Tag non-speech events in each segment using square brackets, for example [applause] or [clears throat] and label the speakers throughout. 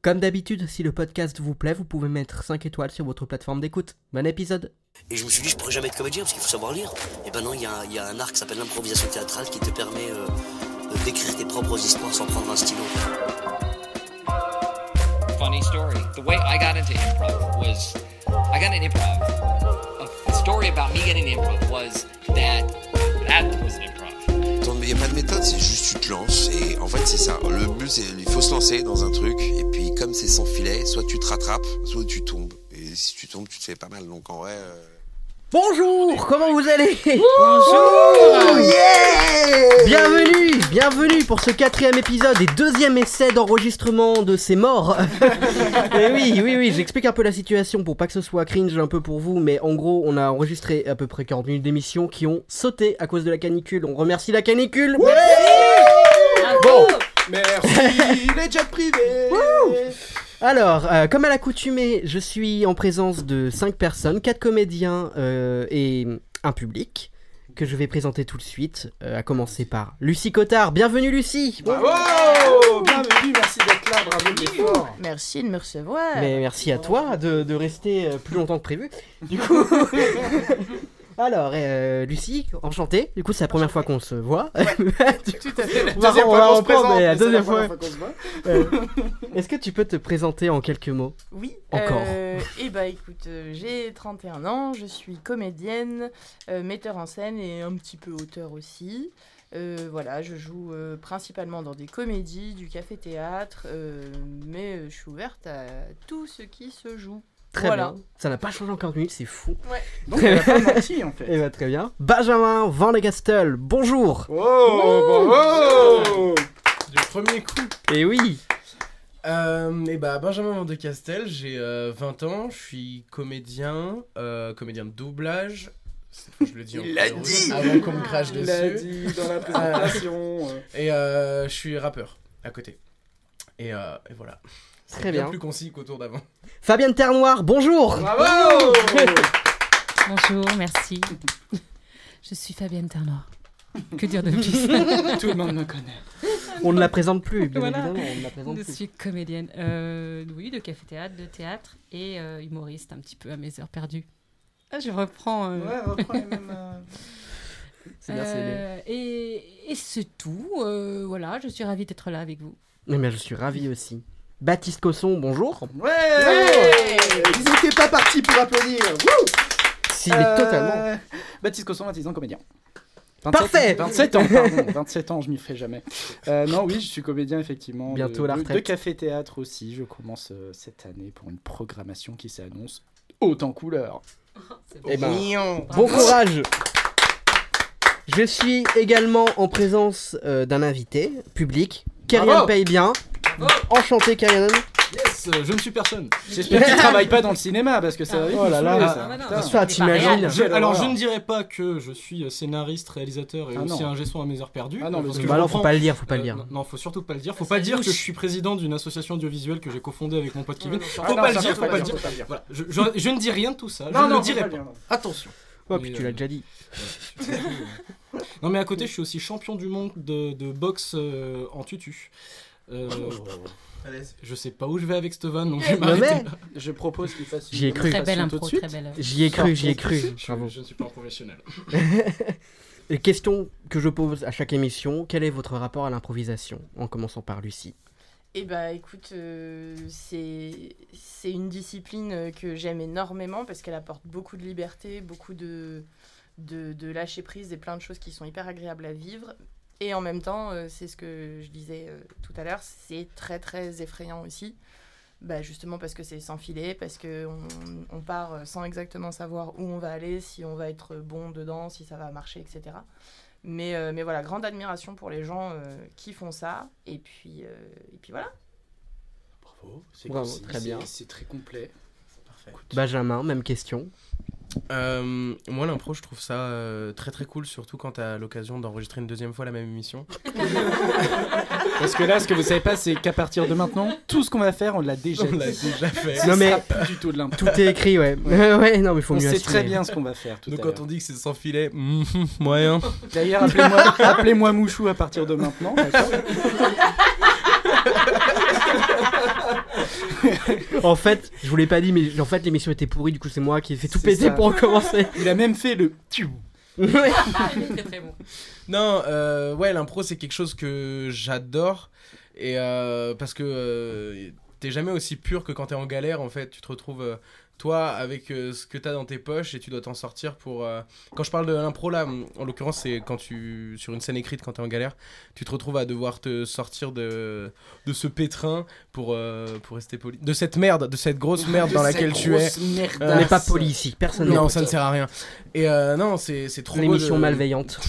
Speaker 1: Comme d'habitude, si le podcast vous plaît, vous pouvez mettre 5 étoiles sur votre plateforme d'écoute. Bon épisode
Speaker 2: Et je me suis dit, je pourrais jamais être comédien parce qu'il faut savoir lire. Et ben non, il y a, il y a un art qui s'appelle l'improvisation théâtrale qui te permet euh, de- d'écrire tes propres histoires sans prendre un stylo.
Speaker 3: funny story. The way I got into improv was I got into improv. A story about me getting into improv was that that was improv.
Speaker 4: Attends, mais il n'y a pas de méthode, c'est juste tu te lances et en fait c'est ça. Le but c'est il faut se lancer dans un truc et puis comme c'est sans filet, soit tu te rattrapes, soit tu tombes. Et si tu tombes, tu te fais pas mal. Donc en vrai, euh,
Speaker 1: Bonjour Comment vous allez Bonjour Bienvenue Bienvenue pour ce quatrième épisode et deuxième essai d'enregistrement de ces morts Et oui, oui, oui, j'explique un peu la situation pour pas que ce soit cringe un peu pour vous, mais en gros, on a enregistré à peu près 40 minutes d'émission qui ont sauté à cause de la canicule. On remercie la canicule Bon,
Speaker 5: Merci les jets privés
Speaker 1: Alors, euh, comme à l'accoutumée, je suis en présence de 5 personnes, 4 comédiens euh, et un public que je vais présenter tout de suite, euh, à commencer par Lucie Cotard. Bienvenue Lucie
Speaker 5: Bah Oh Wow Bienvenue, merci d'être là, bravo de l'effort
Speaker 6: Merci de me recevoir.
Speaker 1: Mais merci à toi de, de rester euh, plus longtemps que prévu. Du
Speaker 5: [laughs]
Speaker 1: coup... Alors, euh, Lucie, enchantée. Du coup, c'est la première fois qu'on se voit. [laughs] on va- on va
Speaker 5: qu'on se
Speaker 1: reprendre, mais la
Speaker 5: mais c'est
Speaker 1: deuxième fois.
Speaker 5: qu'on se voit.
Speaker 1: Euh, Est-ce que tu peux te présenter en quelques mots
Speaker 6: Oui.
Speaker 1: Encore.
Speaker 6: et bah écoute, euh, j'ai 31 ans, je suis comédienne, euh, metteur en scène et un petit peu auteur aussi. Euh, voilà, je joue euh, principalement dans des comédies, du café-théâtre, euh, mais euh, je suis ouverte à tout ce qui se joue.
Speaker 1: Très
Speaker 6: Voilà.
Speaker 1: bien. Ça n'a pas changé en 40 minutes, c'est fou.
Speaker 5: Donc elle a pas [laughs] menti en
Speaker 1: Et
Speaker 5: fait.
Speaker 1: bah, très bien. Benjamin Van de Castel, bonjour
Speaker 5: Oh bravo
Speaker 7: Du premier coup.
Speaker 1: Et Eh oui
Speaker 7: Euh, et bah Benjamin Van de Castel, j'ai euh, 20 ans, je suis comédien, euh, comédien de doublage. Cette fois, Je le dis en
Speaker 4: Il l'a
Speaker 7: premier,
Speaker 4: dit
Speaker 7: avant qu'on me crache
Speaker 5: Il l'a
Speaker 7: dessus.
Speaker 5: dit dans la présentation. euh.
Speaker 7: Et euh, je suis rappeur à côté. Et, euh, et voilà. C'est
Speaker 1: Très bien.
Speaker 7: Plus concis qu'autour d'avant.
Speaker 1: Fabienne Ternoir, bonjour
Speaker 5: Bravo
Speaker 8: Bonjour, merci. [laughs] Je suis Fabienne Ternoir. Que dire de plus
Speaker 5: [laughs] Tout le monde me connaît.
Speaker 1: On ne la présente plus, bien
Speaker 8: Voilà.
Speaker 1: évidemment, on ne la présente
Speaker 8: Je
Speaker 1: plus.
Speaker 8: suis comédienne. Euh, oui, de café-théâtre, de théâtre et euh, humoriste un petit peu à mes heures perdues. Ah, Je reprends. euh,
Speaker 5: Ouais, reprends les mêmes... euh,
Speaker 1: C'est bien, c'est bien.
Speaker 8: euh, et et c'est tout. Euh, voilà, je suis ravie d'être là avec vous.
Speaker 1: Mais, mais je suis ravi aussi. Baptiste Cosson, bonjour
Speaker 5: Ouais, Ils n'étaient pas partis pour applaudir Wouh
Speaker 1: S'il est
Speaker 5: Euh,
Speaker 1: Ah, totalement...
Speaker 5: Baptiste Cosson, 26 ans, comédien.
Speaker 1: Parfait
Speaker 5: 27 ans, pardon. 27 ans, je m'y ferai jamais. Euh, non, oui, je suis comédien, effectivement. de-
Speaker 1: Bientôt la
Speaker 5: de-
Speaker 1: retraite.
Speaker 5: De café-théâtre aussi. Je commence euh, cette année pour une programmation qui s'annonce haute en couleur.
Speaker 1: Eh ben,
Speaker 7: Mignon.
Speaker 1: Bon courage Je suis également en présence euh, d'un invité public, Karian
Speaker 5: Bravo
Speaker 1: paye bien. Enchanté Karian.
Speaker 9: Yes, euh, je ne suis personne.
Speaker 1: [laughs]
Speaker 5: J'espère qu'il ne travaille pas dans le cinéma, parce que ça va vite
Speaker 1: Oh
Speaker 5: me
Speaker 1: là là.
Speaker 5: saouler,
Speaker 1: Ah,
Speaker 5: ça.
Speaker 8: bah non.
Speaker 5: Putain.
Speaker 8: C'est
Speaker 1: Ça,
Speaker 8: pas
Speaker 1: t'imagines Bah,
Speaker 8: réel.
Speaker 9: Je-
Speaker 5: Quelle
Speaker 9: alors, je
Speaker 5: horreur.
Speaker 9: ne dirais pas que je suis euh, scénariste, réalisateur et
Speaker 5: Ah
Speaker 9: aussi
Speaker 5: non.
Speaker 9: ingé son à mes heures perdues.
Speaker 5: Ah non, parce que
Speaker 1: Bah
Speaker 9: je
Speaker 1: non,
Speaker 9: comprends-
Speaker 1: faut pas le dire, faut pas le
Speaker 9: Euh,
Speaker 1: dire.
Speaker 9: non, non, faut surtout pas le
Speaker 1: Ah,
Speaker 9: dire. Faut
Speaker 8: Ça
Speaker 9: pas dire que je
Speaker 8: louche.
Speaker 9: suis président d'une association audiovisuelle que j'ai cofondée avec mon pote Kevin. Faut
Speaker 5: Ah non,
Speaker 9: pas le
Speaker 5: ça,
Speaker 9: dire, faut pas le dire.
Speaker 5: faut pas le dire.
Speaker 9: Voilà, je, je- je ne dis rien de tout ça. je
Speaker 5: Non,
Speaker 9: ne
Speaker 5: non,
Speaker 9: le dirai
Speaker 5: faut
Speaker 9: pas.
Speaker 5: pas le dire.
Speaker 9: Attention.
Speaker 1: Oh,
Speaker 9: Mais,
Speaker 1: puis tu
Speaker 9: euh,
Speaker 1: l'as déjà dit.
Speaker 9: [laughs] Non mais à côté, je suis aussi champion du monde de, de boxe euh, en tutu. Euh, je sais pas où je vais avec cette vanne,
Speaker 5: Eh
Speaker 9: donc je vais
Speaker 5: ben,
Speaker 1: Non,
Speaker 9: m'arrêter
Speaker 1: mais
Speaker 9: là.
Speaker 5: Je propose qu'il fasse une
Speaker 1: J'y ai cru.
Speaker 8: Très belle
Speaker 5: présentation
Speaker 8: impro,
Speaker 5: tout de
Speaker 8: très
Speaker 5: suite. [laughs]
Speaker 8: belle.
Speaker 1: J'y ai cru, j'y ai cru.
Speaker 9: Je, je ne suis pas un professionnel.
Speaker 1: Et question que je pose à chaque émission, quel est votre rapport à l'improvisation En commençant par Lucie.
Speaker 6: Et bah écoute, euh, c'est c'est une discipline euh, que j'aime énormément parce qu'elle apporte beaucoup de liberté, beaucoup de, de, de lâcher prise et plein de choses qui sont hyper agréables à vivre. Et en même temps, euh, c'est ce que je disais euh, tout à l'heure, c'est très très effrayant aussi. Bah justement parce que c'est sans filet, parce qu'on on part euh, sans exactement savoir où on va aller, si on va être bon dedans, si ça va marcher, etc. Mais, euh, mais voilà, grande admiration pour les gens euh, qui font ça. Et puis, euh, et puis voilà.
Speaker 7: Bravo. C'est
Speaker 1: Bravo,
Speaker 7: concis,
Speaker 1: très
Speaker 7: c'est-
Speaker 1: bien.
Speaker 7: C'est très complet. Parfait.
Speaker 1: Benjamin, même question.
Speaker 7: Euh, moi, l'impro, je trouve ça euh, très très cool, surtout quand t'as l'occasion d'enregistrer une deuxième fois la même émission.
Speaker 5: Parce que là, ce que vous savez pas, c'est qu'à partir de maintenant, tout ce qu'on va faire, on
Speaker 1: [laughs]
Speaker 5: l'a déjà
Speaker 7: On l'a
Speaker 5: dit.
Speaker 7: déjà fait.
Speaker 1: Non,
Speaker 5: Ce
Speaker 1: mais-
Speaker 5: sera plus du tout de l'impro.
Speaker 1: Tout est écrit, ouais. [laughs] ouais, non, mais faut
Speaker 5: On
Speaker 1: mieux
Speaker 5: sait
Speaker 1: assumer.
Speaker 5: très bien ce qu'on va faire tout
Speaker 7: Donc
Speaker 5: à
Speaker 7: quand
Speaker 5: l'heure.
Speaker 7: on dit que c'est sans filet, [laughs] hum, hum, moyen.
Speaker 5: D'ailleurs, appelez-moi [laughs] appelez Mouchou à partir de maintenant. d'accord
Speaker 1: En fait, je vous l'ai pas dit, mais en fait, l'émission était pourrie, du coup, c'est moi qui ai fait tout
Speaker 9: C'est
Speaker 1: péter
Speaker 9: ça.
Speaker 1: pour
Speaker 5: [laughs]
Speaker 1: recommencer.
Speaker 9: Il a même fait le. Tiou
Speaker 1: Ouais.
Speaker 8: Il Ah, est très très bon.
Speaker 7: Non, euh, ouais, l'impro, c'est quelque chose que j'adore. Et euh, parce que euh, t'es jamais aussi pur que quand t'es en galère, en fait. Tu te retrouves, euh, toi, avec euh, ce que t'as dans tes poches et tu dois t'en sortir pour. euh, Quand je parle de l'impro, là, en l'occurrence, c'est quand tu. Sur une scène écrite, quand t'es en galère, tu te retrouves à devoir te sortir de, de ce pétrin pour, euh, pour rester poli. De cette merde, de cette grosse merde dans laquelle tu es. Euh,
Speaker 1: On n'est pas poli ici, personne
Speaker 7: Ah, Non,
Speaker 1: n'est
Speaker 7: ça ne sert à rien. Et euh, non, c'est c'est trop beau.
Speaker 1: L'émission
Speaker 7: de-
Speaker 1: malveillante.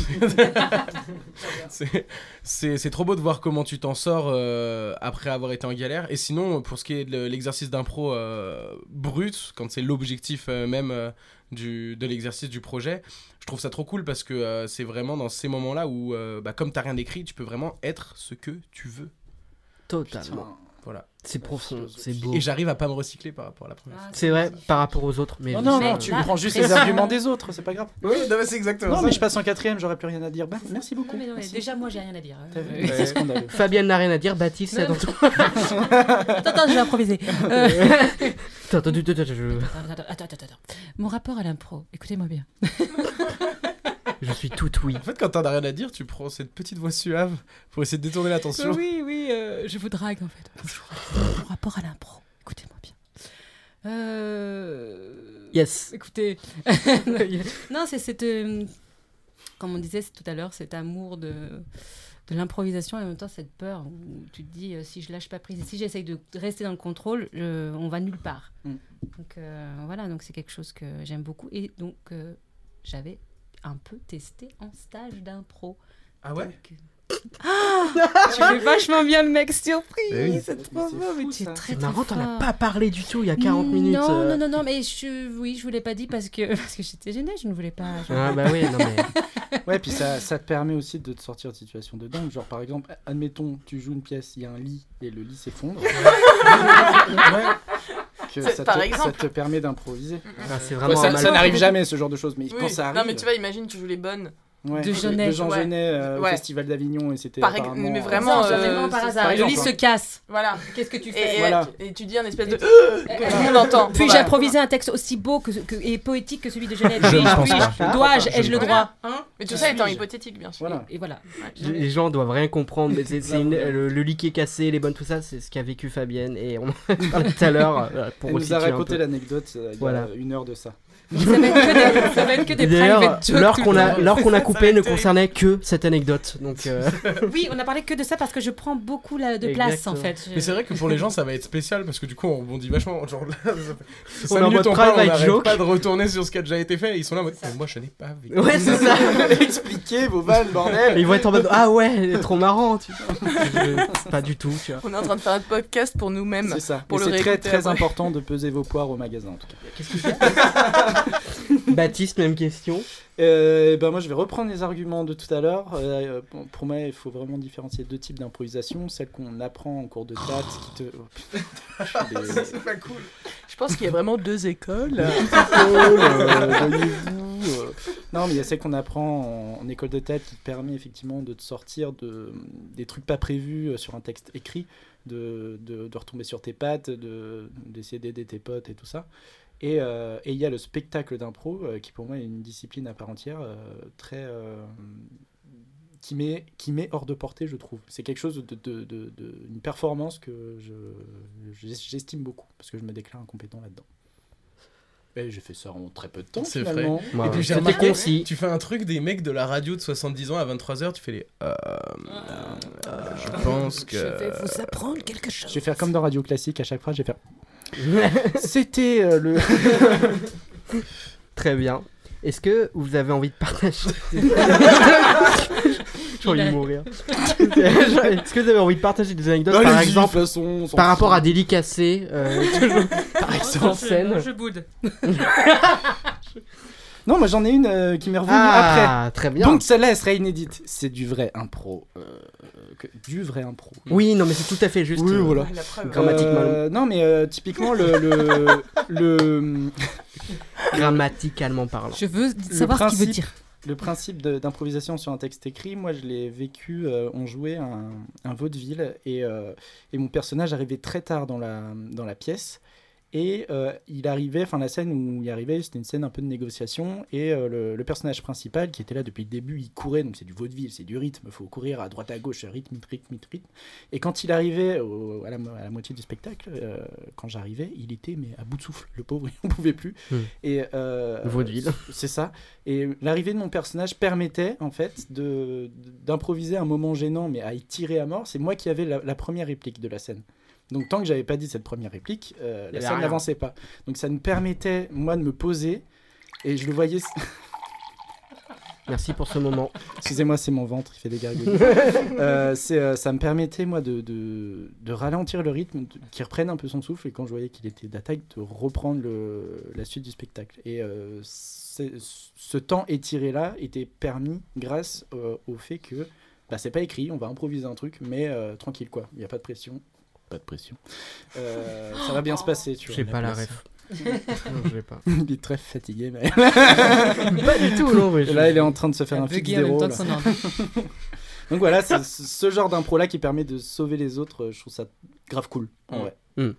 Speaker 7: c'est- C'est c'est trop beau de voir comment tu t'en sors euh, après avoir été en galère. Et sinon, pour ce qui est de l'exercice d'impro euh, brut, quand c'est l'objectif euh, même euh, du, de l'exercice du projet, je trouve ça trop cool parce que euh, c'est vraiment dans ces moments-là où, euh, bah, comme t'as rien écrit, tu peux vraiment être ce que tu veux.
Speaker 1: Totalement.
Speaker 7: Voilà.
Speaker 1: C'est profond, c'est beau.
Speaker 7: Et j'arrive à pas me recycler par rapport à la première.
Speaker 8: Ah,
Speaker 1: C'est vrai, par rapport aux autres. Mais
Speaker 5: Non, Oh non,
Speaker 1: mais-
Speaker 5: non, tu
Speaker 8: là,
Speaker 5: prends juste les
Speaker 8: présent.
Speaker 5: arguments des autres, c'est pas grave.
Speaker 7: Oui, c'est exactement
Speaker 5: Non, mais je passe en quatrième, j'aurais plus rien à dire. Bah, merci beaucoup.
Speaker 8: Non, mais non, mais
Speaker 5: Merci.
Speaker 8: déjà, moi, j'ai rien à dire. hein.
Speaker 5: T'as vu
Speaker 8: Euh,
Speaker 5: Ah, C'est scandaleux.
Speaker 1: Fabienne n'a rien à dire, Baptiste, c'est
Speaker 8: Non,
Speaker 1: dans tout.
Speaker 8: Attends, attends, je
Speaker 5: [laughs]
Speaker 8: vais improviser. Euh, [laughs]
Speaker 1: T'as entendu t'as- t'as- je...
Speaker 8: Attends, attends, attends, attends, attends. Mon rapport à l'impro, écoutez-moi bien.
Speaker 1: je suis tout oui.
Speaker 7: En fait, quand t'as rien à dire, tu prends cette petite voix suave pour essayer de détourner l'attention.
Speaker 8: Oui, oui, euh, je vous drague en fait. Bonjour. Mon rapport à l'impro, écoutez-moi bien. Euh...
Speaker 1: Yes.
Speaker 8: Écoutez, [laughs] non, c'est cette, euh, comme on disait tout à l'heure, cet amour de, de l'improvisation et en même temps cette peur où tu te dis euh, si je lâche pas prise et si j'essaye de rester dans le contrôle, je- on va nulle part.
Speaker 5: Mm.
Speaker 8: Donc euh, voilà, donc c'est quelque chose que j'aime beaucoup et donc euh, j'avais un peu testé en stage d'impro.
Speaker 7: Ah ouais
Speaker 8: Donc, euh, ah Tu fais vachement bien le mec surpris,
Speaker 7: Eh oui.
Speaker 8: c'est trop
Speaker 5: c'est
Speaker 8: beau, mais
Speaker 5: fou,
Speaker 8: tu es
Speaker 5: ça.
Speaker 8: très
Speaker 1: C'est
Speaker 8: très
Speaker 1: marrant, t'en
Speaker 8: fort.
Speaker 1: as pas parlé du tout il y a 40 minutes.
Speaker 8: Non,
Speaker 1: euh.
Speaker 8: non, non, non, mais je, oui, je vous l'ai pas dit parce que, [laughs] parce que j'étais gênée, je ne voulais pas. je-
Speaker 1: Ah bah oui, non mais...
Speaker 5: Ouais, puis ça, ça te permet aussi de te sortir de situation de dingue. Genre, par exemple, admettons, tu joues une pièce, il y a un lit et le lit [laughs] s'effondre. Que
Speaker 6: C'est-
Speaker 5: ça,
Speaker 6: par
Speaker 5: te,
Speaker 6: exemple.
Speaker 5: ça te permet d'improviser.
Speaker 1: Ah, c'est
Speaker 5: Ouais,
Speaker 1: vraiment un
Speaker 5: ça
Speaker 1: mal.
Speaker 5: ça n'arrive jamais ce genre de choses, mais
Speaker 6: Oui.
Speaker 5: quand ça arrive.
Speaker 6: Non, mais tu vois, imagine, tu joues les bonnes.
Speaker 5: ouais.
Speaker 8: De Genet.
Speaker 5: De Jean
Speaker 6: Ouais.
Speaker 5: Genet, euh, au
Speaker 6: Ouais.
Speaker 5: Festival d'Avignon, et c'était.
Speaker 6: Par ex-
Speaker 5: apparemment,
Speaker 6: mais
Speaker 5: euh,
Speaker 6: vraiment,
Speaker 8: Ça,
Speaker 6: euh,
Speaker 8: vraiment par
Speaker 6: c'est-
Speaker 8: hasard.
Speaker 5: par
Speaker 8: le lit
Speaker 5: exemple,
Speaker 8: se casse.
Speaker 6: Voilà.
Speaker 8: Qu'est-ce que tu
Speaker 6: Et,
Speaker 8: fais
Speaker 6: et-
Speaker 5: Voilà.
Speaker 6: et tu dis un espèce de. [gasps] que tout le monde entend.
Speaker 8: Puis-je
Speaker 6: Voilà.
Speaker 8: improviser un texte aussi beau que, que- et poétique que celui de Genève
Speaker 7: Je ne
Speaker 8: Puis-je-
Speaker 7: pense
Speaker 8: puis-je-
Speaker 7: pas.
Speaker 8: Dois-je Ai-je le droit
Speaker 6: Voilà, hein. Mais tout ça étant hypothétique, bien sûr.
Speaker 5: Voilà.
Speaker 8: Et voilà.
Speaker 1: Les gens doivent rien comprendre, mais c'est,
Speaker 5: Bah
Speaker 1: c'est une- euh, le, le lit qui est cassé, les bonnes, tout ça, c'est ce qu'a vécu Fabienne et on [laughs] en parlait tout à l'heure euh, pour
Speaker 5: Elle nous
Speaker 1: resituer
Speaker 5: a
Speaker 1: un
Speaker 5: raconté
Speaker 1: peu.
Speaker 5: l'anecdote euh, il y a
Speaker 1: Voilà.
Speaker 5: une heure de [laughs] ça.
Speaker 8: Ça va être que des, ça va être que des
Speaker 1: D'ailleurs,
Speaker 8: private jokes
Speaker 1: l'heure
Speaker 8: tout
Speaker 1: qu'on
Speaker 8: le
Speaker 1: a,
Speaker 8: temps.
Speaker 1: l'heure qu'on a coupée ne
Speaker 7: terrible.
Speaker 1: concernait que cette anecdote. Donc, euh, [laughs]
Speaker 8: Oui, on a parlé que de ça parce que je prends beaucoup la- de place
Speaker 1: Exactement.
Speaker 8: en fait. Je-
Speaker 6: euh,
Speaker 7: Mais c'est vrai que pour les gens, ça va être spécial parce que du coup, on rebondit vachement. Genre [laughs] là, ça fait cinq
Speaker 1: est en
Speaker 7: minutes,
Speaker 1: mode
Speaker 7: on parle, on
Speaker 1: private
Speaker 7: n'arrête
Speaker 1: joke.
Speaker 7: pas de retourner sur ce qui a déjà été fait. Et ils sont là en mode, mais moi, je n'ai pas
Speaker 1: [laughs]
Speaker 7: vécu.
Speaker 1: ouais, c'est ça.
Speaker 5: Expliquez vos balles, bordel
Speaker 1: Ils vont être en mode ah ouais, trop marrant. Tu... Je- Pas du tout. Tu vois.
Speaker 6: On est en train de faire un podcast pour nous-mêmes.
Speaker 5: C'est ça.
Speaker 6: Pour
Speaker 5: Et
Speaker 6: le
Speaker 5: C'est très
Speaker 6: réécouter
Speaker 5: très
Speaker 6: après.
Speaker 5: important de peser vos poires au magasin en tout cas.
Speaker 1: Baptiste, même question.
Speaker 5: Euh, ben moi, je vais reprendre les arguments de tout à l'heure. Euh, pour- pour moi, il faut vraiment différencier deux types d'improvisation. Celle qu'on apprend en cours de théâtre, qui te. Oh, putain, je suis des-
Speaker 7: pas cool.
Speaker 6: Je pense qu'il y a vraiment deux écoles.
Speaker 5: Paul, euh, voyez-vous, euh. Non, mais il y a celle qu'on apprend en, en école de théâtre qui te permet effectivement de te sortir de, des trucs pas prévus euh, sur un texte écrit, de, de, de retomber sur tes pattes, de- d'essayer d'aider tes potes et tout ça. Et euh, et il y a le spectacle d'impro euh, qui pour moi est une discipline à part entière, euh, très, euh, qui met qui met hors de portée, je trouve. C'est quelque chose de, de- de- de- une performance que je- j'estime beaucoup parce que je me déclare incompétent là-dedans. Et j'ai fait ça en très peu de temps.
Speaker 7: C'est
Speaker 5: finalement.
Speaker 7: Et puis j'ai
Speaker 1: Ah, C'était
Speaker 7: remarqué-
Speaker 1: concis.
Speaker 7: Tu fais un truc des mecs de la radio de 70 ans à 23h, tu fais les. euh, euh,
Speaker 6: Ah.
Speaker 7: je pense
Speaker 8: Je vais
Speaker 7: que.
Speaker 8: vous apprendre quelque chose.
Speaker 5: Je vais faire comme dans Radio Classique à chaque fois. Je vais faire. C'était euh, le. [laughs]
Speaker 1: Très bien. Est-ce que vous avez envie de partager J'ai envie de
Speaker 5: [laughs]
Speaker 1: mourir. Est-ce que vous avez envie de partager des anecdotes, par exemple, par rapport à Délicacé, euh,
Speaker 5: [laughs]
Speaker 1: toujours- par exemple, scène
Speaker 8: Je boude.
Speaker 5: Non, moi j'en ai une euh, qui m'est revenue après.
Speaker 1: Ah, très bien.
Speaker 5: Donc celle-là, elle serait inédite. C'est du vrai impro. euh, que- Du vrai impro.
Speaker 1: Oui, non, mais c'est tout à fait juste.
Speaker 5: Oui,
Speaker 1: euh,
Speaker 5: voilà.
Speaker 6: La preuve.
Speaker 1: Grammatiquement.
Speaker 5: Euh, non, mais euh, typiquement, le, le, [laughs] le,
Speaker 1: Grammaticalement parlant.
Speaker 8: Je veux
Speaker 5: le
Speaker 8: savoir ce qu'il veut
Speaker 5: principe-
Speaker 8: dire.
Speaker 5: le principe de- d'improvisation sur un texte écrit, moi je l'ai vécu, euh, on jouait un, un vaudeville et, euh, et mon personnage arrivait très tard dans la, dans la pièce. Et euh, il arrivait, enfin la scène où il arrivait, c'était une scène un peu de négociation. Et euh, le, le personnage principal qui était là depuis le début, il courait, donc c'est du vaudeville, c'est du rythme, il faut courir à droite à gauche, rythme, rythme, rythme, rythme. Et quand il arrivait au- à, la, mo- à la moitié du spectacle, euh, quand j'arrivais, il était mais à bout de souffle, le pauvre, [laughs] il n'en pouvait plus.
Speaker 1: Mm.
Speaker 5: Et, euh,
Speaker 1: Le vaudeville.
Speaker 5: [laughs] C'est ça. Et l'arrivée de mon personnage permettait en fait de d'improviser un moment gênant, mais à y tirer à mort. C'est moi qui avais la, la première réplique de la scène. Donc tant que j'avais pas dit cette première réplique, euh, la
Speaker 7: avait
Speaker 5: scène
Speaker 7: rien.
Speaker 5: n'avançait pas. Donc ça me permettait moi de me poser et je le voyais.
Speaker 1: Merci pour ce moment.
Speaker 5: Excusez-moi, c'est mon ventre, il fait des gargouilles. Euh, c'est, euh, ça me permettait, moi, de, de, de ralentir le rythme, de- qu'il reprenne un peu son souffle, et quand je voyais qu'il était d'attaque, de reprendre le- la suite du spectacle. Et euh, c'est- ce temps étiré-là était permis grâce euh, au fait que bah, c'est pas écrit, on va improviser un truc, mais euh, tranquille, quoi. Il n'y a pas de pression. Pas de pression. Euh, ça va bien se passer, tu
Speaker 1: Je
Speaker 5: vois.
Speaker 1: sais pas la ref. Non, je l'ai pas.
Speaker 5: [laughs] il est très fatigué, mais
Speaker 1: Pas du tout, non, mais je-
Speaker 5: Et là, il est en train de se
Speaker 8: Elle
Speaker 5: faire un
Speaker 8: buggy
Speaker 5: fixe
Speaker 8: en même
Speaker 5: d'héros.
Speaker 8: temps
Speaker 5: là.
Speaker 8: que son ordi.
Speaker 5: Donc voilà, c'est ce ce genre d'impro-là qui permet de sauver les autres, euh, je trouve ça grave cool. en
Speaker 7: Mm.
Speaker 5: vrai.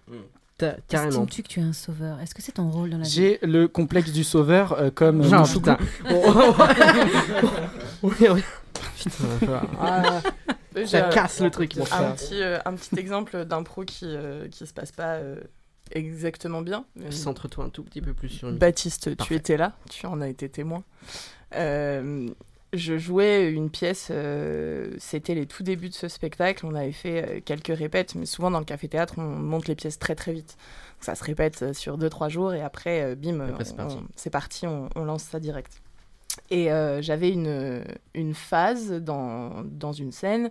Speaker 1: Ta- Carrément.
Speaker 8: Estimes-tu que tu es un sauveur Est-ce que c'est ton rôle dans la vie
Speaker 5: J'ai le complexe du sauveur euh, comme... euh,
Speaker 1: Genre,
Speaker 5: Manchuku.
Speaker 1: [laughs] putain.
Speaker 5: [laughs]
Speaker 1: Oui, oui. Putain, va falloir-
Speaker 6: [laughs]
Speaker 1: Ah,
Speaker 6: Euh, j'ai
Speaker 1: ça
Speaker 6: un-
Speaker 1: casse le truc.
Speaker 6: un, petit, euh, un petit exemple d'impro qui, euh, qui se passe pas euh, exactement bien. mais-
Speaker 1: Centre-toi un tout petit peu plus sur
Speaker 6: Bah,
Speaker 1: une.
Speaker 6: Baptiste,
Speaker 1: Parfait.
Speaker 6: tu étais là, tu en as été témoin. Euh, je jouais une pièce, euh, c'était les tout débuts de ce spectacle, on avait fait euh, quelques répètes, mais souvent dans le café-théâtre, on monte les pièces très très vite. Donc ça se répète euh, sur 2-3 jours et après, euh, bim,
Speaker 1: Après,
Speaker 6: on-
Speaker 1: c'est parti.
Speaker 6: on- c'est parti, on, on lance ça direct. Et euh, j'avais une, une phase dans, dans une scène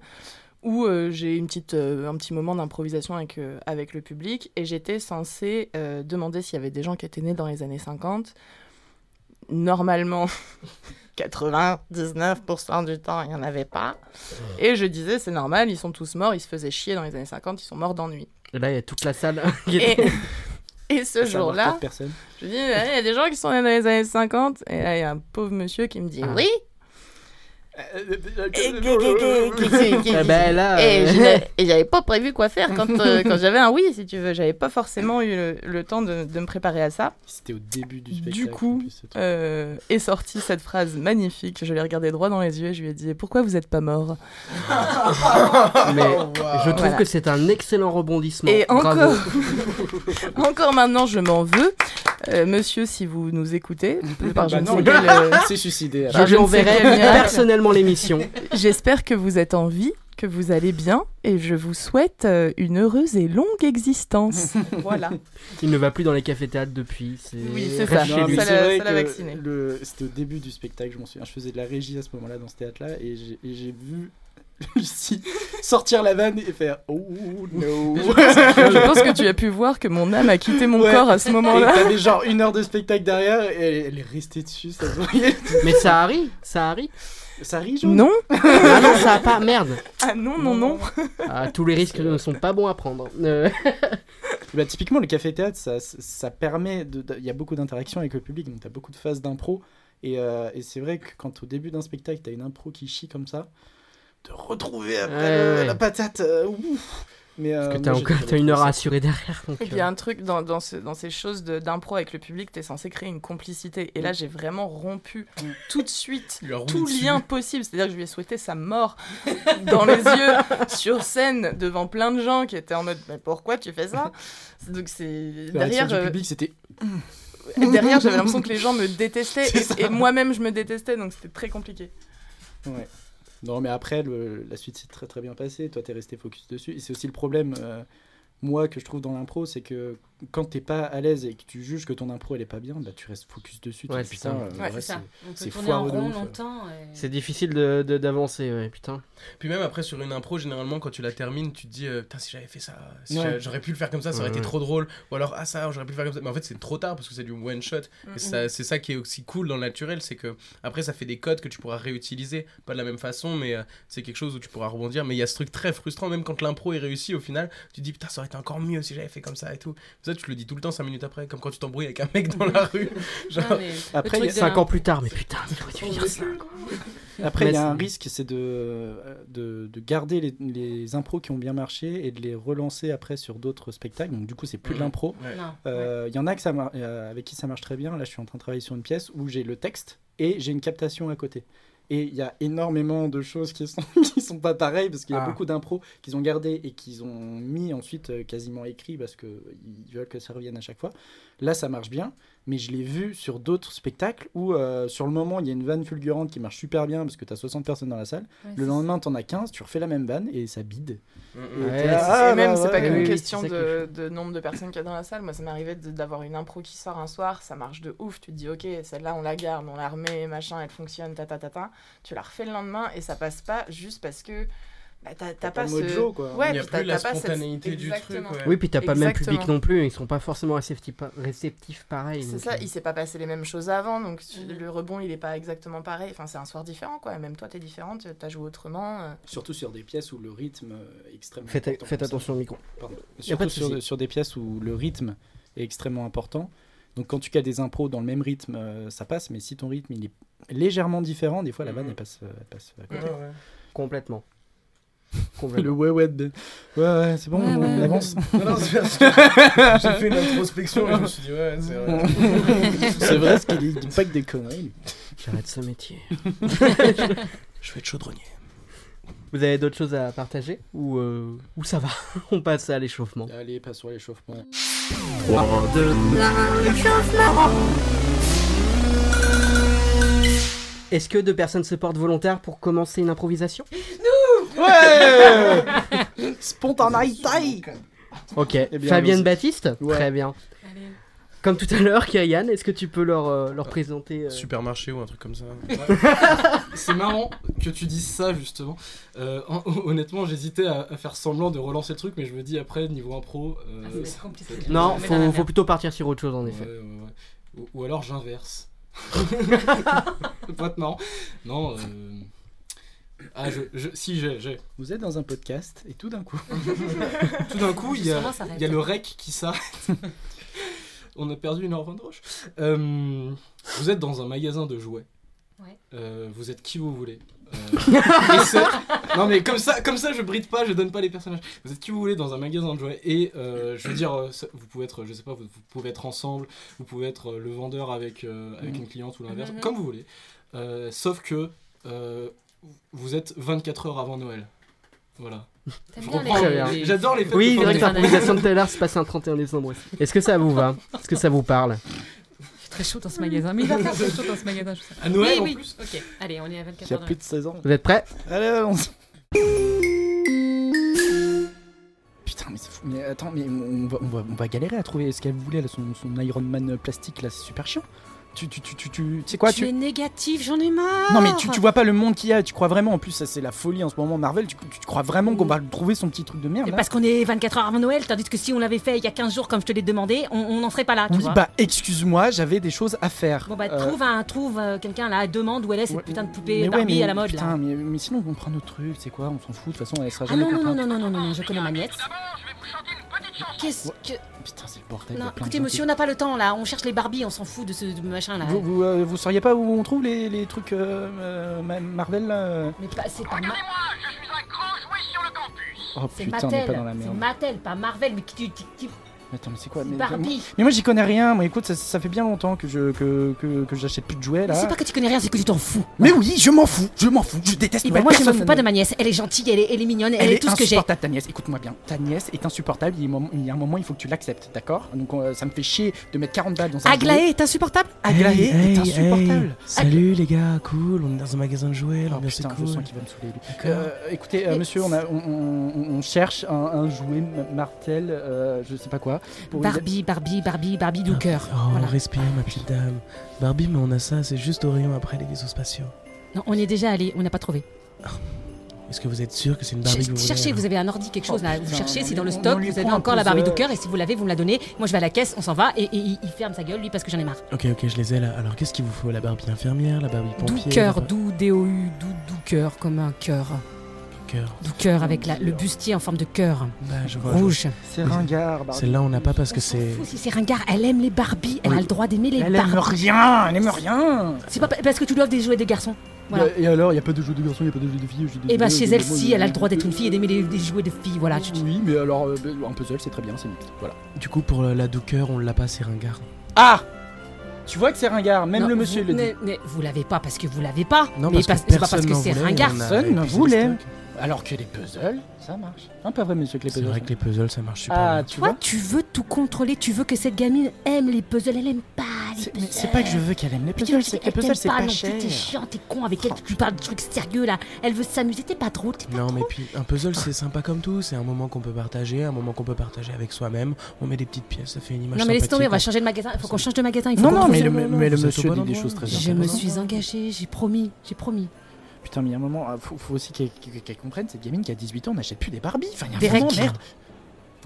Speaker 6: où euh, j'ai une petite, euh, un petit moment d'improvisation avec, euh, avec le public et j'étais censée euh, demander s'il y avait des gens qui étaient nés dans les années 50. Normalement, 99% du temps, il n'y en avait pas. Et je disais, c'est normal, ils sont tous morts, ils se faisaient chier dans les années 50, ils sont morts d'ennui.
Speaker 5: [laughs]
Speaker 1: Et Là, il y a toute la salle [laughs] qui
Speaker 6: Et,
Speaker 1: était.
Speaker 6: et ce
Speaker 5: Ça marche pas
Speaker 6: jour-là,
Speaker 5: de personne.
Speaker 6: je dis, Ah, il y a des gens qui sont nés dans les années 50. Et là, il y a un pauvre monsieur qui me dit,
Speaker 1: Ah.
Speaker 6: oui. Et que- que- que- [laughs] que- que-
Speaker 1: Eh ben là. euh,
Speaker 6: Et je
Speaker 1: [laughs]
Speaker 6: n'ai- et j'avais pas prévu quoi faire quand,
Speaker 5: [laughs]
Speaker 6: euh, quand j'avais un oui, si tu veux. J'avais pas forcément eu le, le temps de- de me préparer à ça.
Speaker 5: C'était au début du
Speaker 6: Du
Speaker 5: spectacle.
Speaker 6: coup,
Speaker 5: en plus, ce truc.
Speaker 6: Euh, est sortie cette phrase magnifique. Je l'ai regardée droit dans les yeux et je lui ai dit Pourquoi vous n'êtes pas mort
Speaker 1: Mais je trouve
Speaker 6: Oh, Voilà.
Speaker 1: que c'est un excellent rebondissement.
Speaker 6: Et
Speaker 1: Bravo.
Speaker 6: encore, encore [laughs] maintenant, je m'en veux. Euh, monsieur, si vous nous écoutez, par je
Speaker 5: Bah
Speaker 6: ne
Speaker 5: non,
Speaker 6: sais
Speaker 5: il-
Speaker 6: quel, euh,
Speaker 5: il s'est suicidé.
Speaker 1: Je
Speaker 6: par
Speaker 1: lui
Speaker 6: je ne sais
Speaker 1: enverrai
Speaker 6: quel miracle.
Speaker 1: personnellement l'émission.
Speaker 6: j'espère que vous êtes en vie, que vous allez bien et je vous souhaite euh, une heureuse et longue
Speaker 5: [laughs]
Speaker 6: existence. voilà.
Speaker 1: Il ne va plus dans les cafés théâtres depuis. c'est-
Speaker 6: Oui, c'est
Speaker 1: Reste
Speaker 6: ça.
Speaker 1: Chez
Speaker 5: Non, mais
Speaker 1: lui.
Speaker 6: Ça
Speaker 5: c'est
Speaker 6: l'a-
Speaker 5: vrai
Speaker 6: ça l'a
Speaker 5: que
Speaker 6: vacciné.
Speaker 5: le- C'était au début du spectacle, je m'en souviens. Je faisais de la régie à ce moment-là dans ce théâtre-là et j'ai- et j'ai vu [laughs] Lucie sortir la vanne et faire Oh no.
Speaker 6: [laughs] Je pense que tu as pu voir que mon âme a quitté mon
Speaker 5: Ouais.
Speaker 6: corps à ce
Speaker 5: Et
Speaker 6: moment-là.
Speaker 5: t'avais genre une heure de spectacle derrière et elle, elle est restée dessus, ça se voyait.
Speaker 1: Mais ça arrive, ça arrive.
Speaker 5: Ça rit, genre
Speaker 6: [laughs] Non
Speaker 1: Ah non, ça a pas. Merde.
Speaker 6: Ah non, non, non.
Speaker 1: Ah, tous les risques ne sont pas bons à prendre. Euh,
Speaker 5: Bah, typiquement, le café-théâtre, ça, ça permet. de- de- Il y a beaucoup d'interactions avec le public, donc tu as beaucoup de phases d'impro. Et, euh, et c'est vrai que quand au début d'un spectacle, tu as une impro qui chie comme ça, de retrouver après
Speaker 1: Ouais,
Speaker 5: le-
Speaker 1: ouais.
Speaker 5: la patate. euh, ouf. Mais, euh,
Speaker 1: Parce que
Speaker 5: moi,
Speaker 1: t'as
Speaker 5: j'ai
Speaker 1: encore
Speaker 5: trouvé
Speaker 1: t'as une heure
Speaker 5: ça.
Speaker 1: à assurer derrière. donc, euh,
Speaker 6: Et puis il y a un truc dans, dans, ce- dans ces choses de- d'impro avec le public, t'es censé créer une complicité. Et là, j'ai vraiment rompu
Speaker 5: Mm.
Speaker 6: tout de suite
Speaker 7: Lui a roulé
Speaker 6: tout
Speaker 7: dessus.
Speaker 6: lien possible. C'est-à-dire que je lui ai souhaité sa mort [laughs] dans les yeux, sur scène, devant plein de gens qui étaient en mode Mais pourquoi tu fais ça Donc c'est.
Speaker 5: La réaction
Speaker 6: Derrière,
Speaker 5: du
Speaker 6: euh,
Speaker 5: public, c'était.
Speaker 6: [laughs] derrière j'avais l'impression que les gens me détestaient et, et moi-même je me détestais, donc c'était très compliqué.
Speaker 5: Ouais. Non, mais après, le- la suite s'est très très bien passée. Toi, t'es resté focus dessus. Et c'est aussi le problème, euh, moi, que je trouve dans l'impro, c'est que quand t'es pas à l'aise et que tu juges que ton impro elle est pas bien, bah tu restes focus dessus. Tu
Speaker 1: Ouais,
Speaker 5: dis,
Speaker 1: c'est
Speaker 5: putain,
Speaker 1: ça.
Speaker 5: euh,
Speaker 8: Ouais,
Speaker 5: ouais,
Speaker 8: c'est ça. On
Speaker 5: c'est
Speaker 8: peut tourner en
Speaker 5: foireux de
Speaker 8: rond
Speaker 5: ouf.
Speaker 8: longtemps. et-
Speaker 1: C'est difficile de- de- d'avancer, ouais, putain.
Speaker 7: Puis même après sur une impro, généralement quand tu la termines, tu te dis euh, putain si j'avais fait ça, si
Speaker 5: Ouais.
Speaker 7: j'avais- j'aurais pu le faire comme ça, ça aurait
Speaker 1: Ouais,
Speaker 7: été
Speaker 1: ouais.
Speaker 7: trop drôle. Ou alors ah ça, j'aurais pu le faire comme ça. Mais en fait c'est trop tard parce que c'est du one shot. Et
Speaker 6: Mm.
Speaker 7: ça- c'est ça qui est aussi cool dans le naturel, c'est que après ça fait des codes que tu pourras réutiliser, pas de la même façon, mais euh, c'est quelque chose où tu pourras rebondir. Mais il y a ce truc très frustrant, même quand l'impro est réussi au final, tu te dis putain ça aurait été encore mieux si j'avais fait comme ça et tout. Ça, ça, tu te le dis tout le temps 5 minutes après, comme quand tu t'embrouilles avec un mec dans la rue. [laughs] Genre,
Speaker 8: Non, mais le
Speaker 5: Après,
Speaker 8: truc
Speaker 5: il
Speaker 6: Eh
Speaker 5: y a
Speaker 8: de-
Speaker 1: 5 ans plus tard, mais putain, mais j'aurais dû dire ça.
Speaker 5: Après, il y
Speaker 1: Mais
Speaker 5: a un
Speaker 1: c'est-
Speaker 5: risque, c'est de, de, de garder les, les impros qui ont bien marché et de les relancer après sur d'autres spectacles. Donc, du coup, c'est plus de
Speaker 7: Mhm.
Speaker 5: l'impro.
Speaker 8: Non.
Speaker 5: Euh, Il y en a que ça mar- euh, avec qui ça marche très bien. Là, je suis en train de travailler sur une pièce où j'ai le texte et j'ai une captation à côté. Et il y a énormément de choses qui sont, [laughs] qui sont pas pareilles parce qu'il y a
Speaker 7: Ah.
Speaker 5: beaucoup d'impro qu'ils ont gardé et qu'ils ont mis ensuite euh, quasiment écrit parce qu'ils veulent que ça revienne à chaque fois. Là, ça marche bien, mais je l'ai vu sur d'autres spectacles où, euh, sur le moment, il y a une vanne fulgurante qui marche super bien parce que tu as 60 personnes dans la salle.
Speaker 8: Ouais,
Speaker 5: Le
Speaker 8: c'est-
Speaker 5: lendemain, t'en as 15, tu refais la même vanne et ça bide.
Speaker 7: mm,
Speaker 5: Et
Speaker 7: mm.
Speaker 1: Ouais,
Speaker 5: t'es là,
Speaker 1: c'est-
Speaker 5: ah,
Speaker 6: et même,
Speaker 5: bah
Speaker 6: c'est pas
Speaker 5: ouais.
Speaker 6: qu'une
Speaker 1: oui, oui,
Speaker 6: question
Speaker 1: c'est ça
Speaker 6: de, de nombre de personnes qu'il y a dans la salle. Moi, ça m'arrivait de- d'avoir une impro qui sort un soir, ça marche de ouf. Tu te dis, ok, celle-là, on la garde, on la remet, machin, elle fonctionne, ta ta ta ta. Tu la refais le lendemain et ça passe pas juste parce que bah, t'as t'as
Speaker 5: pas
Speaker 6: pas
Speaker 5: le
Speaker 6: ce.
Speaker 5: mojo, quoi.
Speaker 6: Ouais,
Speaker 7: il n'y a
Speaker 6: puis t'as-
Speaker 7: plus la
Speaker 6: t'as pas cette-
Speaker 7: spontanéité du truc.
Speaker 6: Exactement.
Speaker 7: ouais.
Speaker 1: Oui, puis t'as pas le même public
Speaker 6: Exactement.
Speaker 1: non plus, ils sont pas forcément réceptifs, pa- réceptifs pareil.
Speaker 6: C'est
Speaker 1: donc,
Speaker 6: ça,
Speaker 1: euh,
Speaker 6: il s'est pas passé les mêmes choses avant, donc tu-
Speaker 8: Mhm.
Speaker 6: le rebond, il est pas exactement pareil. Enfin, c'est un soir différent, quoi. Et Même toi, t'es différente, t'as joué autrement. euh.
Speaker 5: Surtout sur des pièces où le rythme euh, est extrêmement
Speaker 1: Faites,
Speaker 5: important
Speaker 1: faites
Speaker 5: comme ça.
Speaker 1: attention au micro.
Speaker 5: Pardon.
Speaker 1: Y a pas
Speaker 5: Surtout
Speaker 1: de
Speaker 5: sur,
Speaker 1: souci.
Speaker 5: sur des pièces où le rythme est extrêmement important. Donc quand tu as des impros dans le même rythme, euh, ça passe, mais si ton rythme il est légèrement différent, des fois la vanne
Speaker 7: Mhm.
Speaker 5: elle passe, euh, elle passe à [laughs]
Speaker 7: Ouais,
Speaker 5: côté.
Speaker 7: ouais.
Speaker 1: Complètement.
Speaker 5: Le
Speaker 1: Complètement.
Speaker 5: ouais ouais de- ouais ouais c'est bon
Speaker 8: Ouais,
Speaker 5: on [laughs]
Speaker 8: ouais,
Speaker 5: avance.
Speaker 7: Non, non, c'est parce que [laughs] j'ai fait une introspection et je me suis dit, ouais, c'est vrai.
Speaker 5: [laughs] c'est vrai ce qu'il dit, il dit pas que des conneries. lui.
Speaker 1: J'arrête ce métier.
Speaker 2: Je vais être chaudronnier.
Speaker 1: Vous avez d'autres choses à partager Ou, euh, ou ça va [laughs] On passe à l'échauffement.
Speaker 5: Allez passe sur l'échauffement.
Speaker 1: Est-ce que deux personnes se portent volontaires pour commencer une improvisation
Speaker 5: Ouais. Spontanéité.
Speaker 1: Ok.
Speaker 5: Eh bien,
Speaker 1: Fabienne
Speaker 5: allons-y.
Speaker 1: Baptiste
Speaker 5: Ouais.
Speaker 1: Très bien.
Speaker 8: Allez.
Speaker 1: Comme tout à l'heure, Kyrian, est-ce que tu peux leur, euh, leur présenter euh,
Speaker 7: Supermarché ou un truc comme ça.
Speaker 9: C'est marrant que tu dises ça justement. Euh, hon- [laughs] honnêtement, j'hésitais à, à faire semblant de relancer le truc, mais je me dis après niveau impro. euh,
Speaker 8: Ah, ça va être compliqué.
Speaker 1: Non,
Speaker 8: Mais
Speaker 1: faut,
Speaker 8: la
Speaker 1: faut
Speaker 8: merde.
Speaker 1: plutôt partir sur autre chose en
Speaker 9: Ouais,
Speaker 1: effet.
Speaker 9: ouais, ouais. Ou, ou alors j'inverse. Pas de marrant. Non. euh, Ah, je, je- si j'ai, j'ai.
Speaker 5: Vous êtes dans un podcast et tout d'un coup.
Speaker 9: Tout d'un coup, il y a,
Speaker 8: Justement, ça
Speaker 9: il y a le rec qui s'arrête. [laughs] On a perdu une heure vingt de roche. Euh, vous êtes dans un magasin de jouets.
Speaker 8: Ouais.
Speaker 9: Euh, vous êtes qui vous voulez. Euh, et
Speaker 8: [laughs]
Speaker 9: c'est- non mais comme ça, comme ça, je bride pas, je donne pas les personnages. Vous êtes qui vous voulez dans un magasin de jouets et euh, je veux dire, euh, ça- vous pouvez être, je sais pas, vous, vous pouvez être ensemble, vous pouvez être euh, le vendeur avec euh, avec
Speaker 5: Mhm.
Speaker 9: une cliente ou l'inverse,
Speaker 8: Mhm.
Speaker 9: comme vous voulez. Euh, sauf que euh, vous êtes 24 heures avant Noël. Voilà.
Speaker 8: T'aimes
Speaker 9: Je
Speaker 8: bien les-
Speaker 9: reprends.
Speaker 1: Très bien.
Speaker 8: les-
Speaker 9: J'adore les fêtes de
Speaker 1: Oui, c'est
Speaker 9: fin
Speaker 1: vrai que
Speaker 9: d'année.
Speaker 1: l'improvisation de tout à l'heure se passe un 31 décembre aussi. Est-ce que ça vous va Est-ce que ça vous parle
Speaker 8: C'est très chaud dans ce magasin. Mais il va faire très chaud dans ce magasin, je sais.
Speaker 9: À Noël
Speaker 8: oui,
Speaker 9: en
Speaker 8: oui.
Speaker 9: plus.
Speaker 8: Ok, allez, on est à 24
Speaker 5: Il y a
Speaker 8: heures. de
Speaker 5: plus de 16 ans.
Speaker 1: Vous êtes prêts
Speaker 5: Allez allons-y. Putain, mais c'est fou. Mais attends, mais on va, on va- on va galérer à trouver ce qu'elle voulait, là, son, son Iron Man euh, plastique, là, c'est super chiant. Tu, tu, tu, tu, tu, tu sais quoi,
Speaker 8: tu es
Speaker 5: tu...
Speaker 8: négatif, j'en ai marre.
Speaker 5: Non mais tu, tu vois pas le monde qu'il y a, tu crois vraiment, en plus ça c'est la folie en ce moment Marvel, tu, tu- tu crois vraiment qu'on va trouver son petit truc de merde
Speaker 8: Mais
Speaker 5: là
Speaker 8: parce qu'on est 24 heures avant Noël, tandis que si on l'avait fait il y a 15 jours comme je te l'ai demandé, on- on n'en serait pas là,
Speaker 5: On
Speaker 8: tu
Speaker 5: dit
Speaker 8: vois.
Speaker 5: bah excuse-moi, j'avais des choses à faire.
Speaker 8: Bon bah
Speaker 5: Euh,
Speaker 8: trouve un trouve euh, quelqu'un là, demande où elle est cette
Speaker 5: ouais,
Speaker 8: putain de poupée
Speaker 5: mais ouais,
Speaker 8: Barbie
Speaker 5: mais
Speaker 8: à la mode
Speaker 5: Putain,
Speaker 8: là.
Speaker 5: mais, mais sinon on prend notre truc, c'est quoi, on s'en fout, de toute façon elle sera
Speaker 8: Ah
Speaker 5: jamais
Speaker 8: non non non
Speaker 5: contente.
Speaker 8: non non non non, je connais Magnette. Qu'est-ce que
Speaker 5: Putain c'est le bordel. il y a plein
Speaker 8: non
Speaker 5: de
Speaker 8: écoutez
Speaker 5: gens qui-
Speaker 8: monsieur on n'a pas le temps là, on cherche les Barbies, on s'en fout de ce de machin là.
Speaker 5: Vous, vous, euh, vous sauriez pas où on trouve les, les trucs euh, euh, Ma- Marvel là euh
Speaker 8: Mais pas- c'est pas, Ma-
Speaker 5: Oh
Speaker 8: c'est
Speaker 5: putain, on est pas dans la
Speaker 8: Mattel, c'est
Speaker 5: merde.
Speaker 8: Mattel, pas Marvel, mais qui, qui, qui-
Speaker 5: Attends, mais c'est quoi
Speaker 8: c'est
Speaker 5: mais, moi-
Speaker 8: Barbie.
Speaker 5: mais moi j'y connais rien, moi écoute, ça, ça fait bien longtemps que je que, que, que j'achète plus de jouets
Speaker 8: Mais
Speaker 5: là.
Speaker 8: c'est pas que tu connais rien, c'est que tu t'en fous.
Speaker 5: Mais oui, je m'en fous, je m'en fous, je déteste
Speaker 8: Et
Speaker 5: Noël,
Speaker 8: ben moi je me
Speaker 5: personne
Speaker 8: fous pas
Speaker 5: ne-
Speaker 8: de ma nièce, elle est gentille, elle est, elle est mignonne, elle,
Speaker 5: Elle,
Speaker 8: est,
Speaker 5: est
Speaker 8: tout ce que j'ai.
Speaker 5: insupportable, ta nièce. Écoute-moi bien. Ta nièce est insupportable. Il y a un moment- il y a un moment, il faut que tu l'acceptes, d'accord Donc, euh, ça me fait chier de mettre 40 balles dans un. jouet.
Speaker 8: Aglaé est insupportable
Speaker 5: Aglaé est insupportable.
Speaker 7: Salut les gars, cool, on est dans un magasin de jouets,
Speaker 5: Oh,
Speaker 7: l'ambiance
Speaker 5: putain,
Speaker 7: est
Speaker 5: je
Speaker 7: cool.
Speaker 5: sens qu'il va me saouler. lui. Euh, écoutez, euh,
Speaker 8: Mais-
Speaker 5: monsieur, on, a- on- on- on cherche un, un jouet ma- martel, euh, je sais pas quoi. pour une-
Speaker 8: Barbie, Barbie, Barbie, Barbie
Speaker 5: Ah.
Speaker 8: du cœur.
Speaker 7: Oh,
Speaker 8: Voilà.
Speaker 7: respire ma petite dame. Barbie, mais on a ça, c'est juste au rayon après les vaisseaux spatiaux.
Speaker 8: Non, on y est déjà allé, on n'a pas trouvé.
Speaker 7: Est-ce que vous êtes sûr que c'est une
Speaker 8: Ch-
Speaker 7: Barbie que Bah vous voulez
Speaker 8: cherchez, vous avez un ordi, quelque chose
Speaker 5: Oh,
Speaker 8: là.
Speaker 5: putain,
Speaker 8: Vous cherchez,
Speaker 5: non,
Speaker 8: si
Speaker 5: mais
Speaker 8: dans le
Speaker 5: on-
Speaker 8: stock,
Speaker 5: on lui
Speaker 8: vous avez
Speaker 5: prend un
Speaker 8: encore la Barbie
Speaker 5: peu,
Speaker 8: du cœur et si vous l'avez, vous me la donnez. Moi je vais à la caisse, on s'en va et, et- et il ferme sa gueule lui parce que j'en ai marre.
Speaker 7: Ok, ok, je les ai là. Alors qu'est-ce qu'il vous faut La Barbie infirmière, la Barbie pompier
Speaker 8: Dou
Speaker 7: la
Speaker 8: cœur,
Speaker 7: Bar-
Speaker 8: dou D-O-U, dou dou cœur comme un cœur.
Speaker 7: cœur.
Speaker 8: Du cœur avec la- le bustier en forme de cœur
Speaker 7: Là, je vois.
Speaker 8: rouge.
Speaker 5: C'est ringard,
Speaker 7: C'est là, on n'a pas parce que c'est.
Speaker 8: Fou, si c'est ringard, elle aime les Barbies, elle a le droit d'aimer les
Speaker 5: Elle aime
Speaker 8: Barbies.
Speaker 5: rien, elle aime rien.
Speaker 8: C'est pas pa- parce que tu dois des jouets des garçons. Voilà.
Speaker 5: Et alors, il n'y a pas de jeu de garçon, il n'y a pas de jeu de filles.
Speaker 8: Et bah chez elle, si, elle a le droit d'être une fille et d'aimer les, les jouets de filles. Voilà. Tu- tu-
Speaker 5: Oui, mais alors, euh, bah, un puzzle, c'est très bien, c'est mixte. Voilà.
Speaker 7: Du coup, pour la douceur, on l'a pas, c'est ringard.
Speaker 5: Ah Tu vois que c'est ringard, même
Speaker 8: Non,
Speaker 5: le monsieur
Speaker 8: vous,
Speaker 5: le dit.
Speaker 8: ne- ne- vous l'avez pas parce que vous l'avez pas.
Speaker 7: Non,
Speaker 8: mais
Speaker 7: parce
Speaker 8: pas-
Speaker 7: que
Speaker 8: c'est pas parce
Speaker 7: personne
Speaker 8: que
Speaker 7: n'en
Speaker 8: c'est
Speaker 7: voulait,
Speaker 8: ringard.
Speaker 7: on a
Speaker 5: Personne ne
Speaker 7: épuisé le
Speaker 5: voulait.
Speaker 7: stock.
Speaker 5: Alors que les puzzles, ça marche. Hein, pas vrai, monsieur, que les
Speaker 7: C'est
Speaker 5: puzzles.
Speaker 7: vrai que les puzzles, ça marche super
Speaker 5: Ah,
Speaker 7: bien.
Speaker 5: tu
Speaker 8: Toi,
Speaker 5: vois
Speaker 8: tu veux tout contrôler. Tu veux que cette gamine aime les puzzles. Elle aime pas les
Speaker 5: C'est-
Speaker 8: puzzles.
Speaker 5: mais C'est pas que je veux qu'elle aime les
Speaker 8: Putain,
Speaker 5: puzzles, c'est que les
Speaker 8: elle
Speaker 5: puzzles, c'est
Speaker 8: t'aime
Speaker 5: pas
Speaker 8: non plus,
Speaker 5: cher. Oh.
Speaker 8: T'es chiant, t'es con avec elle. Tu parles de trucs sérieux là. Elle veut s'amuser. T'es pas drôle. T'es pas Ah.
Speaker 7: Non, mais
Speaker 8: drôle.
Speaker 7: puis un puzzle c'est sympa comme tout, c'est un moment qu'on peut partager, un moment qu'on peut partager avec soi-même. On met des petites pièces, ça fait une image.
Speaker 8: Non mais laisse tomber, on va
Speaker 7: sympathique.
Speaker 8: changer de magasin. Il faut qu'on change de magasin. Il faut
Speaker 5: Non,
Speaker 8: qu'on
Speaker 5: non,
Speaker 8: trouve
Speaker 5: mais
Speaker 8: un-
Speaker 5: le,
Speaker 7: non,
Speaker 5: mais le
Speaker 7: vous êtes au
Speaker 5: monsieur
Speaker 7: bon
Speaker 5: dit des
Speaker 7: endroit.
Speaker 5: choses très
Speaker 8: hein. Je me
Speaker 5: intéressantes.
Speaker 8: suis engagée. J'ai promis. J'ai promis.
Speaker 5: Putain, mais il y a un moment, ah, faut, faut aussi qu'elle qu'elle- qu'elle comprenne, cette gamine qui a 18 ans n'achète plus des Barbies. Enfin, il y a un
Speaker 8: Des
Speaker 5: moment,
Speaker 8: règles.
Speaker 5: merde.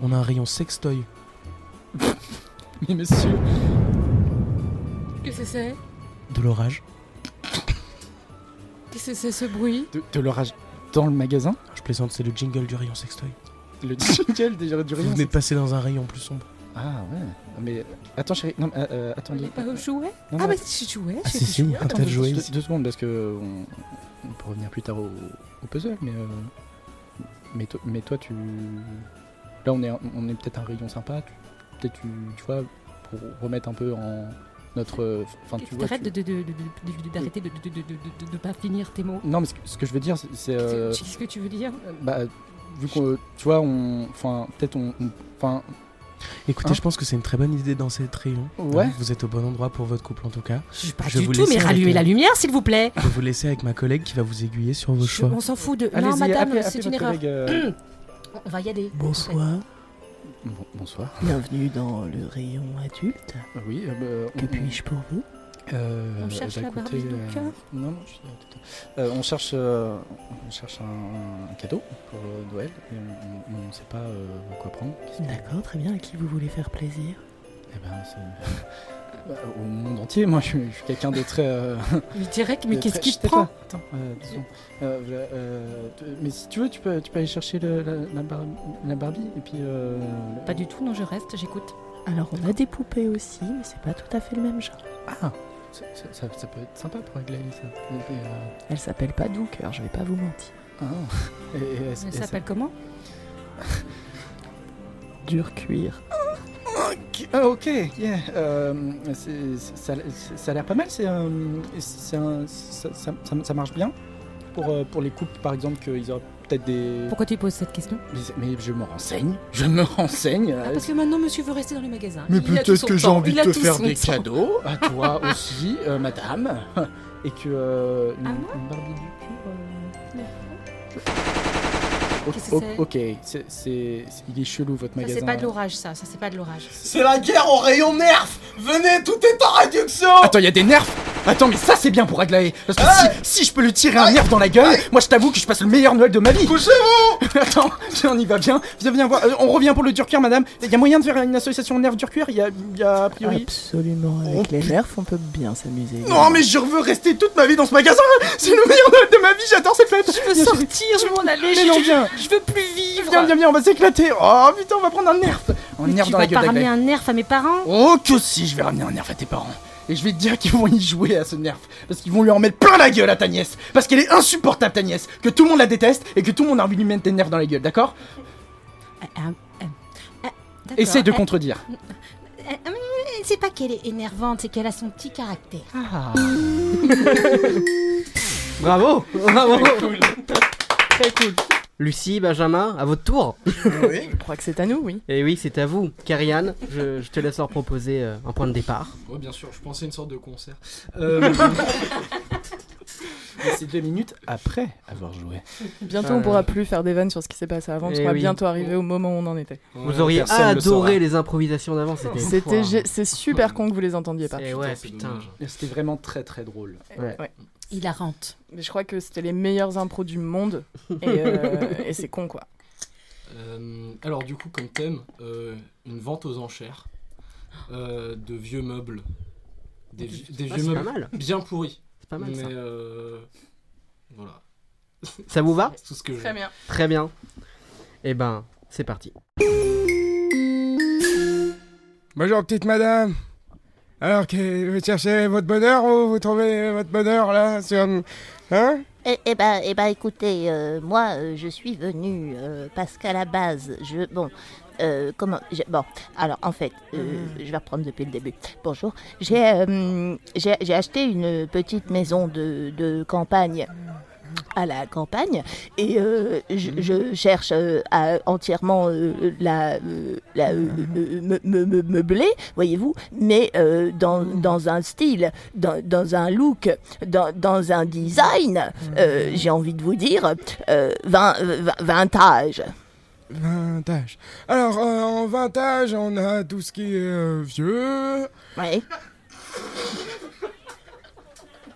Speaker 7: On a un rayon sextoy.
Speaker 5: Mais monsieur,
Speaker 8: Qu'est-ce que c'est
Speaker 7: De l'orage.
Speaker 8: Qu'est-ce que c'est ce bruit
Speaker 5: de, de l'orage dans le magasin,
Speaker 7: Je plaisante, c'est le jingle du rayon sextoy.
Speaker 5: le jingle déjà du
Speaker 7: Vous
Speaker 5: rayon.
Speaker 7: venez de passer dans un rayon plus sombre.
Speaker 5: Ah ouais. Mais attends, chérie, non, euh, euh, attendez.
Speaker 8: jouer
Speaker 5: Non,
Speaker 8: Ah
Speaker 5: non,
Speaker 8: bah je jouais.
Speaker 7: Ah si si, un
Speaker 5: attends,
Speaker 7: tas de
Speaker 5: deux,
Speaker 7: jouets.
Speaker 5: deux- deux secondes, parce que on, on peut revenir plus tard au, au puzzle, mais. euh, mais, to- mais toi, tu. Là, on est, on est peut-être un rayon sympa, tu- peut-être tu, tu vois, pour remettre un peu en notre. euh, Enfin, tu vois.
Speaker 8: Arrête
Speaker 5: tu-
Speaker 8: de- de- de- de- de- de- d'arrêter de de- de- de- de- de- de pas finir tes mots.
Speaker 5: Non, mais ce que, ce que je veux dire, c'est- c'est. euh,
Speaker 8: Qu'est-ce que- Qu'est-ce que tu veux dire
Speaker 5: bah, vu qu'on. Tu vois, on. Enfin, peut-être on. on- Enfin,
Speaker 7: Écoutez,
Speaker 5: Hein
Speaker 7: je pense que c'est une très bonne idée dans cet rayon.
Speaker 5: Ouais.
Speaker 7: Vous êtes au bon endroit pour votre couple en tout cas.
Speaker 8: Je pas
Speaker 7: Je
Speaker 8: du
Speaker 7: vous
Speaker 8: tout,
Speaker 7: laisse
Speaker 8: mais
Speaker 7: avec
Speaker 8: rallumez
Speaker 7: elle.
Speaker 8: la lumière, s'il vous plaît.
Speaker 7: Je vais vous laisser avec ma collègue qui va vous aiguiller sur vos
Speaker 8: Je-
Speaker 7: choix.
Speaker 8: on s'en fout de. non,
Speaker 5: allez-y,
Speaker 8: madame,
Speaker 5: appelez- appelez
Speaker 8: c'est une
Speaker 5: votre
Speaker 8: erreur.
Speaker 5: collègue, euh,
Speaker 8: On va y aller.
Speaker 10: Bonsoir,
Speaker 5: [clears throat] bon- bonsoir.
Speaker 10: bienvenue dans le rayon adulte.
Speaker 5: Euh, Oui, euh, bah, on-
Speaker 10: Que puis-je pour vous
Speaker 5: Euh,
Speaker 8: On cherche
Speaker 5: bah,
Speaker 8: la
Speaker 5: écoutez,
Speaker 8: Barbie
Speaker 5: euh,
Speaker 8: Luca
Speaker 5: Non, non, je suis là, tout à- Euh, on cherche, euh, on cherche un, un cadeau pour euh, Noël. Et on- on ne sait pas euh, quoi prendre. Qu'est-ce que-
Speaker 10: D'accord, très bien. À qui vous voulez faire plaisir
Speaker 5: Eh ben, c'est- [laughs] Bah, au monde entier, moi, je, suis- je suis quelqu'un de très. euh,
Speaker 8: Mais direct, mais
Speaker 5: de
Speaker 8: qu'est-ce
Speaker 5: très-
Speaker 8: qu'il
Speaker 5: je sais
Speaker 8: prend
Speaker 5: pas. Attends, euh, deux secondes. Euh, voilà, euh, tu- mais si tu veux, tu peux, tu peux aller chercher le- la, la Bar- la Barbie et puis. euh,
Speaker 8: Pas du tout, non, je reste, j'écoute.
Speaker 10: Alors, on a des poupées aussi, mais c'est pas tout à fait le même genre.
Speaker 5: Ah, ça, ça- ça- ça peut être sympa pour Aglaé, ça. Et, puis, euh,
Speaker 10: Elles s'appellent pas Donker, je vais pas vous mentir.
Speaker 5: ah, et- et- et-
Speaker 8: Elle
Speaker 5: et-
Speaker 8: s'appelle comment
Speaker 10: Dur cuir.
Speaker 5: Ah ok, yeah. euh, c'est- c'est- ça, c'est- ça a l'air pas mal, c'est euh, c'est un- ça, ça- ça- ça marche bien pour, euh, pour les couples par exemple qu'ils auraient peut-être des...
Speaker 8: Pourquoi tu poses cette question
Speaker 5: Mais, mais je me renseigne, je me renseigne.
Speaker 8: Ah,
Speaker 5: euh,
Speaker 8: Parce que maintenant, monsieur veut rester dans le magasin.
Speaker 5: mais
Speaker 8: Il a tout
Speaker 5: peut-être
Speaker 8: son
Speaker 5: que j'ai
Speaker 8: temps,
Speaker 5: envie
Speaker 8: il
Speaker 5: de
Speaker 8: a
Speaker 5: te
Speaker 8: tout
Speaker 5: faire
Speaker 8: son
Speaker 5: des
Speaker 8: temps.
Speaker 5: cadeaux, à toi [laughs] aussi, euh, madame, et que... euh, une,
Speaker 8: À moi
Speaker 5: une Barbie du cul, euh, o-
Speaker 8: Qu'est-ce que
Speaker 5: o-
Speaker 8: c'est
Speaker 5: Ok, c'est- c'est- c'est- il est chelou votre
Speaker 8: Ça,
Speaker 5: magasin.
Speaker 8: c'est pas de l'orage, ça. Ça, c'est pas
Speaker 5: [laughs]
Speaker 8: de l'orage.
Speaker 9: C'est la guerre au rayon nerf Venez, tout est en réduction
Speaker 5: Attends, il y a des nerfs Attends, mais ça c'est bien pour Aglaé Parce que si, si je peux lui tirer un nerf dans la gueule, moi je t'avoue que je passe le meilleur Noël de ma vie
Speaker 9: Couchez-vous
Speaker 5: [laughs] Attends, on y va bien Viens, viens voir, Euh, on revient pour le Durcuir, madame Il y a moyen de faire une association nerf Durcuir Il y a, il y a, a priori...
Speaker 10: Absolument, avec les nerfs, on peut bien s'amuser.
Speaker 9: Non, mais je veux rester toute ma vie dans ce magasin C'est le meilleur Noël de ma vie, j'adore cette fête
Speaker 8: Je veux sortir, je veux m'en aller.
Speaker 5: Mais non, viens
Speaker 8: Je veux plus vivre.
Speaker 5: Viens, viens, viens, on va s'éclater Oh putain, on va prendre un nerf Un
Speaker 8: Mais
Speaker 5: nerf
Speaker 8: tu
Speaker 5: dans la
Speaker 8: vas
Speaker 5: gueule
Speaker 8: pas ramener
Speaker 5: d'Aglaé
Speaker 8: un nerf à mes parents
Speaker 5: Oh que si, je vais ramener un nerf à tes parents et je vais te dire qu'ils vont y jouer à ce nerf. Parce qu'ils vont lui en mettre plein la gueule à ta nièce. Parce qu'elle est insupportable ta nièce. Que tout le monde la déteste et que tout le monde a envie de lui mettre des nerfs dans la gueule, d'accord
Speaker 8: Ah, ah, ah, ah, d'accord.
Speaker 5: Essaye de
Speaker 8: Ah,
Speaker 5: contredire.
Speaker 8: ah, ah, mais C'est pas qu'elle est énervante, c'est qu'elle a son petit caractère.
Speaker 5: Bravo
Speaker 1: [laughs]
Speaker 5: Bravo Très cool.
Speaker 1: Lucie, Benjamin, à votre tour.
Speaker 6: Je crois que c'est à nous, oui.
Speaker 1: Et oui, c'est à vous. Karian, je, je te laisse leur proposer euh, un point de départ.
Speaker 9: Ouais, bien sûr, je pensais une sorte de
Speaker 7: [laughs]
Speaker 9: concert. Euh,
Speaker 7: Eh
Speaker 5: C'est deux minutes après avoir joué.
Speaker 6: Bientôt,
Speaker 1: Ah
Speaker 6: on
Speaker 1: là
Speaker 6: pourra
Speaker 1: là.
Speaker 6: plus faire des vannes sur ce qui s'est passé avant, parce
Speaker 1: Eh
Speaker 6: qu'on va
Speaker 1: oui.
Speaker 6: bientôt arriver au moment où on en était.
Speaker 1: Vous auriez
Speaker 5: personne le
Speaker 1: adoré
Speaker 5: saura.
Speaker 1: les improvisations d'avant, c'était.
Speaker 6: C'était,
Speaker 1: Pouah.
Speaker 6: gé- c'est super con que vous les entendiez pas.
Speaker 1: Eh ouais,
Speaker 9: c'est
Speaker 1: putain.
Speaker 9: dommage.
Speaker 5: C'était vraiment très très drôle.
Speaker 1: Ouais.
Speaker 8: Il la rente.
Speaker 6: Mais je crois que c'était les meilleurs impros du monde, et, euh, et c'est con quoi.
Speaker 9: Euh, alors du coup, comme thème, euh, une vente aux enchères euh, de vieux meubles. Des, vi- des
Speaker 1: Ah,
Speaker 9: vieux
Speaker 1: c'est pas
Speaker 9: meubles
Speaker 1: mal.
Speaker 9: bien pourris.
Speaker 5: euh,
Speaker 1: C'est pas mal
Speaker 9: mais
Speaker 1: ça.
Speaker 5: [laughs]
Speaker 9: euh, voilà.
Speaker 1: Ça vous va
Speaker 5: C'est tout ce que je.
Speaker 6: Très bien.
Speaker 1: Très bien. Eh ben, c'est parti.
Speaker 7: Bonjour petite madame. Alors, que- vous cherchez votre bonheur ou vous trouvez votre bonheur là sur... Hein
Speaker 11: Eh, eh ben, eh ben, écoutez, euh, moi, euh, je suis venue euh, parce qu'à la base, je bon. euh, comment j'ai- Bon, alors en fait,
Speaker 8: Mmh.
Speaker 11: euh, je vais reprendre depuis le début. Bonjour. J'ai euh, j'ai j'ai acheté une petite maison de, de campagne à la campagne et euh, je, je cherche euh, à entièrement euh, la, euh, la euh, euh, me, me- me- meubler, voyez-vous, mais euh, dans,
Speaker 8: Mmh.
Speaker 11: dans un style, dans, dans un look, dans, dans un design,
Speaker 8: Mmh.
Speaker 11: euh, j'ai envie de vous dire, euh, vin- euh, vin- vintage.
Speaker 7: Vintage. Alors, euh, en vintage, on a tout ce qui est euh, vieux.
Speaker 11: Ouais.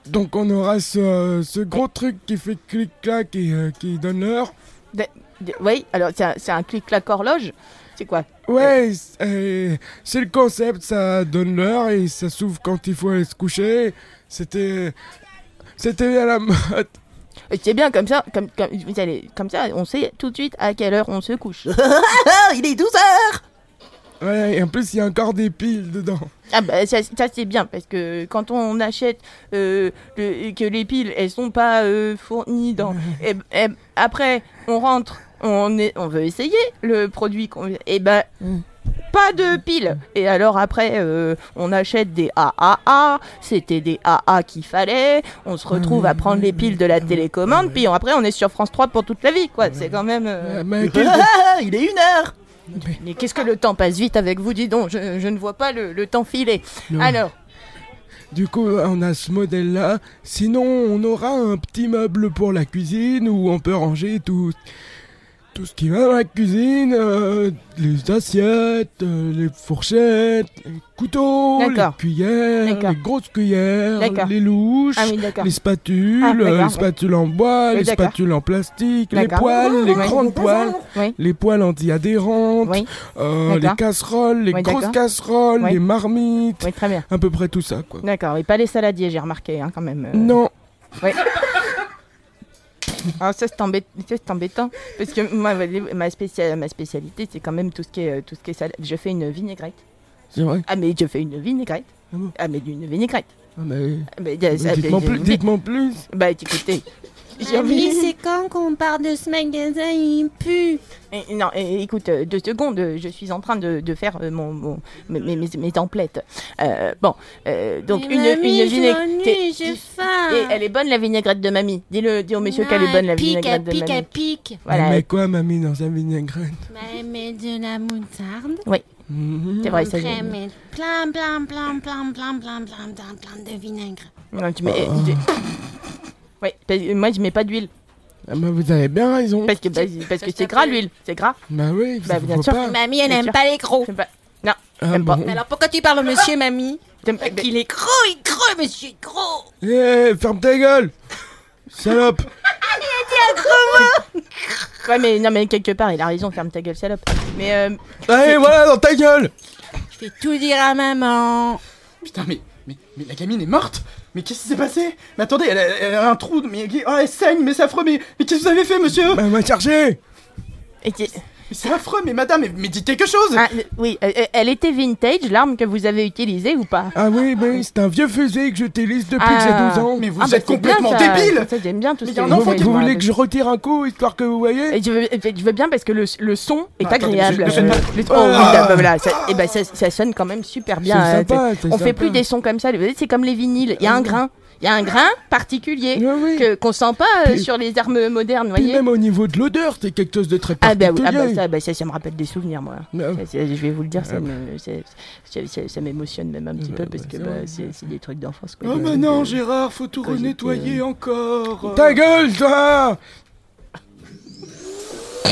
Speaker 7: Donc, on aura ce, ce gros truc qui fait clic-clac et euh, qui donne l'heure.
Speaker 6: De- de- oui, alors c'est un, c'est un clic-clac horloge. C'est quoi
Speaker 7: Ouais, c'est euh, c'est le concept, ça donne l'heure et ça s'ouvre quand il faut aller se coucher. C'était. C'était à la mode.
Speaker 6: Euh, C'est bien comme ça, comme, comme, vous allez, comme ça, on sait tout de suite à quelle heure on se couche.
Speaker 11: Il est 12 heures
Speaker 7: Ouais, et en plus, il y a encore des piles dedans.
Speaker 6: Ah bah ça, ça, c'est bien parce que quand on achète euh, le- que les piles elles sont pas euh, fournies dans et, et après on rentre on est on veut essayer le produit qu'on et ben
Speaker 11: Mm.
Speaker 6: pas de piles et alors après euh, on achète des AAA c'était des AA qu'il fallait on se retrouve à prendre les piles de la télécommande puis après on est sur France 3 pour toute la vie quoi c'est quand même euh,
Speaker 7: Euh,
Speaker 6: [laughs]
Speaker 7: mais
Speaker 9: [laughs]
Speaker 7: quel-
Speaker 6: Ah, il est une heure
Speaker 7: Mais-
Speaker 6: mais qu'est-ce que le temps passe vite avec vous, dis donc, je, je ne vois pas le, le temps filer. Alors,
Speaker 7: Du coup, euh, on a ce modèle-là. Sinon, on aura un petit meuble pour la cuisine où on peut ranger tout, tout ce qui va dans la cuisine euh, les assiettes, euh, les fourchettes, les couteaux, les
Speaker 6: D'accord.
Speaker 7: cuillères,
Speaker 6: D'accord.
Speaker 7: les grosses cuillères,
Speaker 6: D'accord.
Speaker 7: les louches.
Speaker 6: ah oui, d'accord.
Speaker 7: Les spatules,
Speaker 6: Ah, d'accord,
Speaker 7: euh, les
Speaker 6: ouais.
Speaker 7: spatules en bois,
Speaker 6: Oui,
Speaker 7: les
Speaker 6: d'accord.
Speaker 7: spatules en plastique, les
Speaker 6: D'accord.
Speaker 7: poêles, les
Speaker 6: Ouais.
Speaker 7: grandes poêles,
Speaker 6: Oui.
Speaker 7: les poêles anti-adhérentes,
Speaker 6: Oui,
Speaker 7: euh, les
Speaker 6: D'accord.
Speaker 7: casseroles, les
Speaker 6: Ouais,
Speaker 7: grosses
Speaker 6: d'accord.
Speaker 7: casseroles,
Speaker 6: Ouais.
Speaker 7: les marmites,
Speaker 6: oui, très bien.
Speaker 7: à peu près tout ça, quoi.
Speaker 6: D'accord, mais pas les saladiers, j'ai remarqué, hein, quand même. euh.
Speaker 7: Non,
Speaker 6: Ah, ça, c'est embêt- ça, c'est embêtant. Parce que moi, les- ma, spécia- ma spécialité, c'est quand même tout ce qui est, euh, tout ce qui est salade. Je fais une vinaigrette.
Speaker 7: c'est vrai.
Speaker 6: Ah, mais je fais une vinaigrette.
Speaker 7: Ah bon
Speaker 6: Ah, mais d'une vinaigrette.
Speaker 7: Ah, mais-
Speaker 6: Ah, mais, euh, ça-
Speaker 7: Dites-moi
Speaker 6: euh,
Speaker 7: plus,
Speaker 6: euh,
Speaker 7: dites-moi plus.
Speaker 6: Bah, écoutez. [laughs] j'ai
Speaker 8: Ami,
Speaker 6: envie-
Speaker 8: c'est quand qu'on part de ce magasin, il pue.
Speaker 6: Eh, Non, eh, écoute, euh, deux secondes, euh, je suis en train de, de faire euh, mon, mon- mes, mes, mes- mes emplettes. Euh, bon, euh, donc
Speaker 8: Mais
Speaker 6: une,
Speaker 8: mamie,
Speaker 6: une
Speaker 8: je
Speaker 6: vinaigrette.
Speaker 8: m'ennuie, j'ai faim.
Speaker 6: Et elle est bonne la vinaigrette de mamie. Dis-le, dis au monsieur
Speaker 8: Non,
Speaker 6: qu'elle est bonne la
Speaker 8: elle pique,
Speaker 6: vinaigrette
Speaker 8: elle
Speaker 6: de
Speaker 8: pique, elle
Speaker 6: mamie.
Speaker 8: pique.
Speaker 6: Voilà,
Speaker 7: Mais quoi, mamie, dans un vinaigrette
Speaker 8: Bah, elle met de la moutarde.
Speaker 7: Mhm.
Speaker 6: c'est vrai, ça
Speaker 8: Après,
Speaker 6: y est.
Speaker 8: elle met plein, plein, plein, plein, plein, plein, plein, plein, plein de vinaigre.
Speaker 6: Non, tu mets- eh, tu- Ouais, parce que moi je mets pas d'huile
Speaker 7: Ah, bah, vous avez bien raison.
Speaker 6: parce que parce, parce que c'est gras l'huile, c'est gras.
Speaker 7: Bah oui,
Speaker 6: Bah,
Speaker 7: faut
Speaker 6: bien sûr.
Speaker 7: pas.
Speaker 8: Mamie,
Speaker 6: Bien
Speaker 8: elle n'aime
Speaker 6: sûr.
Speaker 8: pas les gros.
Speaker 6: J'aime pas.
Speaker 7: Ah,
Speaker 6: j'aime pas.
Speaker 7: bon.
Speaker 8: Mais alors, pourquoi tu parles au monsieur, mamie
Speaker 6: j'aime-
Speaker 8: Parce
Speaker 6: mais-
Speaker 8: Bah, qu'il est gros, il est gros, monsieur, il est gros.
Speaker 7: Eh, ferme ta gueule Salope
Speaker 6: Ouais, mais non, mais quelque part, il a raison, ferme ta gueule, salope. Mais euh,
Speaker 5: Eh,
Speaker 7: Allez, voilà, dans ta gueule
Speaker 8: Je vais tout dire à maman.
Speaker 5: Putain, mais, mais, mais la gamine est morte Mais qu'est-ce qui s'est passé Mais attendez, elle a, elle a un trou, mais oh, elle saigne, mais c'est affreux, mais, mais qu'est-ce que vous avez fait, monsieur
Speaker 7: Bah, va chercher
Speaker 6: et qui-
Speaker 5: Mais c'est affreux, mais madame, mais, mais dites quelque chose
Speaker 6: ah, euh, oui, euh, euh, elle était vintage, l'arme que vous avez utilisée ou pas
Speaker 7: Ah oui, mais c'est un vieux fusil que j'utilise depuis que
Speaker 6: Ah.
Speaker 7: j'ai 12 ans.
Speaker 5: Mais vous
Speaker 6: Ah, bah,
Speaker 5: êtes
Speaker 6: c'est
Speaker 5: complètement
Speaker 6: bien, ça.
Speaker 5: débile
Speaker 6: Ça, j'aime bien tout
Speaker 5: Mais
Speaker 6: ce
Speaker 5: y a un
Speaker 6: qui est-
Speaker 7: Vous,
Speaker 5: enfant
Speaker 6: Ouais,
Speaker 5: qui-
Speaker 7: vous
Speaker 6: ouais,
Speaker 7: voulez
Speaker 6: ouais.
Speaker 7: que je retire un coup, histoire que vous voyez
Speaker 6: Et je, veux, et je veux bien parce que le, le son est
Speaker 5: Ah, attendez,
Speaker 6: agréable.
Speaker 5: je- je-
Speaker 6: Euh, le- oh, oui,
Speaker 5: Ah.
Speaker 6: bah, voilà, ça, et ben ça, ça sonne quand même super bien.
Speaker 7: C'est
Speaker 6: euh,
Speaker 7: sympa,
Speaker 6: c'est- on fait plus des sons comme ça. vous savez, C'est comme les vinyles. Il y a un grain, il y a un grain particulier
Speaker 7: Ouais, oui.
Speaker 6: que qu'on sent pas euh,
Speaker 7: Puis-
Speaker 6: sur les armes modernes,
Speaker 7: Puis
Speaker 6: voyez.
Speaker 7: même au niveau de l'odeur, c'est quelque chose de très
Speaker 6: Ah bah, oui, ah
Speaker 7: particulier.
Speaker 6: bah, ça, bah, ça, ça me rappelle des souvenirs moi.
Speaker 7: Ah,
Speaker 6: Ça, ça, je vais vous le dire,
Speaker 7: Ah
Speaker 6: ça me- ça- ça- ça- ça m'émotionne même un petit
Speaker 7: Bah,
Speaker 6: peu
Speaker 7: bah,
Speaker 6: parce que
Speaker 7: c'est
Speaker 6: bah,
Speaker 7: vrai.
Speaker 6: c'est c'est des trucs d'enfance. quoi.
Speaker 5: Oh,
Speaker 6: Donc,
Speaker 5: mais
Speaker 6: euh,
Speaker 5: non, Gérard, faut tout
Speaker 6: quand j'étais, euh,
Speaker 5: renettoyer encore
Speaker 7: Ta gueule, toi
Speaker 5: hein.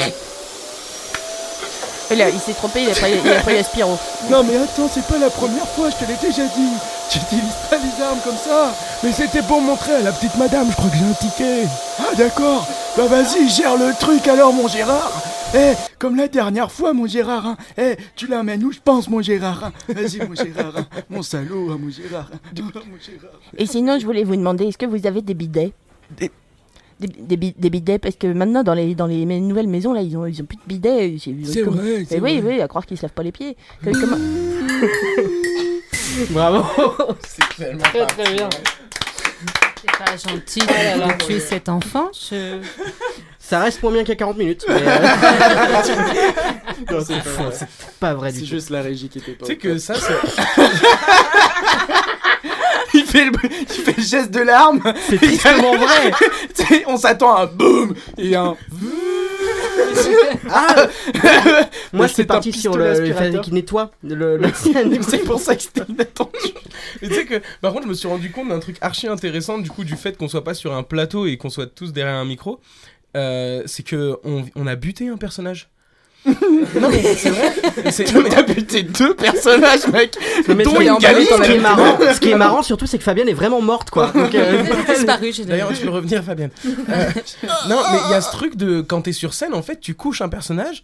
Speaker 6: et là, il s'est trompé, il a pris, il a pris la Spiro.
Speaker 5: Non, mais attends, c'est pas la première fois, je te l'ai déjà dit J'utilise pas les armes comme ça
Speaker 7: Mais c'était pour montrer à la petite madame, je crois que j'ai un ticket.
Speaker 5: Ah, d'accord Bah vas-y, gère le truc alors, mon Gérard Eh, comme la dernière fois, mon Gérard hein. Eh, tu l'amènes où je pense, mon Gérard hein. Vas-y, mon Gérard hein. Mon salaud, hein, mon Gérard hein. Oh, mon Gérard
Speaker 6: Et sinon, je voulais vous demander, est-ce que vous avez des bidets
Speaker 12: Des, des, bi- des bidets, parce que maintenant, dans les, dans les mais- nouvelles maisons, là, ils ont, ils ont plus de bidets. euh, ils- ils-
Speaker 13: C'est
Speaker 12: comme-
Speaker 13: vrai,
Speaker 12: Mais
Speaker 13: c'est
Speaker 12: oui,
Speaker 13: vrai.
Speaker 12: oui, à croire qu'ils se lavent pas les pieds. Que- comment-
Speaker 9: Bravo C'est tellement
Speaker 12: Très,
Speaker 9: parti.
Speaker 12: très bien.
Speaker 8: C'est pas gentil
Speaker 1: Ah là là.
Speaker 8: de
Speaker 6: euh.
Speaker 8: tuer cet enfant. Je...
Speaker 1: Ça reste moins bien qu'à 40 minutes. mais,
Speaker 5: [laughs]
Speaker 1: euh,
Speaker 5: Non,
Speaker 1: c'est pas vrai. C'est pas vrai du
Speaker 5: C'est
Speaker 1: tout.
Speaker 5: juste la régie qui était pas.
Speaker 1: Tu sais
Speaker 5: au
Speaker 1: que
Speaker 5: top.
Speaker 1: ça,
Speaker 5: il, fait le, bruit- il fait le geste de l'arme.
Speaker 1: C'est [laughs]
Speaker 5: tellement vrai. Tu sais, on s'attend à un boum et un. ah
Speaker 1: Moi,
Speaker 5: Mais
Speaker 1: c'est
Speaker 5: un
Speaker 1: parti sur le,
Speaker 5: pistolet
Speaker 1: le fait
Speaker 5: aspirateur.
Speaker 1: qui nettoie le, [laughs] le sienne.
Speaker 5: C'est pour ça que c'était inattendu.
Speaker 7: Mais tu sais que, par contre, je me suis rendu compte d'un truc archi intéressant du coup du fait qu'on soit pas sur un plateau et qu'on soit tous derrière un micro, euh, c'est que on, on a buté un personnage. [laughs] non mais c'est vrai. C'est- non, mais-
Speaker 5: T'as buté deux personnages, mec.
Speaker 1: Non, mais
Speaker 5: dont
Speaker 1: ce qui est-
Speaker 5: une gamine.
Speaker 1: ce qui est marrant, ce qui est marrant surtout, c'est que Fabienne est vraiment morte,
Speaker 5: [laughs]
Speaker 1: quoi. Donc,
Speaker 6: [laughs]
Speaker 1: euh,
Speaker 7: D'ailleurs, tu peux revenir, Fabienne. Euh, non, mais il y a ce truc de quand t'es sur scène, en fait, tu couches un personnage.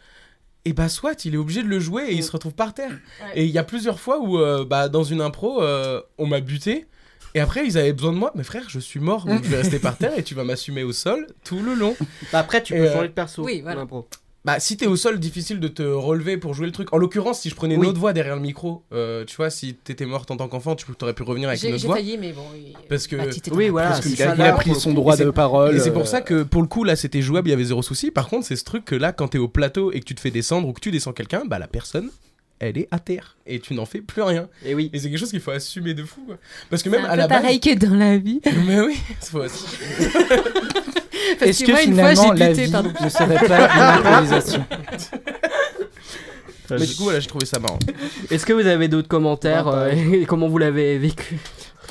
Speaker 7: Et bah soit il est obligé de le jouer et il se retrouve par terre. Et il y a plusieurs fois où euh, bah, dans une impro euh, on m'a buté et après ils avaient besoin de moi. Mais frère je suis mort donc je vais rester par terre et tu vas m'assumer au sol tout le long.
Speaker 1: bah, après tu
Speaker 7: Et,
Speaker 1: peux
Speaker 7: euh,
Speaker 1: changer de perso.
Speaker 8: Oui, voilà.
Speaker 1: en impro.
Speaker 7: bah, si t'es au sol, difficile de te relever pour jouer le truc. En l'occurrence, si je prenais une
Speaker 1: Oui.
Speaker 7: autre voix derrière le micro, euh, tu vois, si t'étais morte en tant qu'enfant, tu t'aurais pu revenir avec une
Speaker 8: J'ai
Speaker 7: autre
Speaker 8: j'ai
Speaker 7: voix.
Speaker 8: failli, mais bon. il-
Speaker 7: Parce que.
Speaker 8: Patty était Oui, dans la voilà,
Speaker 5: parce que c'est le gars, ça, il a là, pris pour le son coup. droit
Speaker 7: Et
Speaker 5: de
Speaker 7: c'est-
Speaker 5: parole,
Speaker 7: Et c'est
Speaker 5: euh,
Speaker 7: pour ça que, pour le coup, Oh là, c'était jouable, il y avait zéro souci. Par contre, c'est ce truc que là, quand t'es au plateau et que tu te fais descendre ou que tu descends quelqu'un, bah la personne. Elle est à terre et tu n'en fais plus rien.
Speaker 1: Et oui.
Speaker 7: Et c'est quelque chose qu'il faut assumer de fou. quoi. Parce que
Speaker 8: C'est
Speaker 7: même
Speaker 8: un
Speaker 7: à
Speaker 8: peu
Speaker 7: la base.
Speaker 8: pareil que dans la vie.
Speaker 7: Mais oui, [laughs] faut aussi.
Speaker 8: Parce
Speaker 5: Est-ce
Speaker 8: que
Speaker 5: que
Speaker 8: moi, une fois,
Speaker 5: finalement
Speaker 8: j'ai
Speaker 5: la
Speaker 8: buté,
Speaker 5: vie
Speaker 7: euh,
Speaker 8: pardon.
Speaker 5: ne serait pas une improvisation
Speaker 7: Mais du coup, voilà, j'ai trouvé ça marrant.
Speaker 1: Est-ce que vous avez d'autres commentaires
Speaker 5: Ouais,
Speaker 1: euh, [laughs] et comment vous l'avez vécu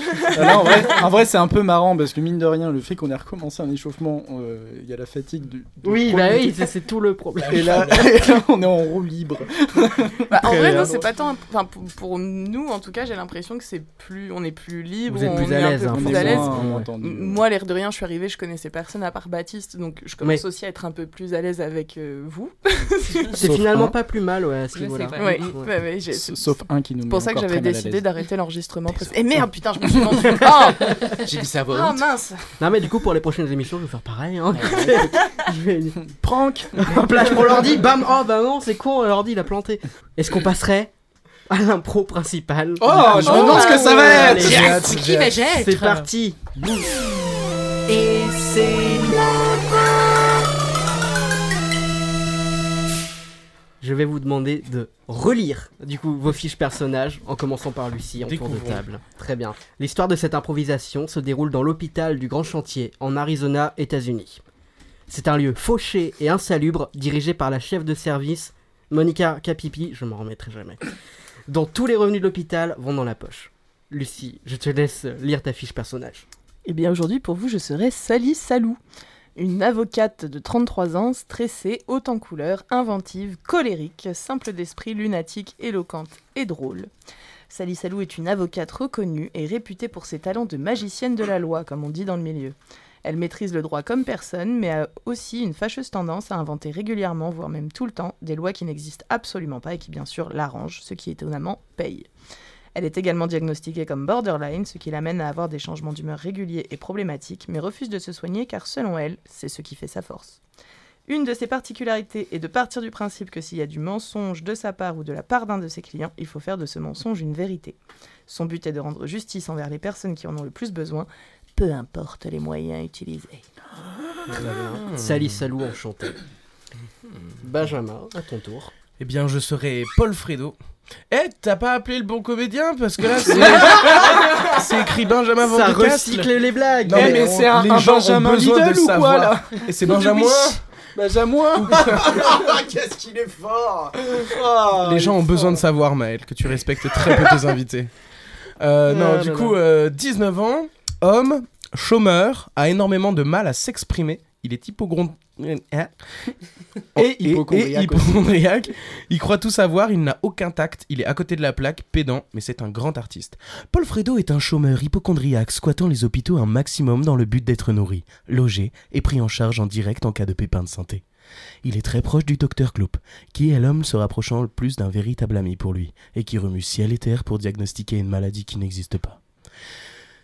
Speaker 5: Euh, non, en vrai, en vrai, c'est un peu marrant parce que mine de rien, le fait qu'on ait recommencé un échauffement, euh, il y a la fatigue du. du
Speaker 1: Oui,
Speaker 5: premier
Speaker 1: bah oui,
Speaker 5: truc.
Speaker 1: c'est- c'est tout le problème.
Speaker 5: Et là, et là, on est en roue libre.
Speaker 6: Bah, en
Speaker 5: Très
Speaker 6: vrai,
Speaker 5: bien.
Speaker 6: non, c'est pas tant. Enfin, pour, pour nous, en tout cas, j'ai l'impression que c'est plus, on est plus libre.
Speaker 1: Vous êtes
Speaker 6: on
Speaker 1: plus à
Speaker 6: est un
Speaker 1: l'aise,
Speaker 6: peu
Speaker 1: hein,
Speaker 6: plus
Speaker 1: vous
Speaker 6: à
Speaker 1: êtes
Speaker 6: l'aise.
Speaker 1: moins,
Speaker 6: M-
Speaker 1: ouais.
Speaker 5: entendu.
Speaker 6: Moi, l'air de rien, je suis arrivée, je connaissais personne à part Baptiste, donc je commence
Speaker 1: Mais-
Speaker 6: aussi à être un peu plus à l'aise avec euh, vous.
Speaker 1: C'est
Speaker 5: Sauf
Speaker 1: finalement
Speaker 5: un.
Speaker 1: pas plus mal, ouais, à ce niveau-là.
Speaker 6: Ouais, ouais, ouais, j'ai-
Speaker 5: S- Sauf un qui nous
Speaker 6: C'est
Speaker 5: met
Speaker 6: pour ça que
Speaker 5: encore
Speaker 6: j'avais
Speaker 5: très mal à
Speaker 6: décidé
Speaker 5: l'aise. Ah,
Speaker 6: d'arrêter l'enregistrement. précédent. Et merde, putain, je
Speaker 5: [laughs]
Speaker 6: me suis menti. Oh
Speaker 5: [laughs] J'ai dit ça à voix
Speaker 6: Ah
Speaker 5: haute.
Speaker 6: mince
Speaker 1: Non, mais du coup, pour les prochaines émissions, je vais faire pareil. Hein. [laughs] je vais...
Speaker 5: Prank
Speaker 1: Hop là, je prends l'ordi, bam, oh bah non, c'est con, l'ordi il a planté. Est-ce qu'on passerait à l'impro principale
Speaker 5: Oh, je me demande ce que ça va être.
Speaker 1: Allez,
Speaker 5: Yes,
Speaker 1: j'ai hâte,
Speaker 5: qui
Speaker 1: j'ai
Speaker 5: va
Speaker 1: hâte.
Speaker 5: être
Speaker 1: C'est parti
Speaker 14: Et c'est
Speaker 1: Je vais vous demander de relire du coup vos fiches personnages en commençant par Lucie en tour de
Speaker 7: Découvrons.
Speaker 1: table. Très bien. L'histoire de cette improvisation se déroule dans l'hôpital du Grand Chantier en Arizona, États-Unis. C'est un lieu fauché et insalubre dirigé par la chef de service Monica Capipi, je m'en remettrai jamais. Dont tous les revenus de l'hôpital vont dans la poche. Lucie, je te laisse lire ta fiche personnage.
Speaker 6: Eh bien aujourd'hui pour vous je serai Sally Salou, une avocate de 33 ans, stressée, haute en couleur, inventive, colérique, simple d'esprit, lunatique, éloquente et drôle. Sally Salou est une avocate reconnue et réputée pour ses talents de magicienne de la loi, comme on dit dans le milieu. Elle maîtrise le droit comme personne, mais a aussi une fâcheuse tendance à inventer régulièrement, voire même tout le temps, des lois qui n'existent absolument pas et qui bien sûr l'arrangent, ce qui étonnamment paye. Elle est également diagnostiquée comme borderline, ce qui l'amène à avoir des changements d'humeur réguliers et problématiques, mais refuse de se soigner car selon elle, c'est ce qui fait sa force. Une de ses particularités est de partir du principe que s'il y a du mensonge de sa part ou de la part d'un de ses clients, il faut faire de ce mensonge une vérité. Son but est de rendre justice envers les personnes qui en ont le plus besoin, peu importe les moyens utilisés.
Speaker 7: Ah.
Speaker 1: Sally Salou enchanté.
Speaker 7: Hmm.
Speaker 1: Benjamin, à ton tour.
Speaker 7: Eh bien, je serai Paul Fredo. Eh, t'as pas appelé le bon comédien Parce que là, c'est. c'est écrit Benjamin Van
Speaker 1: Ça
Speaker 7: de Castle.
Speaker 1: recycle les blagues.
Speaker 7: [laughs] Non,
Speaker 5: Eh,
Speaker 7: mais,
Speaker 5: mais
Speaker 7: on-
Speaker 5: c'est un-
Speaker 7: les
Speaker 5: un
Speaker 7: gens ont
Speaker 5: Benjamin
Speaker 7: besoin de
Speaker 5: Lidl
Speaker 7: le
Speaker 5: ou quoi,
Speaker 7: savoir.
Speaker 5: là
Speaker 7: Et c'est Benjamin.
Speaker 5: Benjamin
Speaker 9: [laughs] Qu'est-ce qu'il est fort Ah,
Speaker 7: Les gens ont besoin de savoir, Maël, que tu respectes très peu
Speaker 9: [laughs]
Speaker 7: tes invités. Euh, non,
Speaker 9: Ah
Speaker 7: du
Speaker 9: là
Speaker 7: coup, euh, 19 ans, homme, chômeur, a énormément de mal à s'exprimer. Il est hypogron... Hein
Speaker 5: hypochondriaque aussi.
Speaker 7: hypochondriaque. Il croit tout savoir, il n'a aucun tact, il est à côté de la plaque, pédant, mais c'est un grand artiste. Paul Fredo est un chômeur hypochondriaque squattant les hôpitaux un maximum dans le but d'être nourri, logé et pris en charge en direct en cas de pépin de santé. Il est très proche du docteur Klopp, qui est l'homme se rapprochant le plus d'un véritable ami pour lui, et qui remue ciel et terre pour diagnostiquer une maladie qui n'existe pas.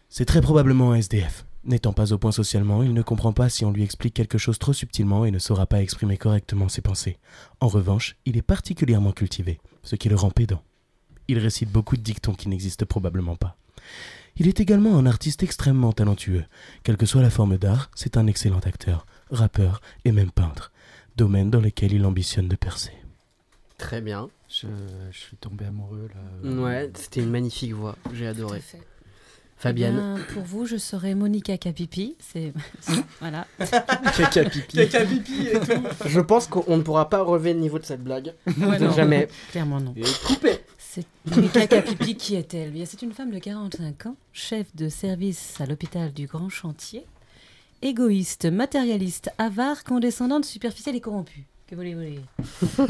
Speaker 7: C'est très probablement un SDF,
Speaker 13: N'étant pas au point socialement, il ne comprend pas si on lui explique quelque chose trop subtilement et ne saura pas exprimer correctement ses pensées. En revanche, il est particulièrement cultivé, ce qui le rend pédant. Il récite beaucoup de dictons qui n'existent probablement pas. Il est également un artiste extrêmement talentueux. Quelle que soit la forme d'art, c'est un excellent acteur, rappeur et même peintre, domaine dans lequel il ambitionne de percer.
Speaker 1: Très bien.
Speaker 5: Je, je suis tombé amoureux là.
Speaker 7: euh,
Speaker 1: Ouais, c'était une magnifique voix, j'ai adoré.
Speaker 8: fait.
Speaker 1: Fabienne.
Speaker 8: Eh bien, pour vous, je serai Monica Capipi. C'est [laughs] voilà.
Speaker 1: Cacapipi.
Speaker 8: Cacapipi
Speaker 1: et tout. Je pense qu'on ne pourra pas relever le niveau de cette blague. Jamais.
Speaker 8: Clairement non.
Speaker 1: coupé.
Speaker 8: C'est Monica Capipi qui est-elle Bien, C'est une femme de 45 ans, chef de service à l'hôpital du Grand Chantier, égoïste, matérialiste, avare, condescendante, superficielle et corrompue. Que voulez-vous dire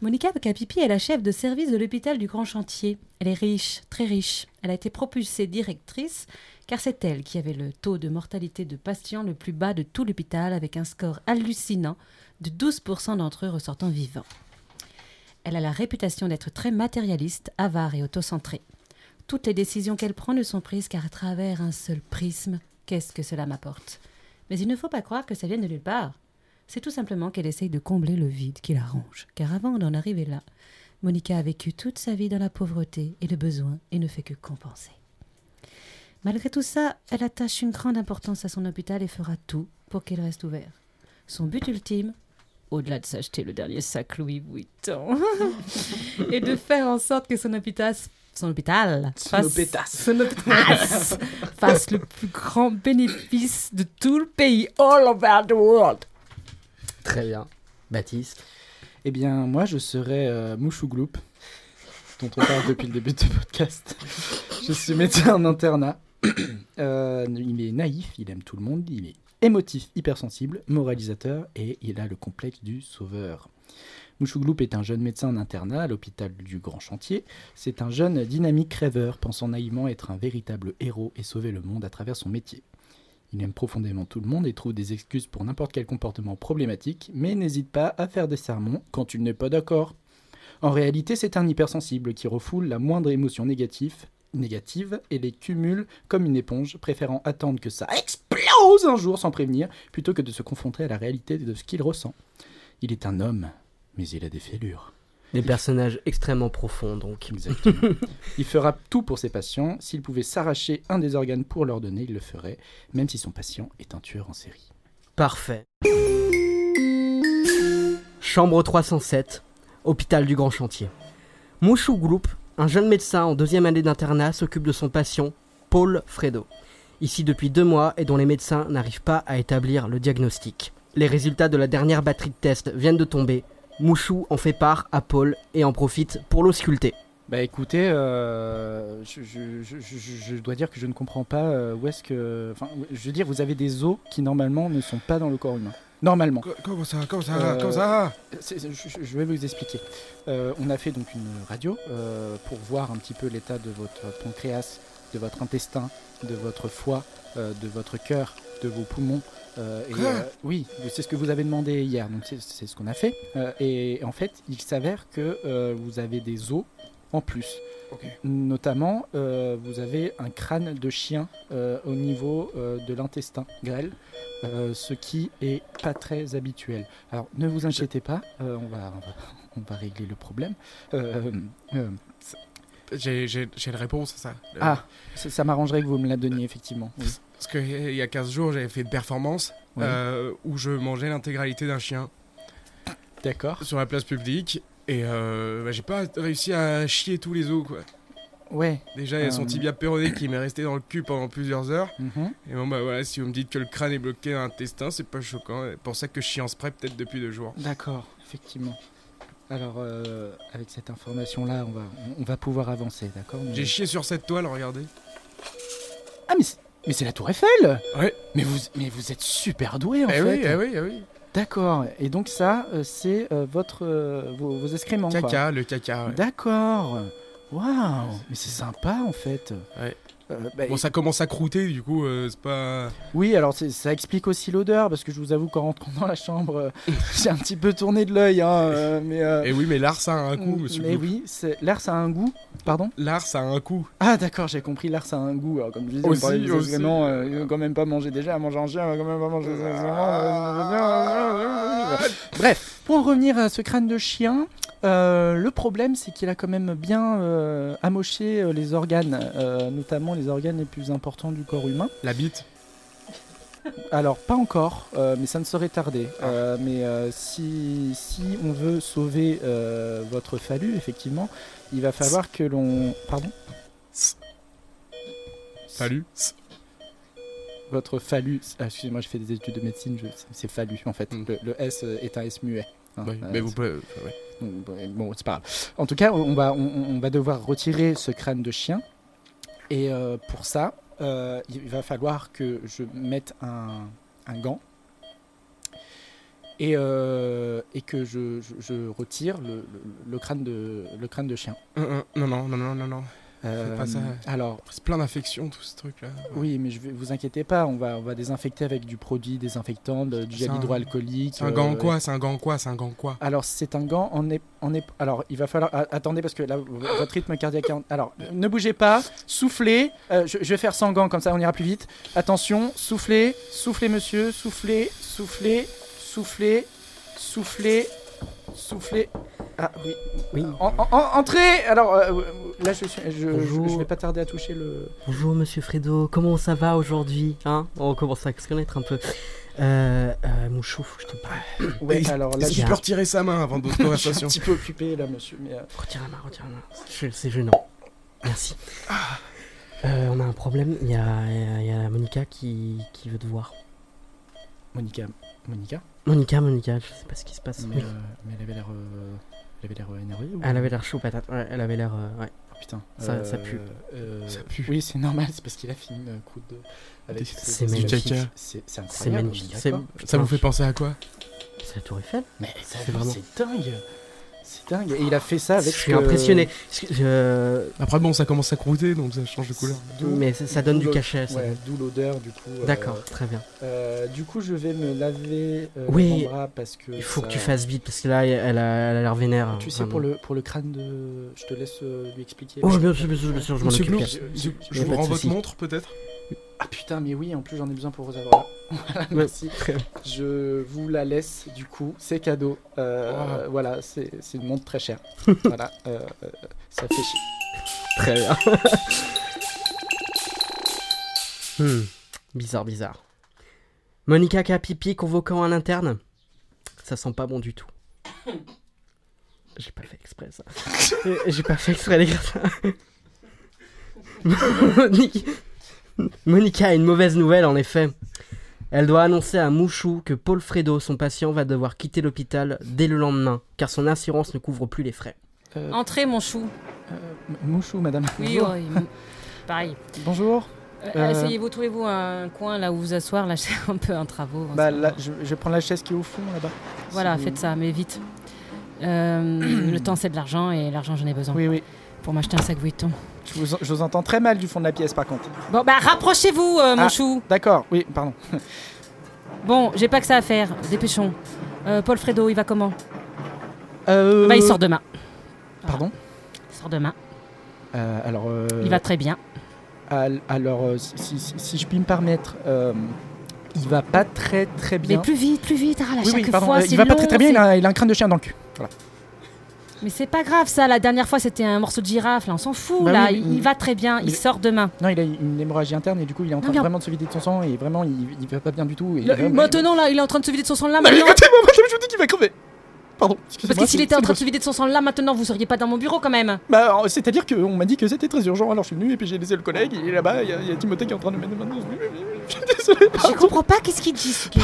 Speaker 8: Monica Capipi est la chef de service de l'hôpital du Grand Chantier. Elle est riche, très riche. Elle a été propulsée directrice car c'est elle qui avait le taux de mortalité de patients le plus bas de tout l'hôpital avec un score hallucinant de 12% d'entre eux ressortant vivants. Elle a la réputation d'être très matérialiste, avare et autocentrée. Toutes les décisions qu'elle prend ne sont prises qu'à travers un seul prisme. Qu'est-ce que cela m'apporte Mais il ne faut pas croire que ça vienne de nulle part. C'est tout simplement qu'elle essaye de combler le vide qui la ronge. Car avant d'en arriver là, Monica a vécu toute sa vie dans la pauvreté et le besoin et ne fait que compenser. Malgré tout ça, elle attache une grande importance à son hôpital et fera tout pour qu'il reste ouvert. Son but ultime, au-delà de s'acheter le dernier sac Louis Vuitton, [laughs] est de faire en sorte que son hôpital, son hôpital,
Speaker 14: Son
Speaker 8: fasse,
Speaker 14: hôpital.
Speaker 8: son hôpital fasse le plus grand bénéfice de tout le pays, Oh all over the world.
Speaker 1: Très bien. Baptiste.
Speaker 5: Eh bien, moi, je serais euh, Mouchougloup, dont on parle depuis le début de ce podcast. Je suis médecin en internat. [coughs] Euh, il est naïf, il aime tout le monde, il est émotif, hypersensible, moralisateur et il a le complexe du sauveur. Mouchougloup est un jeune médecin en internat à l'hôpital du Grand Chantier. C'est un jeune dynamique rêveur, pensant naïvement être un véritable héros et sauver le monde à travers son métier. Il aime profondément tout le monde et trouve des excuses pour n'importe quel comportement problématique, mais n'hésite pas à faire des sermons quand il n'est pas d'accord. En réalité, c'est un hypersensible qui refoule la moindre émotion négative, négative et les cumule comme une éponge, préférant attendre que ça explose un jour sans prévenir, plutôt que de se confronter à la réalité de ce qu'il ressent. Il est un homme, mais il a des fêlures.
Speaker 1: Des personnages extrêmement profonds, donc.
Speaker 5: Exactement. il fera tout pour ses patients. S'il pouvait s'arracher un des organes pour leur donner, il le ferait, même si son patient est un tueur en série.
Speaker 1: Parfait. Chambre 307, hôpital du Grand Chantier. Mouchou Group, un jeune médecin en deuxième année d'internat, s'occupe de son patient, Paul Fredo, ici depuis deux mois et dont les médecins n'arrivent pas à établir le diagnostic. Les résultats de la dernière batterie de tests viennent de tomber. Mouchou en fait part à Paul et en profite pour l'ausculter.
Speaker 5: Bah écoutez, euh, je, je- je- je- je dois dire que je ne comprends pas euh, où est-ce que. Enfin, je veux dire, vous avez des os qui normalement ne sont pas dans le corps humain. Normalement. Euh,
Speaker 13: Comment ça Comment ça Comment ça
Speaker 5: c'est- c'est- je, je- je vais vous expliquer. Euh, on a fait donc une radio euh, pour voir un petit peu l'état de votre pancréas, de votre intestin, de votre foie, euh, de votre cœur, de vos poumons. euh, et,
Speaker 13: Quoi
Speaker 5: euh, oui, c'est ce que vous avez demandé hier, donc c'est- c'est ce qu'on a fait. Euh, et en fait, il s'avère que euh, vous avez des os en plus. Notamment, euh, vous avez un crâne de chien euh, au niveau euh, de l'intestin grêle, euh, ce qui est pas très habituel. Alors, ne vous inquiétez pas, euh, on, va, on, va, on va régler le problème. Euh, euh, ça-
Speaker 7: J'ai j'ai- j'ai une réponse à ça. Euh,
Speaker 5: ah, ça, ça m'arrangerait que vous me la donniez, effectivement. Oui.
Speaker 7: Parce qu'il y a 15 jours, j'avais fait une performance
Speaker 5: Oui.
Speaker 7: euh, où je mangeais l'intégralité d'un chien.
Speaker 5: D'accord.
Speaker 7: Sur la place publique. Et euh, bah, j'ai pas réussi à chier tous les os, quoi.
Speaker 5: Ouais.
Speaker 7: Déjà, il y a son
Speaker 5: Euh,
Speaker 7: tibia péroné qui m'est resté dans le cul pendant plusieurs heures.
Speaker 5: Mhm.
Speaker 7: Et bon, bah voilà, si vous me dites que le crâne est bloqué dans l'intestin, c'est pas choquant. C'est pour ça que je chie en spray peut-être depuis deux jours.
Speaker 5: D'accord, effectivement. Alors, euh, avec cette information-là, on va, on, on va pouvoir avancer, d'accord mais-
Speaker 7: J'ai chié sur cette toile, regardez.
Speaker 5: Ah, mais c'est- mais c'est la Tour Eiffel
Speaker 7: Ouais.
Speaker 5: Mais vous, mais vous êtes super doué, en
Speaker 7: Eh
Speaker 5: fait
Speaker 7: oui, eh oui, eh oui.
Speaker 5: D'accord, et donc ça, euh, c'est euh, votre, euh, vos, vos excréments.
Speaker 7: Caca,
Speaker 5: quoi.
Speaker 7: le caca, ouais.
Speaker 5: D'accord. Waouh, mais c'est sympa en fait. Euh, bah,
Speaker 7: Bon, ça commence à croûter, du coup, euh, c'est pas.
Speaker 5: Oui, alors c'est- ça explique aussi l'odeur, parce que je vous avoue qu'en rentrant dans la chambre, euh, [laughs] j'ai un petit peu tourné de l'œil. Hein, euh, mais,
Speaker 7: Et oui, mais l'art, ça a un goût, monsieur
Speaker 5: Mais
Speaker 7: Bloop.
Speaker 5: oui, c'est- l'art, ça a un goût. Pardon
Speaker 7: L'art, ça a un goût.
Speaker 5: Ah, d'accord, j'ai compris, l'art, ça a un goût. Alors, comme je disais, on
Speaker 7: Aussi,
Speaker 5: parlait des
Speaker 7: aussi.
Speaker 5: excréments, euh, ils vont quand même pas manger déjà, à manger un chien, ils vont quand même pas manger des
Speaker 7: Ah.
Speaker 5: excréments. Bref, pour en revenir euh, à ce crâne de chien, euh, le problème, c'est qu'il a quand même bien euh, amoché euh, les organes, euh, notamment les organes les plus importants du corps humain.
Speaker 7: La bite
Speaker 5: alors, pas encore, euh, mais ça ne serait tardé.
Speaker 7: Ah.
Speaker 5: Euh, mais euh, si, si on veut sauver euh, votre phallus, effectivement, il va falloir que l'on... Pardon
Speaker 7: Salut.
Speaker 5: Votre phallus... ah, Excusez-moi, j'ai fait des études de médecine, je- c'est- c'est phallus en fait. Le, le S est un S muet. hein.
Speaker 7: Hmm. Oui,
Speaker 5: Euh,
Speaker 7: mais vous
Speaker 5: c'est-
Speaker 7: pouvez.
Speaker 5: Donc, bon, Bon, c'est pas grave. En tout cas, on va, on, on va devoir retirer ce crâne de chien. Et euh, pour ça, euh, il va falloir que je mette un, un gant. Et, euh, et que je, je- je retire le, le- le crâne de, le crâne de chien.
Speaker 7: Euh, euh, non, non, non, non, non, non.
Speaker 5: Euh,
Speaker 7: Faites pas ça.
Speaker 5: Alors,
Speaker 7: c'est plein d'infections, tout ce truc-là.
Speaker 5: Oui, mais je vais, vous inquiétez pas, on va, on va désinfecter avec du produit désinfectant, de- du
Speaker 7: C'est
Speaker 5: gel
Speaker 7: un-
Speaker 5: hydroalcoolique. euh,
Speaker 7: c'est un gant en quoi C'est un gant en quoi C'est un gant en quoi
Speaker 5: Alors, c'est un gant en, ép- en ép- Alors, il va falloir. a- attendez, parce que là, v- votre rythme cardiaque. est en- Alors, ne bougez pas, soufflez. Euh, je, je vais faire sans gant, comme ça on ira plus vite. Attention, soufflez, soufflez, monsieur, soufflez, soufflez, soufflez, soufflez, soufflez. Ah oui.
Speaker 1: Oui.
Speaker 5: En- en- en- entrez Alors, euh, là, je, suis- je- je, je vais pas tarder à toucher le.
Speaker 1: Bonjour Monsieur Fredo, comment ça va aujourd'hui hein On commence à se connaître un peu. Euh, euh, mon chou, faut que je te parle.
Speaker 5: Ouais, alors là,
Speaker 1: Est-ce que
Speaker 5: j'ai-
Speaker 1: tu peux retirer sa main avant d'autres
Speaker 5: Je
Speaker 1: conversations
Speaker 5: suis un petit peu occupé là, monsieur. Mais, euh,
Speaker 1: Retire la main, retire la main. Je- C'est gênant. Merci. Euh, on a un problème, il y a, il y a- il y a Monica qui, qui veut te voir.
Speaker 5: Monica. Monica
Speaker 1: Monica, Monica, je sais pas ce qui se passe.
Speaker 5: Mais, euh, mais elle avait l'air, euh, elle avait l'air euh, énervée. Ou...
Speaker 1: Elle avait l'air chaud patate, ouais, elle avait l'air... euh, ouais.
Speaker 5: Putain,
Speaker 1: Ça,
Speaker 5: Euh,
Speaker 1: ça pue.
Speaker 5: euh, Oui, c'est normal, c'est parce qu'il a fini une croûte de. avec ses-
Speaker 1: C'est
Speaker 5: ses-
Speaker 1: magnifique.
Speaker 5: ses- C'est c'est
Speaker 1: C'est
Speaker 5: incroyable.
Speaker 1: magnifique.
Speaker 5: on est
Speaker 1: C'est-
Speaker 5: d'accord.
Speaker 7: Ça vous fait penser à quoi
Speaker 1: C'est la Tour Eiffel
Speaker 5: Mais ça,
Speaker 1: C'est vraiment-
Speaker 5: c'est dingue. C'est dingue. Et il a fait ça avec.
Speaker 1: Je suis
Speaker 5: euh,
Speaker 1: impressionné.
Speaker 7: Après, bon, ça commence à croûter, donc ça change de couleur.
Speaker 5: d'où-
Speaker 1: Mais ça- ça donne
Speaker 5: d'où
Speaker 1: du
Speaker 5: l'o-
Speaker 1: cachet, ça.
Speaker 5: ouais, D'où l'odeur, du coup. euh,
Speaker 1: D'accord, très bien.
Speaker 5: euh, du coup, je vais me laver euh,
Speaker 1: Oui,
Speaker 5: l'avant-bras parce que.
Speaker 1: il faut que
Speaker 5: ça-
Speaker 1: tu fasses vite parce que là, elle a elle a l'air vénère. hein,
Speaker 5: Tu sais,
Speaker 1: vraiment.
Speaker 5: pour le, pour le crâne de. Je te laisse euh, lui expliquer.
Speaker 1: Oh, bien sûr, bien sûr, bien sûr, je m'en
Speaker 5: Monsieur
Speaker 1: occupe.
Speaker 5: Gloops,
Speaker 1: Pierre.
Speaker 5: je-
Speaker 1: Y a
Speaker 5: je vous
Speaker 1: pas de
Speaker 5: rends
Speaker 1: souci.
Speaker 5: votre montre.
Speaker 7: Montre, peut-être
Speaker 5: Ah putain, mais oui, en plus j'en ai besoin pour vous avoir là. Voilà, [laughs] merci. Je vous la laisse, du coup, c'est cadeau. Euh, Voilà, c'est c'est une montre très chère. voilà, euh, euh, ça fait chier.
Speaker 1: Très bien. [laughs] Hmm, Bizarre, bizarre. Monica Capipi convoquant un interne Ça sent pas bon du tout. J'ai pas fait exprès ça. Euh, J'ai pas fait exprès les gars. Monique- Monica a une mauvaise nouvelle en effet. Elle doit annoncer à Mouchou que Paul Fredo, son patient, va devoir quitter l'hôpital dès le lendemain, car son assurance ne couvre plus les frais.
Speaker 8: Euh, Entrez, mon chou.
Speaker 5: M- Mouchou, madame.
Speaker 8: Oui,
Speaker 5: Bonjour.
Speaker 8: oui, m- pareil.
Speaker 5: Bonjour.
Speaker 8: Euh,
Speaker 5: Euh,
Speaker 8: Asseyez-vous, trouvez-vous un coin là où vous asseoir. Là, c'est [laughs] un peu un travaux. en
Speaker 5: Bah,
Speaker 8: ce
Speaker 5: là,
Speaker 8: moment.
Speaker 5: je, je vais prendre la chaise qui est au fond là-bas.
Speaker 8: Voilà,
Speaker 5: Si vous-
Speaker 8: faites ça, mais vite. [clears throat] Euh, le temps, c'est de l'argent, et l'argent, j'en ai besoin.
Speaker 5: Oui, oui.
Speaker 8: Pour m'acheter un sac Vuitton.
Speaker 5: Je vous, je vous entends très mal du fond de la pièce par contre.
Speaker 8: Bon, bah, rapprochez-vous, euh, mon
Speaker 5: Ah,
Speaker 8: chou.
Speaker 5: D'accord, oui, pardon.
Speaker 8: Bon, j'ai pas que ça à faire. Dépêchons. Euh, Paul Fredo, il va comment
Speaker 5: Euh,
Speaker 8: Bah, il sort demain.
Speaker 5: Pardon
Speaker 8: Il sort demain.
Speaker 5: Euh, alors, euh,
Speaker 8: Il va très bien.
Speaker 5: al- Alors, euh, si, si- si- si je puis me permettre, euh, il va pas très très bien.
Speaker 8: Mais plus vite, plus vite. Ah, là,
Speaker 5: Oui,
Speaker 8: chaque
Speaker 5: oui, pardon,
Speaker 8: fois,
Speaker 5: euh,
Speaker 8: c'est
Speaker 5: il va pas
Speaker 8: long,
Speaker 5: très très bien, il
Speaker 8: c'est-
Speaker 5: a, il a un crâne de chien dans le cul. Voilà.
Speaker 8: Mais c'est pas grave, ça. La dernière fois, c'était un morceau de girafe. Là, on s'en fout.
Speaker 5: Bah
Speaker 8: là,
Speaker 5: oui,
Speaker 8: il,
Speaker 5: mais-
Speaker 8: il va très bien. Il
Speaker 5: mais-
Speaker 8: sort demain.
Speaker 5: Non, il a une hémorragie interne et du coup, il est en train
Speaker 8: mais on-
Speaker 5: vraiment de se vider de son sang et vraiment, il, il va pas bien du tout. Et
Speaker 8: Là,
Speaker 5: vraiment-
Speaker 8: maintenant, là, il est en train de se vider de son sang là.
Speaker 5: Non, mais [laughs]
Speaker 8: maintenant.
Speaker 5: écoutez-moi, moi, je vous dis qu'il va crever. Pardon,
Speaker 8: Parce que s'il était en train de se vider de son sang là, maintenant, vous seriez pas dans mon bureau quand même.
Speaker 5: Bah, alors, c'est-à-dire qu'on m'a dit que c'était très urgent, alors je suis venu et puis j'ai laissé le collègue et là-bas, il y, a- il y a Timothée qui est en train de mettre maintenant. [laughs] Je suis désolé.
Speaker 8: Je comprends pas qu'est-ce qu'il dit. ce gars.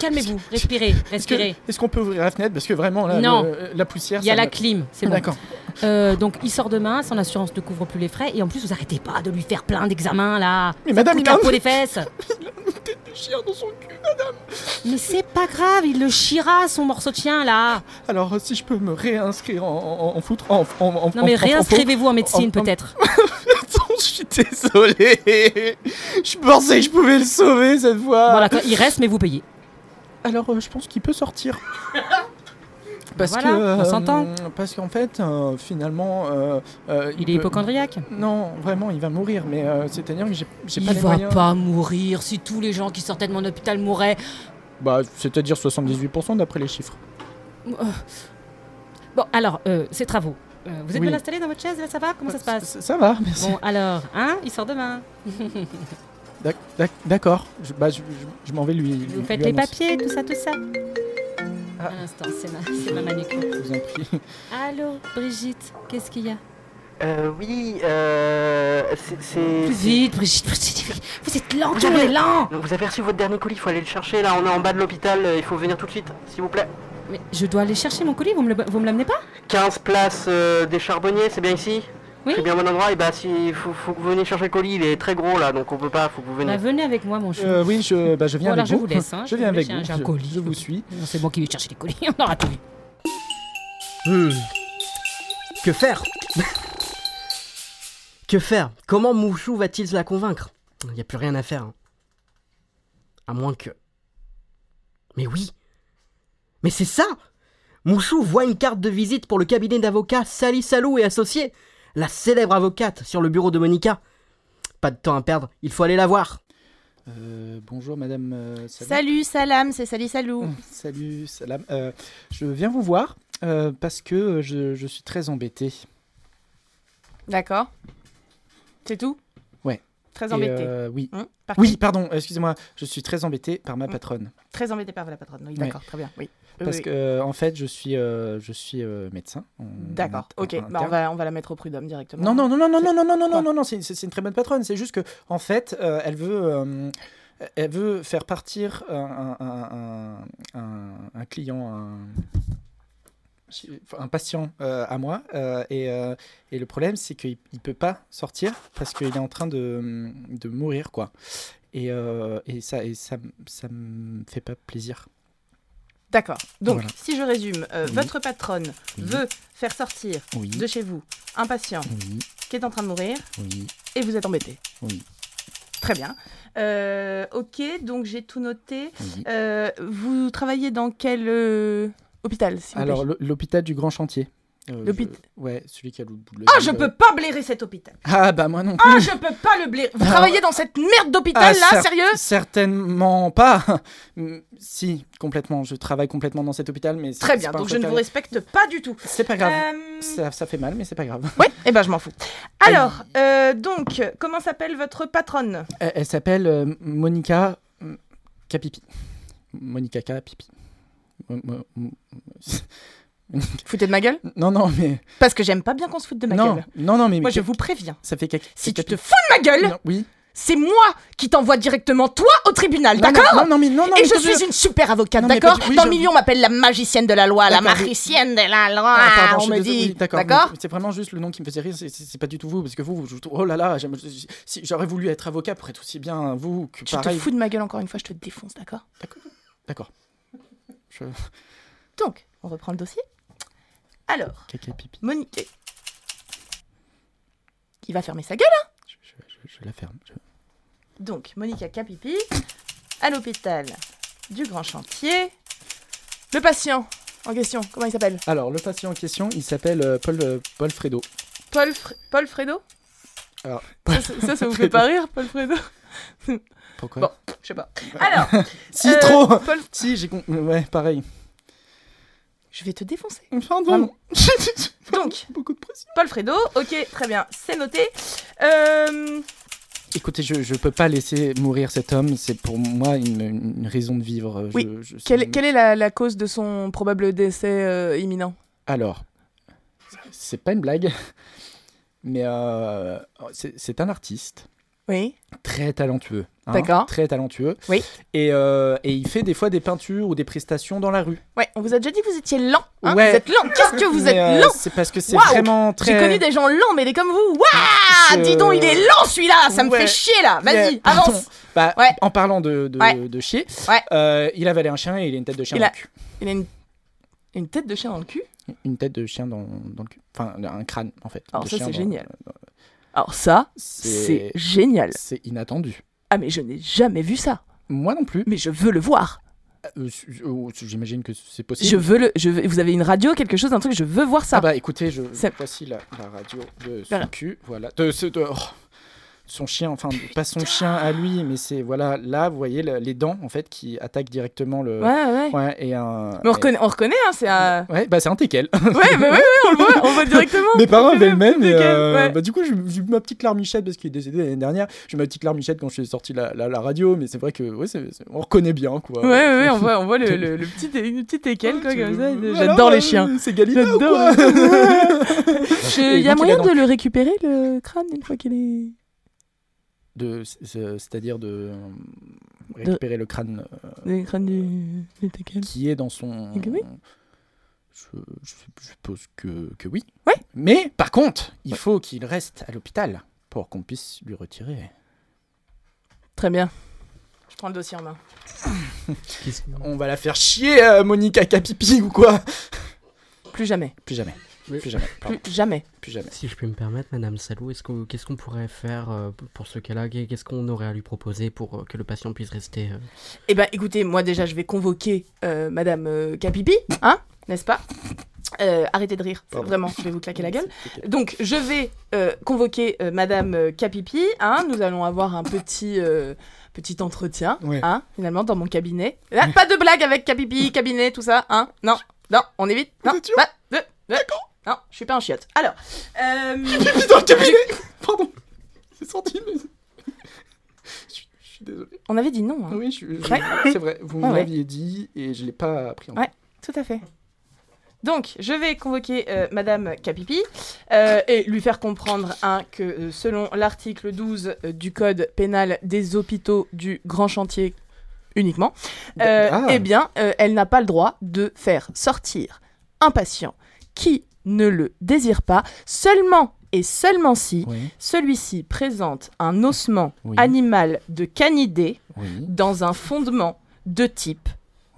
Speaker 8: Calmez-vous, respirez,
Speaker 5: Est-ce que-
Speaker 8: respirez.
Speaker 5: Est-ce qu'on peut ouvrir la fenêtre Parce que vraiment, là,
Speaker 8: Non.
Speaker 5: le- la poussière.
Speaker 8: Il y a
Speaker 5: ça
Speaker 8: la
Speaker 5: me-
Speaker 8: clim, c'est bon.
Speaker 5: Ah, D'accord.
Speaker 8: Euh, donc il sort demain, son assurance ne couvre plus les frais et en plus vous arrêtez pas de lui faire plein d'examens là.
Speaker 5: Mais
Speaker 8: Ça
Speaker 5: madame,
Speaker 8: coûte
Speaker 5: il a
Speaker 8: la
Speaker 5: un-
Speaker 8: peau des fesses.
Speaker 5: Le chien dans son cul, madame.
Speaker 8: Mais c'est pas grave, il le chira son morceau de chien là.
Speaker 5: Alors, euh, si je peux me réinscrire en, en, en foutre. En, en, en-
Speaker 8: Non mais
Speaker 5: en- en- en-
Speaker 8: réinscrivez-vous en médecine peut-être.
Speaker 5: Attends,
Speaker 15: [laughs] je suis désolé. Je pensais que je pouvais le sauver cette fois.
Speaker 8: Voilà, quoi, il reste, mais vous payez.
Speaker 5: Alors, euh, je pense qu'il peut sortir. Parce
Speaker 8: Voilà,
Speaker 5: que,
Speaker 8: on s'entend.
Speaker 5: Parce qu'en fait, euh, finalement. euh, euh,
Speaker 8: Il est hypochondriaque
Speaker 5: Non, vraiment, il va mourir, mais euh, c'est-à-dire que j'ai j'ai
Speaker 8: Il
Speaker 5: pas les
Speaker 8: va
Speaker 5: moyens.
Speaker 8: pas mourir. Si tous les gens qui sortaient de mon hôpital mouraient.
Speaker 5: Bah, c'est-à-dire 78% d'après les chiffres.
Speaker 8: Euh, Bon, alors, euh, ces travaux. Euh, vous êtes
Speaker 5: Oui.
Speaker 8: bien installé dans votre chaise, là, ça va Comment ça se passe
Speaker 5: ça va, merci.
Speaker 8: Bon, alors, hein, il sort demain.
Speaker 5: D'ac- d'ac- D'accord, je, bah, je, je- je m'en vais lui.
Speaker 8: Vous faites les papiers, tout ça, tout ça. Un instant, c'est ma, c'est ma manucure.
Speaker 5: Je vous en prie. [laughs]
Speaker 8: Allô, Brigitte, qu'est-ce qu'il y a
Speaker 16: Euh, oui, euh, c'est- c'est.
Speaker 8: Plus vite, Brigitte, Brigitte, vous êtes lent,
Speaker 16: Vous
Speaker 8: on
Speaker 16: avez-
Speaker 8: est lent
Speaker 16: Vous avez reçu votre dernier colis, il faut aller le chercher là, on est en bas de l'hôpital, euh, il faut venir tout de suite, s'il vous plaît.
Speaker 8: Mais je dois aller chercher mon colis, vous me, le- vous me l'amenez pas
Speaker 16: 15 places euh, des charbonniers, c'est bien ici
Speaker 8: C'est
Speaker 16: bien au bon endroit, et bah si, faut, faut que vous veniez chercher le colis, il est très gros là, donc on peut pas, faut que vous veniez.
Speaker 8: Bah, venez avec moi, mon chou.
Speaker 5: Euh, oui, je, bah, je viens
Speaker 8: Bon,
Speaker 5: avec
Speaker 8: alors, je
Speaker 5: vous.
Speaker 8: vous laisse, hein,
Speaker 5: je
Speaker 8: je
Speaker 5: viens
Speaker 8: vous
Speaker 5: avec
Speaker 8: laisse,
Speaker 5: vous.
Speaker 8: j'ai un
Speaker 5: je-
Speaker 8: colis.
Speaker 5: je vous suis.
Speaker 8: Non, C'est moi qui vais chercher les colis, [laughs] on aura tout vu.
Speaker 1: Que faire Que faire Comment Mouchou va-t-il la convaincre Il n'y a plus rien à faire. hein. À moins que. Mais oui Mais c'est ça Mouchou voit une carte de visite pour le cabinet d'avocats Sally Salou et associés, la célèbre avocate sur le bureau de Monica. Pas de temps à perdre, il faut aller la voir.
Speaker 5: Euh, bonjour madame. euh, Salou.
Speaker 6: Salut, salam, c'est Sali Salou.
Speaker 5: Mmh. Salut, salam. Euh, je viens vous voir euh, parce que je, je suis très embêté.
Speaker 6: D'accord. C'est tout
Speaker 5: Ouais.
Speaker 6: Très
Speaker 5: Et,
Speaker 6: embêté.
Speaker 5: euh, oui.
Speaker 6: Hein Par
Speaker 5: oui,
Speaker 6: qui
Speaker 5: pardon, excusez-moi, je suis très embêté par ma patronne.
Speaker 6: Très embêté par la patronne. Oui,
Speaker 5: Ouais.
Speaker 6: d'accord, très bien. Oui. Mmh. Oui,
Speaker 5: Parce
Speaker 6: oui.
Speaker 5: que, euh, en fait, je suis, euh, je suis euh, médecin. en-
Speaker 6: D'accord,
Speaker 5: en-
Speaker 6: ok.
Speaker 5: en
Speaker 6: Bah, on,
Speaker 5: interne.
Speaker 6: va, on va la mettre au prud'homme directement.
Speaker 5: Non, non, non, non, non, non, non, non, non, non, non, non, c'est c'est- c'est une très bonne patronne. C'est juste que, en fait, euh, elle veut. euh, elle veut faire partir un, un- un- un- un- un client, un, un patient euh, à moi. euh, et, euh, et le problème, c'est qu'il ne peut pas sortir parce qu'il est en train de, de mourir. quoi. Et, euh, et ça et ça, m- ça me fait pas plaisir.
Speaker 6: D'accord. Donc,
Speaker 5: Voilà.
Speaker 6: si je résume, euh,
Speaker 5: Oui.
Speaker 6: votre patronne
Speaker 5: Oui.
Speaker 6: veut faire sortir
Speaker 5: Oui.
Speaker 6: de chez vous un patient
Speaker 5: Oui.
Speaker 6: qui est en train de mourir
Speaker 5: Oui,
Speaker 6: et vous êtes embêté.
Speaker 5: oui.
Speaker 6: Très bien. Euh, ok, donc j'ai tout noté.
Speaker 5: Oui.
Speaker 6: Euh, vous travaillez dans quel euh, hôpital s'il vous
Speaker 5: Alors,
Speaker 6: plaît
Speaker 5: l'hô- l'hôpital du Grand Chantier. Euh,
Speaker 6: L'hôpit-
Speaker 5: je- Ouais, celui qui a l'autre bout de la
Speaker 6: Ah,
Speaker 5: ville,
Speaker 6: je
Speaker 5: euh.
Speaker 6: peux pas blairer cet hôpital.
Speaker 5: Ah, bah moi non plus.
Speaker 6: Ah, je peux pas le blairer. Vous
Speaker 5: Alors-
Speaker 6: travaillez dans cette merde d'hôpital
Speaker 5: Ah,
Speaker 6: là,
Speaker 5: cer-
Speaker 6: sérieux
Speaker 5: Certainement pas. Mm, si, complètement. Je travaille complètement dans cet hôpital, mais c'est-
Speaker 6: Très
Speaker 5: c'est
Speaker 6: bien,
Speaker 5: pas un
Speaker 6: donc je ne
Speaker 5: hôpital.
Speaker 6: vous respecte pas du tout.
Speaker 5: C'est pas grave.
Speaker 6: Euh,
Speaker 5: Ça, ça fait mal, mais c'est pas grave.
Speaker 6: Ouais, et ben je m'en fous. Alors, euh, donc, comment s'appelle votre patronne
Speaker 5: Elle, elle s'appelle euh, Monica mm, Capipi. Monica Capipi. Mo- mo- mo-
Speaker 6: Foutez de ma gueule
Speaker 5: Non, non, mais.
Speaker 6: Parce que j'aime pas bien qu'on se foute de ma
Speaker 5: non,
Speaker 6: gueule.
Speaker 5: non, non, mais.
Speaker 6: Moi, je
Speaker 5: Cap-
Speaker 6: vous préviens.
Speaker 5: Ça fait cac-
Speaker 6: Si tu
Speaker 5: Capi-
Speaker 6: te fous de ma gueule,
Speaker 5: Non, oui.
Speaker 6: c'est moi qui t'envoie directement toi au tribunal,
Speaker 5: Non, non,
Speaker 6: d'accord
Speaker 5: non, non, mais non, non,
Speaker 6: Et
Speaker 5: mais
Speaker 6: je
Speaker 5: que je-
Speaker 6: suis une super avocate,
Speaker 5: Non, mais
Speaker 6: d'accord
Speaker 5: pas du- oui,
Speaker 6: Dans
Speaker 5: je-
Speaker 6: le milieu, on m'appelle la magicienne de la loi, la
Speaker 5: D'accord, oui.
Speaker 6: matricienne de la loi,
Speaker 5: Ah, pardon, je
Speaker 6: on
Speaker 5: suis
Speaker 6: me
Speaker 5: désolé.
Speaker 6: dit,
Speaker 5: Oui, d'accord. mais C'est vraiment juste le nom qui me faisait rire. C'est- C'est c'est pas du tout vous, parce que vous, vous- je- oh là là, j'aime- si j'aurais voulu être avocat pour être aussi bien vous que
Speaker 6: Tu te
Speaker 5: pareil.
Speaker 6: fous de ma gueule encore une fois, je te défonce, d'accord
Speaker 5: D'accord. Je...
Speaker 6: Donc, on reprend le dossier. Alors,
Speaker 5: Caca pipi,
Speaker 6: Monique... Il va fermer sa gueule, hein
Speaker 5: je, je la ferme. je-
Speaker 6: Donc, Monica Capipi, à l'hôpital du Grand Chantier. Le patient en question, comment il s'appelle
Speaker 5: Alors, le patient en question, il s'appelle euh, Paul, euh, Paul Fredo.
Speaker 6: Paul, Fr- Paul Fredo
Speaker 5: Alors,
Speaker 6: ça, ça, ça, ça vous fait pas rire, Paul Fredo
Speaker 5: Pourquoi
Speaker 6: Bon, je sais pas. Alors,
Speaker 5: [laughs] Si,
Speaker 6: euh,
Speaker 5: trop
Speaker 6: Paul-
Speaker 5: Si, j'ai compris. Ouais, pareil.
Speaker 6: Je vais te défoncer.
Speaker 5: Pardon.
Speaker 6: [laughs] Donc, Paul Fredo, ok, très bien, c'est noté. Euh,
Speaker 5: Écoutez, je, je peux pas laisser mourir cet homme. C'est pour moi une, une raison de vivre. euh, Je-
Speaker 6: oui,
Speaker 5: je-
Speaker 6: quelle, quelle est la, la cause de son probable décès euh, imminent
Speaker 5: Alors, c'est pas une blague, mais euh, c'est c'est un artiste.
Speaker 6: Oui.
Speaker 5: Très talentueux. hein,
Speaker 6: D'accord.
Speaker 5: Très talentueux.
Speaker 6: Oui.
Speaker 5: Et, euh, et il fait des fois des peintures ou des prestations dans la rue.
Speaker 6: Ouais, on vous a déjà dit que vous étiez lent. hein,
Speaker 5: Ouais.
Speaker 6: Vous êtes lent. Qu'est-ce que vous
Speaker 5: Mais,
Speaker 6: êtes
Speaker 5: euh,
Speaker 6: lent
Speaker 5: C'est parce que c'est
Speaker 6: Waouh
Speaker 5: vraiment très.
Speaker 6: J'ai connu des gens lents, mais des comme vous. Waouh
Speaker 5: Je-
Speaker 6: Dis donc, il est lent celui-là. Ça me
Speaker 5: Ouais.
Speaker 6: fait chier là. Vas-y,
Speaker 5: Ouais, pardon.
Speaker 6: avance.
Speaker 5: Bah, En parlant de, de,
Speaker 6: Ouais.
Speaker 5: de chier, euh, il avalait un chien et il a une tête de chien
Speaker 6: Il
Speaker 5: dans
Speaker 6: a,
Speaker 5: le cul.
Speaker 6: il a une, une tête de chien dans le cul.
Speaker 5: Une tête de chien dans, dans le cul. Enfin, un crâne, en fait.
Speaker 6: Alors
Speaker 5: de
Speaker 6: Oh, ça,
Speaker 5: chien
Speaker 6: c'est
Speaker 5: dans-
Speaker 6: génial.
Speaker 5: dans-
Speaker 6: Alors ça,
Speaker 5: C'est-
Speaker 6: c'est génial.
Speaker 5: C'est inattendu.
Speaker 6: Ah mais je n'ai jamais vu ça.
Speaker 5: Moi non plus.
Speaker 6: Mais je veux le voir.
Speaker 5: Euh, su- su- euh, J'imagine que c'est possible.
Speaker 6: Je veux le. Je veux- vous avez une radio, quelque chose, un truc. Je veux voir ça.
Speaker 5: Ah bah écoutez, je
Speaker 6: Ça-
Speaker 5: voici la, la radio de son
Speaker 6: Voilà.
Speaker 5: cul, voilà, de, ce- de- oh, son chien, enfin de- pas son chien à lui, mais c'est voilà, là vous voyez la- les dents en fait qui attaquent directement le.
Speaker 6: Ouais, ouais.
Speaker 5: et un.
Speaker 6: Mais on
Speaker 5: et-
Speaker 6: reconnaît, on reconnaît, hein, c'est un.
Speaker 5: [laughs] Ouais, bah c'est un teckel.
Speaker 6: Ouais, bah ouais, ouais, [laughs] on le voit, on le voit directement.
Speaker 5: Mes parents avaient le même. et, euh,
Speaker 6: ouais.
Speaker 5: bah, du coup, j'ai j'ai eu ma petite larmichette parce qu'il est décédé l'année dernière. J'ai eu ma petite larmichette quand je suis sorti la, la, la radio, mais c'est vrai que ouais, c'est- c'est- on reconnaît bien quoi.
Speaker 6: Ouais, ouais,
Speaker 5: [laughs]
Speaker 6: ouais, on voit, on voit le, le, le petit, le petit équel, quoi, comme ça. J'adore
Speaker 5: Alors,
Speaker 6: les chiens.
Speaker 5: C'est Galina ou
Speaker 6: J'adore. [laughs]
Speaker 5: quoi
Speaker 6: Il y
Speaker 5: Et donc,
Speaker 6: a
Speaker 5: il
Speaker 6: moyen de
Speaker 5: donc-
Speaker 6: le récupérer, le crâne, une fois qu'il est.
Speaker 5: de c- c- c'est-à-dire de euh, récupérer le crâne euh,
Speaker 6: Le crâne du, du teckel.
Speaker 5: qui est dans son
Speaker 6: Mmh. Et que oui.
Speaker 5: je, je sup- je suppose que, que oui mais par contre il faut qu'il reste à l'hôpital pour qu'on puisse lui retirer
Speaker 6: Très bien.
Speaker 17: Je prends le dossier en main.
Speaker 5: on va la faire chier euh, Monica Capipi ou quoi
Speaker 6: plus jamais
Speaker 5: plus jamais plus jamais pardon.
Speaker 6: jamais.
Speaker 5: Plus jamais.
Speaker 1: Si je puis me permettre, Madame Salou, est-ce que- qu'est-ce qu'on pourrait faire euh, pour ce cas-là Qu'est- Qu'est-ce qu'on aurait à lui proposer pour euh, que le patient puisse rester euh,
Speaker 6: Eh ben, écoutez, moi déjà, je vais convoquer euh, Madame euh, Capipi, hein, n'est-ce pas Euh, Arrêtez de rire,
Speaker 17: Pardon.
Speaker 6: vraiment, je vais vous claquer la gueule. Donc, je vais euh, convoquer euh, Madame euh, Capipi, hein, nous allons avoir un petit, euh, petit entretien,
Speaker 17: Ouais.
Speaker 6: hein, finalement, dans mon cabinet. Ah, pas de blague avec Capipi, cabinet, tout ça, hein Non, non, on évite. Non, pas de- de- non, je suis pas un chiotte. Alors, euh...
Speaker 18: dans le cabinet
Speaker 5: [laughs] Pardon C'est sorti, mais. je suis désolé
Speaker 6: On avait dit non. Hein.
Speaker 5: Oui, je, je-
Speaker 6: Ouais.
Speaker 5: c'est vrai vous
Speaker 6: Ouais, ouais.
Speaker 5: m'aviez dit et je l'ai pas appris en
Speaker 6: Ouais, tout à fait. Donc, je vais convoquer euh, Madame Capipi euh, et lui faire comprendre hein, que euh, selon l'article 12 euh, du Code pénal des hôpitaux du Grand Chantier uniquement, euh,
Speaker 17: Ah.
Speaker 6: eh bien, euh, elle n'a pas le droit de faire sortir un patient qui ne le désire pas seulement et seulement si celui-ci présente un ossement
Speaker 17: Oui.
Speaker 6: animal de canidé
Speaker 5: Oui.
Speaker 6: dans un fondement de type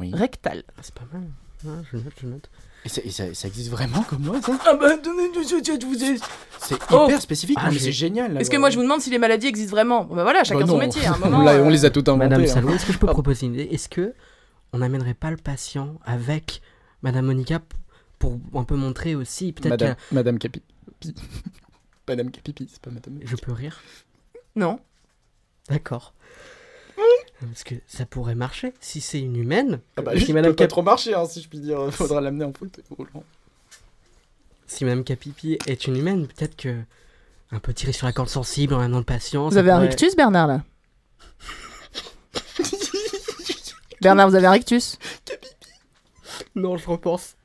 Speaker 6: rectal.
Speaker 1: C'est pas mal. Ouais, je note, je note.
Speaker 5: Et, ça, et ça- ça existe vraiment comme moi, ça
Speaker 6: Ah bah, donnez- je- je- je vous ai-
Speaker 5: C'est
Speaker 6: Oh.
Speaker 5: hyper spécifique, non, mais c'est génial. là,
Speaker 6: Est-ce que
Speaker 5: Bah, ouais.
Speaker 6: moi je vous demande si les maladies existent vraiment Bon, Bah voilà, chacun
Speaker 5: Bah
Speaker 6: son
Speaker 5: non.
Speaker 6: métier.
Speaker 1: [laughs]
Speaker 5: [laughs]
Speaker 6: à un
Speaker 5: On
Speaker 6: moment,
Speaker 5: l'a-
Speaker 6: euh,
Speaker 5: on les a toutes inventées,
Speaker 1: Madame
Speaker 5: hein.
Speaker 1: Salou, est-ce que je peux proposer une idée Est-ce que on n'amènerait pas le patient avec Madame Monica p- pour un peu montrer aussi peut-être
Speaker 5: Madame,
Speaker 1: qu'elle-
Speaker 5: Madame Capi. Pi. Madame Capipi, c'est pas Madame.
Speaker 1: Je peux rire
Speaker 6: Non.
Speaker 1: D'accord. Parce que ça pourrait marcher si c'est une humaine.
Speaker 5: Ah bah,
Speaker 1: si
Speaker 5: je
Speaker 1: Madame
Speaker 5: peux pas
Speaker 1: Cap-
Speaker 5: trop marcher, hein, si je puis dire. Faudra l'amener en fauteuil roulant.
Speaker 1: Si Madame Capipi est une humaine, peut-être que un peu tirer sur la corde sensible en amenant le patient.
Speaker 6: Vous
Speaker 1: ça
Speaker 6: avez un
Speaker 1: pourrait-
Speaker 6: rictus, Bernard, [laughs] là Bernard, vous avez un rictus
Speaker 1: Non, je repense.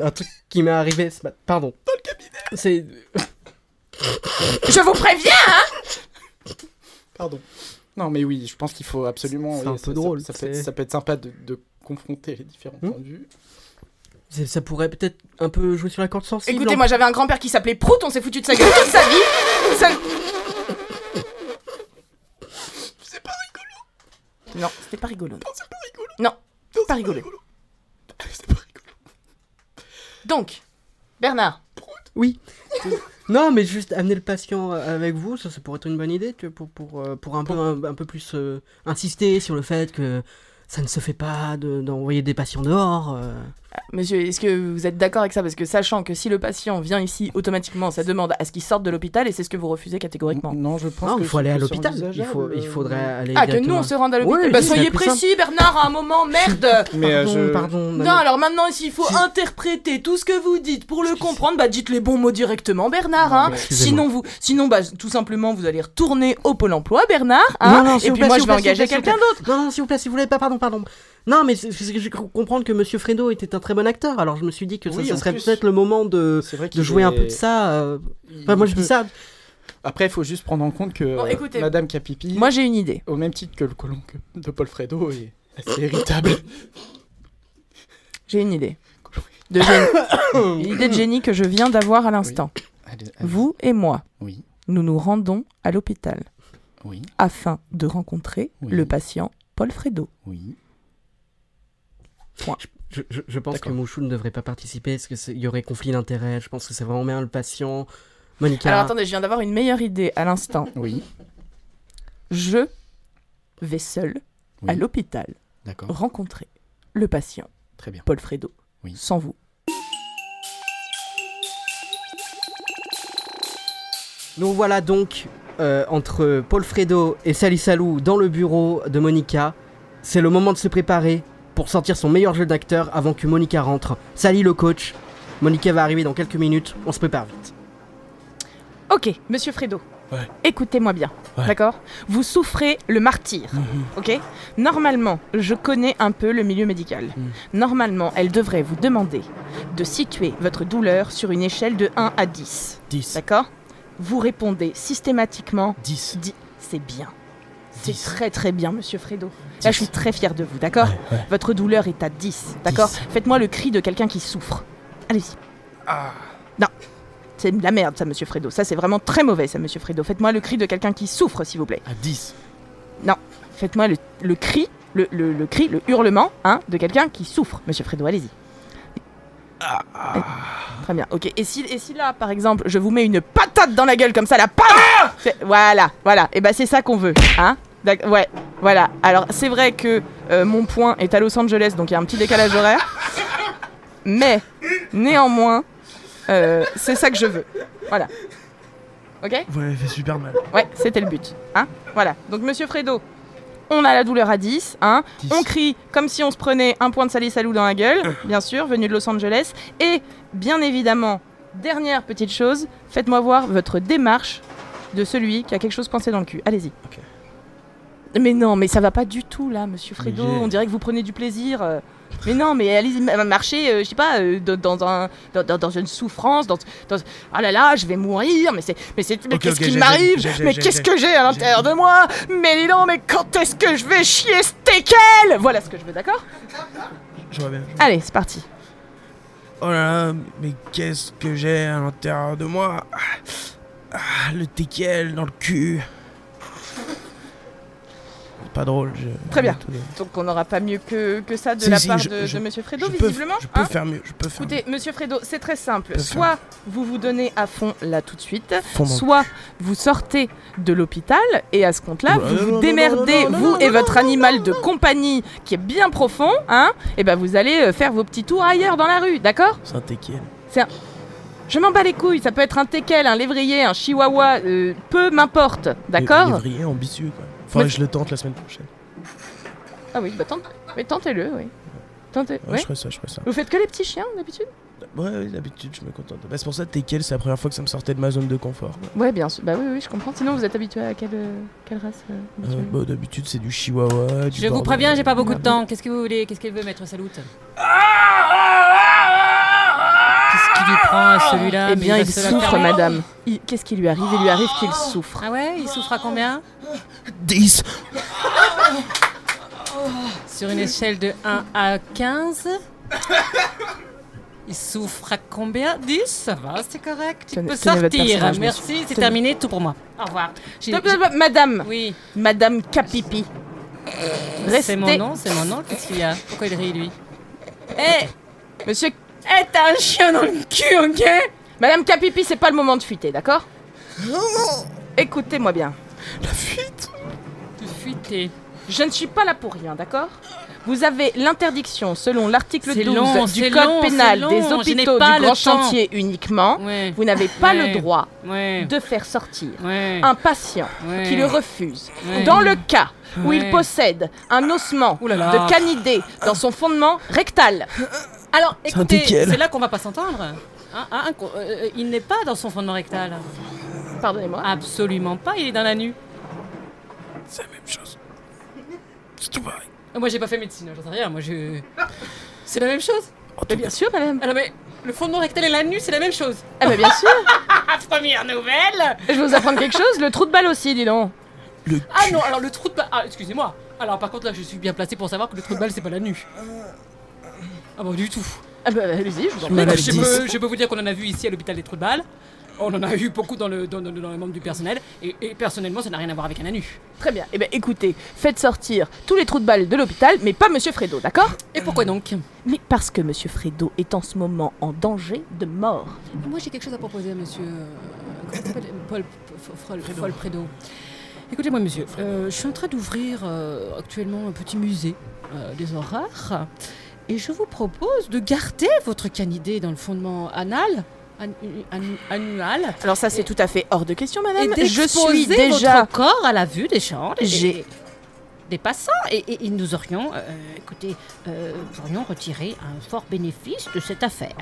Speaker 1: Un truc qui m'est arrivé ce matin. Pardon. Dans le cabinet. C'est.
Speaker 6: Je vous préviens, hein
Speaker 5: Pardon. Non, mais oui, je pense qu'il faut absolument.
Speaker 1: C'est
Speaker 5: oui,
Speaker 1: un
Speaker 5: ça-
Speaker 1: peu
Speaker 5: ça-
Speaker 1: drôle,
Speaker 5: Ça, peut être,
Speaker 1: c'est- Hmm
Speaker 5: ça peut être sympa de, de confronter les différents points de vue. [laughs]
Speaker 1: C'est- Ça pourrait peut-être un peu jouer sur la corde sensible.
Speaker 6: Écoutez,
Speaker 1: en-
Speaker 6: moi j'avais un grand-père qui s'appelait Prout, on s'est foutu de sa gueule toute sa vie. [laughs] Ça- Non, c'était pas rigolo. Non, c'est pas rigolo. Non, c'est pas rigolo. Donc, Bernard.
Speaker 1: Oui. non, mais juste amener le patient euh, avec vous, ça, ça pourrait être une bonne idée tu vois, pour, pour, euh, pour un, peu, un, un peu plus euh, insister sur le fait que ça ne se fait pas de- d'envoyer des patients dehors. euh.
Speaker 6: Monsieur, est-ce que vous êtes d'accord avec ça Parce que sachant que si le patient vient ici, automatiquement, ça demande à ce qu'il sorte de l'hôpital et c'est ce que vous refusez catégoriquement.
Speaker 5: Non, je pense
Speaker 1: Non,
Speaker 5: que
Speaker 1: il faut aller
Speaker 5: c'est-
Speaker 1: à
Speaker 5: c'est
Speaker 1: l'hôpital. Il, faut, il
Speaker 5: envisageable. euh,
Speaker 1: faudrait aller.
Speaker 6: Ah, que
Speaker 1: directement.
Speaker 6: nous on se rende à l'hôpital.
Speaker 1: Ouais,
Speaker 6: bah,
Speaker 1: oui, c'est
Speaker 6: soyez
Speaker 1: plus simple.
Speaker 6: précis, Bernard, à un moment, merde
Speaker 1: Mais, euh, Pardon, je- pardon, [laughs]
Speaker 6: Non,
Speaker 1: non, mais-
Speaker 6: alors maintenant, s'il faut interpréter tout ce que vous dites pour le comprendre, bah dites les bons mots directement, Bernard. hein.
Speaker 1: mais- Excusez-moi.
Speaker 6: Sinon, vous, sinon bah, tout simplement, vous allez retourner au Pôle emploi, Bernard. hein,
Speaker 1: non, non,
Speaker 6: et
Speaker 1: s'il vous
Speaker 6: puis
Speaker 1: plaît,
Speaker 6: moi,
Speaker 1: s'il
Speaker 6: je
Speaker 1: vous
Speaker 6: vais
Speaker 1: plaît, s'il
Speaker 6: engager
Speaker 1: vous plaît,
Speaker 6: quelqu'un
Speaker 1: s'il vous
Speaker 6: d'autre.
Speaker 1: plaît. Non, non, s'il vous plaît, si vous voulez pas, pardon, pardon. Non, mais c'est- c'est que j'ai cru comprendre que Monsieur Fredo était un très bon acteur, alors je me suis dit que ça,
Speaker 5: Oui,
Speaker 1: ça
Speaker 5: en
Speaker 1: serait
Speaker 5: plus.
Speaker 1: peut-être le moment de,
Speaker 5: C'est vrai
Speaker 1: de
Speaker 5: qu'il
Speaker 1: jouer un peu
Speaker 5: est-
Speaker 1: de ça. euh. Enfin, moi je dis ça.
Speaker 5: Après, il faut juste prendre en compte que
Speaker 6: Bon,
Speaker 5: euh,
Speaker 6: écoutez,
Speaker 5: Madame Capipi.
Speaker 6: moi, j'ai une idée.
Speaker 5: Au même titre que le colon que- de Paul Fredo est assez irritable.
Speaker 6: J'ai une idée.
Speaker 1: [coughs]
Speaker 6: De Jenny. L'idée de Jenny que je viens d'avoir à l'instant.
Speaker 5: Ah
Speaker 6: Vous et moi, nous nous rendons à l'hôpital
Speaker 5: Oui.
Speaker 6: afin de rencontrer
Speaker 5: Oui.
Speaker 6: le patient Paul Fredo.
Speaker 5: Oui.
Speaker 1: Je, je- je pense que Mouchou ne devrait pas participer parce qu'il y aurait conflit d'intérêts. Je pense que c'est vraiment bien le patient Monica.
Speaker 19: Alors attendez, je viens d'avoir une meilleure idée à l'instant.
Speaker 20: Oui.
Speaker 19: Je vais seul à l'hôpital
Speaker 6: Oh,
Speaker 20: D'accord.
Speaker 19: rencontrer le patient.
Speaker 20: Très bien.
Speaker 19: Paul Fredo. Sans vous.
Speaker 1: Nous voilà donc euh, entre Paul Fredo et Sally Salou dans le bureau de Monica. C'est le moment de se préparer pour sortir son meilleur jeu d'acteur avant que Monica rentre. Sally le coach. Monica va arriver dans quelques minutes, on se prépare vite.
Speaker 6: Ok, monsieur Fredo.
Speaker 5: Ouais.
Speaker 6: Écoutez-moi bien,
Speaker 5: Ouais.
Speaker 6: d'accord Vous souffrez le martyr, ok
Speaker 19: Normalement, je connais un peu le milieu médical.
Speaker 6: Normalement, elle devrait vous demander de situer votre douleur sur une échelle de 1 à 10.
Speaker 5: 10.
Speaker 6: D'accord Vous répondez systématiquement
Speaker 5: 10.
Speaker 6: C'est bien. C'est très très bien, monsieur Fredo. Là, je
Speaker 19: 10.
Speaker 6: suis très fier de vous, d'accord
Speaker 19: Ouais, ouais.
Speaker 6: Votre douleur est à 10, d'accord
Speaker 19: 10.
Speaker 6: Faites-moi le cri de quelqu'un qui souffre. Allez-y.
Speaker 5: Ah.
Speaker 6: Non. C'est de la merde, ça, monsieur Fredo. Ça, c'est vraiment très mauvais, ça, monsieur Fredo. Faites-moi le cri de quelqu'un qui souffre, s'il vous plaît.
Speaker 5: À 10.
Speaker 6: Non. Faites-moi le, le cri, le, le- le cri, le hurlement, hein, de quelqu'un qui souffre, monsieur Fredo. Allez-y. Allez. Très bien, ok. Et si, et si là, par exemple, je vous mets une patate dans la gueule comme ça, la patate Voilà, voilà. Et bah, c'est ça qu'on veut, hein D'ac- Ouais, voilà. Alors, c'est vrai que euh, mon point est à Los Angeles, donc il y a un petit décalage horaire. Mais, néanmoins, euh, c'est ça que je veux. Voilà. Ok
Speaker 5: Ouais, fait super mal.
Speaker 6: Ouais, c'était le but. Hein voilà. Donc, monsieur Fredo, on a la douleur à 10. Hein On crie comme si on se prenait un point de salisalou dans la gueule, bien sûr, venu de Los Angeles. Et, bien évidemment, dernière petite chose, faites-moi voir votre démarche de celui qui a quelque chose coincé dans le cul. Allez-y. Mais non, mais ça va pas du tout là, monsieur Fredo.
Speaker 19: Yeah.
Speaker 6: On dirait que vous prenez du plaisir. euh. Mais non, mais allez ma- marcher, euh, je sais pas, euh, dans, dans un, dans, dans- dans une souffrance, dans, dans- Ah là là, je vais mourir, mais c'est, mais c'est, mais
Speaker 19: Ok,
Speaker 6: qu'est-ce
Speaker 19: ok,
Speaker 6: qui
Speaker 19: j'ai-
Speaker 6: m'arrive
Speaker 19: j'ai- j'ai-
Speaker 6: Mais
Speaker 19: j'ai-
Speaker 6: qu'est-ce
Speaker 19: j'ai-
Speaker 6: que j'ai à l'intérieur de moi Mais dis donc, mais quand est-ce que je vais chier Stekel Voilà ce que je veux, d'accord
Speaker 7: Je vois bien.
Speaker 6: Allez, c'est parti.
Speaker 7: Oh là là, mais qu'est-ce que j'ai à l'intérieur de moi Ah, ah, Le teckel dans le cul. C'est pas drôle. Je...
Speaker 6: Très bien. Donc on n'aura pas mieux que, que ça de
Speaker 7: Si,
Speaker 6: la
Speaker 7: si,
Speaker 6: part
Speaker 7: je-
Speaker 6: de,
Speaker 7: je-
Speaker 6: de Monsieur Fredo,
Speaker 7: je peux-
Speaker 6: visiblement.
Speaker 7: je peux
Speaker 6: hein
Speaker 7: faire mieux, je peux faire
Speaker 6: Écoutez, Monsieur Fredo, c'est très simple.
Speaker 7: peux faire
Speaker 6: Soit vous vous donnez à fond là tout de suite,
Speaker 7: Fond dans le
Speaker 6: soit vous sortez de l'hôpital et à ce compte-là,
Speaker 7: Ouh là
Speaker 6: vous
Speaker 7: là là
Speaker 6: vous
Speaker 7: là
Speaker 6: démerdez,
Speaker 7: là là
Speaker 6: vous
Speaker 7: là
Speaker 6: et
Speaker 7: là
Speaker 6: votre animal de compagnie qui est bien profond, hein Et ben vous allez euh, faire vos petits tours ailleurs dans la rue, d'accord
Speaker 7: C'est un teckel.
Speaker 6: c'est un- Je m'en bats les couilles, ça peut être un teckel, un lévrier, un chihuahua, euh, peu m'importe,
Speaker 7: Le
Speaker 6: d'accord
Speaker 7: Lévrier ambitieux, quoi. Faudrait que je le tente la semaine prochaine.
Speaker 6: Ah oui, bah tente- mais tentez-le, oui. Tentez,
Speaker 7: Ouais,
Speaker 6: ouais.
Speaker 7: je ferai ça, je ferai ça.
Speaker 6: Vous faites que les petits chiens d'habitude
Speaker 7: Ouais, ouais, d'habitude, je me contente. Bah, c'est pour ça, teckel, c'est la première fois que ça me sortait de ma zone de confort.
Speaker 6: Ouais, bien sûr. Bah oui, oui, je comprends. Sinon, vous êtes habitué à quelle, euh, quelle race euh,
Speaker 7: Euh,
Speaker 6: monsieur
Speaker 7: bah, d'habitude, c'est du chihuahua. Du
Speaker 8: Je
Speaker 7: border.
Speaker 8: vous
Speaker 6: bah,
Speaker 8: préviens, j'ai pas beaucoup de temps. Qu'est-ce que vous voulez Qu'est-ce qu'elle veut, maître Saloute Qu'est-ce qui lui prend à celui-là
Speaker 6: Eh
Speaker 8: Mais
Speaker 6: bien,
Speaker 8: va
Speaker 6: il
Speaker 8: se la
Speaker 6: souffre,
Speaker 8: faire-
Speaker 6: madame. Oh. Il- Qu'est-ce qui lui arrive Il lui arrive qu'il souffre.
Speaker 8: Ah ouais Il souffre à combien
Speaker 7: 10
Speaker 8: Sur une échelle de 1 à 15 il souffre à combien 10 Ça va, c'est correct. Tu
Speaker 6: Tenez-
Speaker 8: peux
Speaker 6: tenez votre
Speaker 8: sortir.
Speaker 6: personnage,
Speaker 8: Merci,
Speaker 6: monsieur.
Speaker 8: c'est
Speaker 6: Tenez.
Speaker 8: terminé, tout pour moi. Au revoir. J'ai-
Speaker 6: Stop, stop, stop, Madame
Speaker 8: Oui.
Speaker 6: Madame Capipi. Restez.
Speaker 8: C'est mon nom, c'est mon nom. Qu'est-ce qu'il y a Pourquoi il rit, lui
Speaker 6: Eh Monsieur. Eh, t'as un chien dans le cul, ok Madame Capipi, c'est pas le moment de fuiter, d'accord Écoutez-moi bien.
Speaker 8: De fuiter.
Speaker 6: Je ne suis pas là pour rien, d'accord Vous avez l'interdiction, selon l'article
Speaker 8: C'est
Speaker 6: 12
Speaker 8: long,
Speaker 6: du
Speaker 8: c'est
Speaker 6: Code
Speaker 8: long,
Speaker 6: pénal
Speaker 8: c'est long,
Speaker 6: des
Speaker 8: je n'ai
Speaker 6: hôpitaux
Speaker 8: pas
Speaker 6: du
Speaker 8: le
Speaker 6: Grand
Speaker 8: temps.
Speaker 6: Chantier uniquement,
Speaker 8: Ouais.
Speaker 6: vous n'avez pas
Speaker 8: Ouais.
Speaker 6: le droit
Speaker 8: Ouais.
Speaker 6: de faire sortir
Speaker 8: Ouais.
Speaker 6: un patient
Speaker 8: Ouais.
Speaker 6: qui le refuse.
Speaker 8: Ouais.
Speaker 6: Dans le cas où
Speaker 8: Ouais. Ah.
Speaker 6: il possède un ossement
Speaker 8: là.
Speaker 6: de canidé dans son fondement rectal.
Speaker 8: Alors,
Speaker 6: C'est
Speaker 7: un
Speaker 8: écoutez,
Speaker 7: teckel.
Speaker 8: c'est là qu'on va pas s'entendre. Hein, hein, qu'on- euh, euh, il n'est pas dans son fondement rectal.
Speaker 6: Pardonnez-moi.
Speaker 8: Ah, Absolument pas, il est dans la nu.
Speaker 7: C'est la même chose. C'est tout pareil.
Speaker 8: Euh, Moi, j'ai pas fait médecine, j'en sais rien. Moi, je. C'est la même chose
Speaker 6: Mais bien sûr, madame.
Speaker 8: Alors, mais le fondement rectal et la nu, c'est la même chose.
Speaker 6: Ah, bah bien sûr.
Speaker 8: [laughs] Première nouvelle
Speaker 6: Je vais vous apprendre quelque chose, le trou de balle aussi, dis donc.
Speaker 8: Ah non, alors le trou de balle. Ah, excusez-moi. Alors, par contre, là, je suis bien placé pour savoir que le trou de balle, c'est pas la nu. Ah, bon, du tout.
Speaker 6: Ah, bah allez-y, je vous en
Speaker 8: Mais
Speaker 6: prie.
Speaker 8: je, peux, je peux vous dire qu'on en a vu ici à l'hôpital des trous de balle. On en a eu beaucoup dans le, dans, dans- dans les membres du personnel. Et, et personnellement, ça n'a rien à voir avec un anu.
Speaker 6: Très bien. Eh ben, écoutez, faites sortir tous les trous de balles de l'hôpital, mais pas Monsieur Fredo, d'accord
Speaker 8: Et pourquoi donc
Speaker 6: Mais parce que Monsieur Fredo est en ce moment en danger de mort.
Speaker 8: Moi, j'ai quelque chose à proposer à monsieur euh, comment s'appelle Paul F- Frol- Frol Prédo. Écoutez-moi, monsieur, euh, je suis en train d'ouvrir euh, actuellement un petit musée euh, des ors rares et je vous propose de garder votre canidée dans le fondement anal. an- an- annual.
Speaker 6: Alors ça, c'est tout à fait hors de question, madame.
Speaker 8: Et
Speaker 6: Je
Speaker 8: d'exposer
Speaker 6: suis déjà...
Speaker 8: votre corps à la vue des gens, des-
Speaker 6: J'ai-
Speaker 8: des passants, et, et- et nous aurions, euh, écoutez, euh, nous pourrions retirer un fort bénéfice de cette affaire.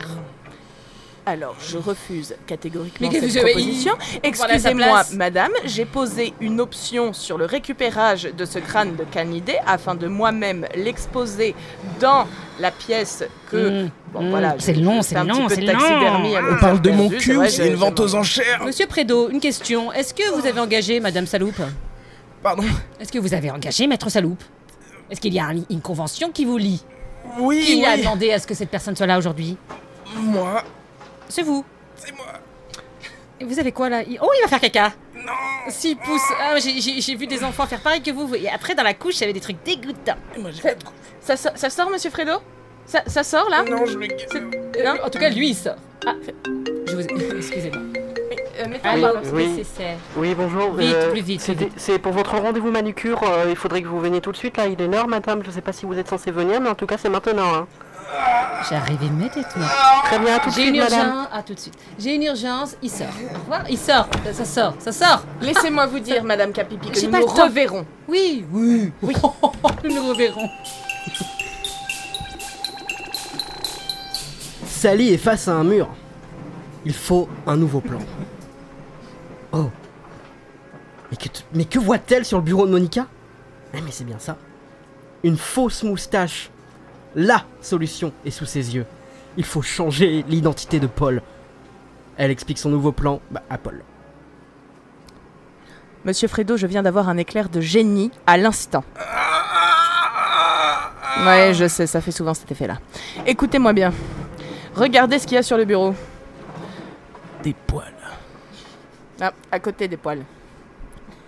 Speaker 6: Alors, je refuse catégoriquement
Speaker 8: Mais qu'est-ce
Speaker 6: cette
Speaker 8: que-
Speaker 6: proposition.
Speaker 8: Il- Voilà, à sa
Speaker 6: Excusez-moi,
Speaker 8: place.
Speaker 6: madame, j'ai posé une option sur le récupérage de ce crâne de canidé afin de moi-même l'exposer dans la pièce que...
Speaker 8: Mm,
Speaker 6: Bon,
Speaker 8: mm.
Speaker 6: voilà,
Speaker 8: c'est
Speaker 6: je- je
Speaker 8: long,
Speaker 6: fais
Speaker 8: c'est
Speaker 6: un petit
Speaker 8: long,
Speaker 6: peu
Speaker 8: c'est
Speaker 6: de
Speaker 8: long.
Speaker 6: taxidermie avec
Speaker 7: On parle de mon
Speaker 6: Perdu, c'est
Speaker 7: cul,
Speaker 6: vrai,
Speaker 7: c'est une
Speaker 6: j'ai-
Speaker 7: vente aux enchères.
Speaker 8: Ah. Monsieur Prédo, une question. Est-ce que vous avez engagé Madame Saloupe
Speaker 7: Pardon
Speaker 8: Est-ce que vous avez engagé Maître Saloupe Est-ce qu'il y a un li- une convention qui vous lie
Speaker 7: Oui,
Speaker 8: Qui a
Speaker 7: oui.
Speaker 8: demandé à ce que cette personne soit là aujourd'hui
Speaker 7: Moi.
Speaker 8: C'est vous. C'est moi. Vous avez quoi là Il- Oh, il va faire caca Non S'il pousse. Ah, j'ai- J'ai j'ai vu des enfants faire pareil que vous. Et après, dans la couche, il y avait des trucs dégoûtants.
Speaker 6: Ça, ça sort- ça sort, monsieur Fredo ça, ça sort, là
Speaker 7: Non, je le...
Speaker 8: en tout cas, lui, il sort. Ah, je vous... [laughs] Excusez-moi.
Speaker 6: euh,
Speaker 21: Oui,
Speaker 8: pardon, c'est
Speaker 21: oui.
Speaker 8: nécessaire.
Speaker 21: Oui, bonjour.
Speaker 8: Vite,
Speaker 21: euh,
Speaker 8: plus vite, plus
Speaker 21: c'était-
Speaker 8: vite.
Speaker 21: C'est pour votre rendez-vous manucure. euh, il faudrait que vous veniez tout de suite. Là, il est l'heure, madame. Je sais pas si vous êtes censé venir, mais en tout cas, c'est maintenant. hein.
Speaker 8: J'arrive immédiatement.
Speaker 21: Très bien, à tout de
Speaker 8: J'ai une
Speaker 21: suite, madame.
Speaker 8: urgence. Ah, tout de suite. J'ai une urgence. Il sort. Au revoir. Il sort. Ça, ça sort. Ça sort.
Speaker 6: Laissez-moi vous dire, Madame Capipi, que
Speaker 8: J'ai
Speaker 6: nous
Speaker 8: pas
Speaker 6: nous
Speaker 8: le temps.
Speaker 6: reverrons.
Speaker 8: Oui, oui, oui. [laughs] nous nous reverrons.
Speaker 1: Sally est face à un mur. Il faut un nouveau plan. Oh. Mais que, t- mais que voit-elle sur le bureau de Monica Ah mais c'est bien ça. Une fausse moustache. La solution est sous ses yeux. Il faut changer l'identité de Paul. Elle explique son nouveau plan bah, à Paul.
Speaker 6: Monsieur Fredo, je viens d'avoir un éclair de génie à l'instant. Ouais, je sais, ça fait souvent cet effet-là. Écoutez-moi bien. Regardez ce qu'il y a sur le bureau.
Speaker 7: Des poils.
Speaker 6: Ah, à côté des poils.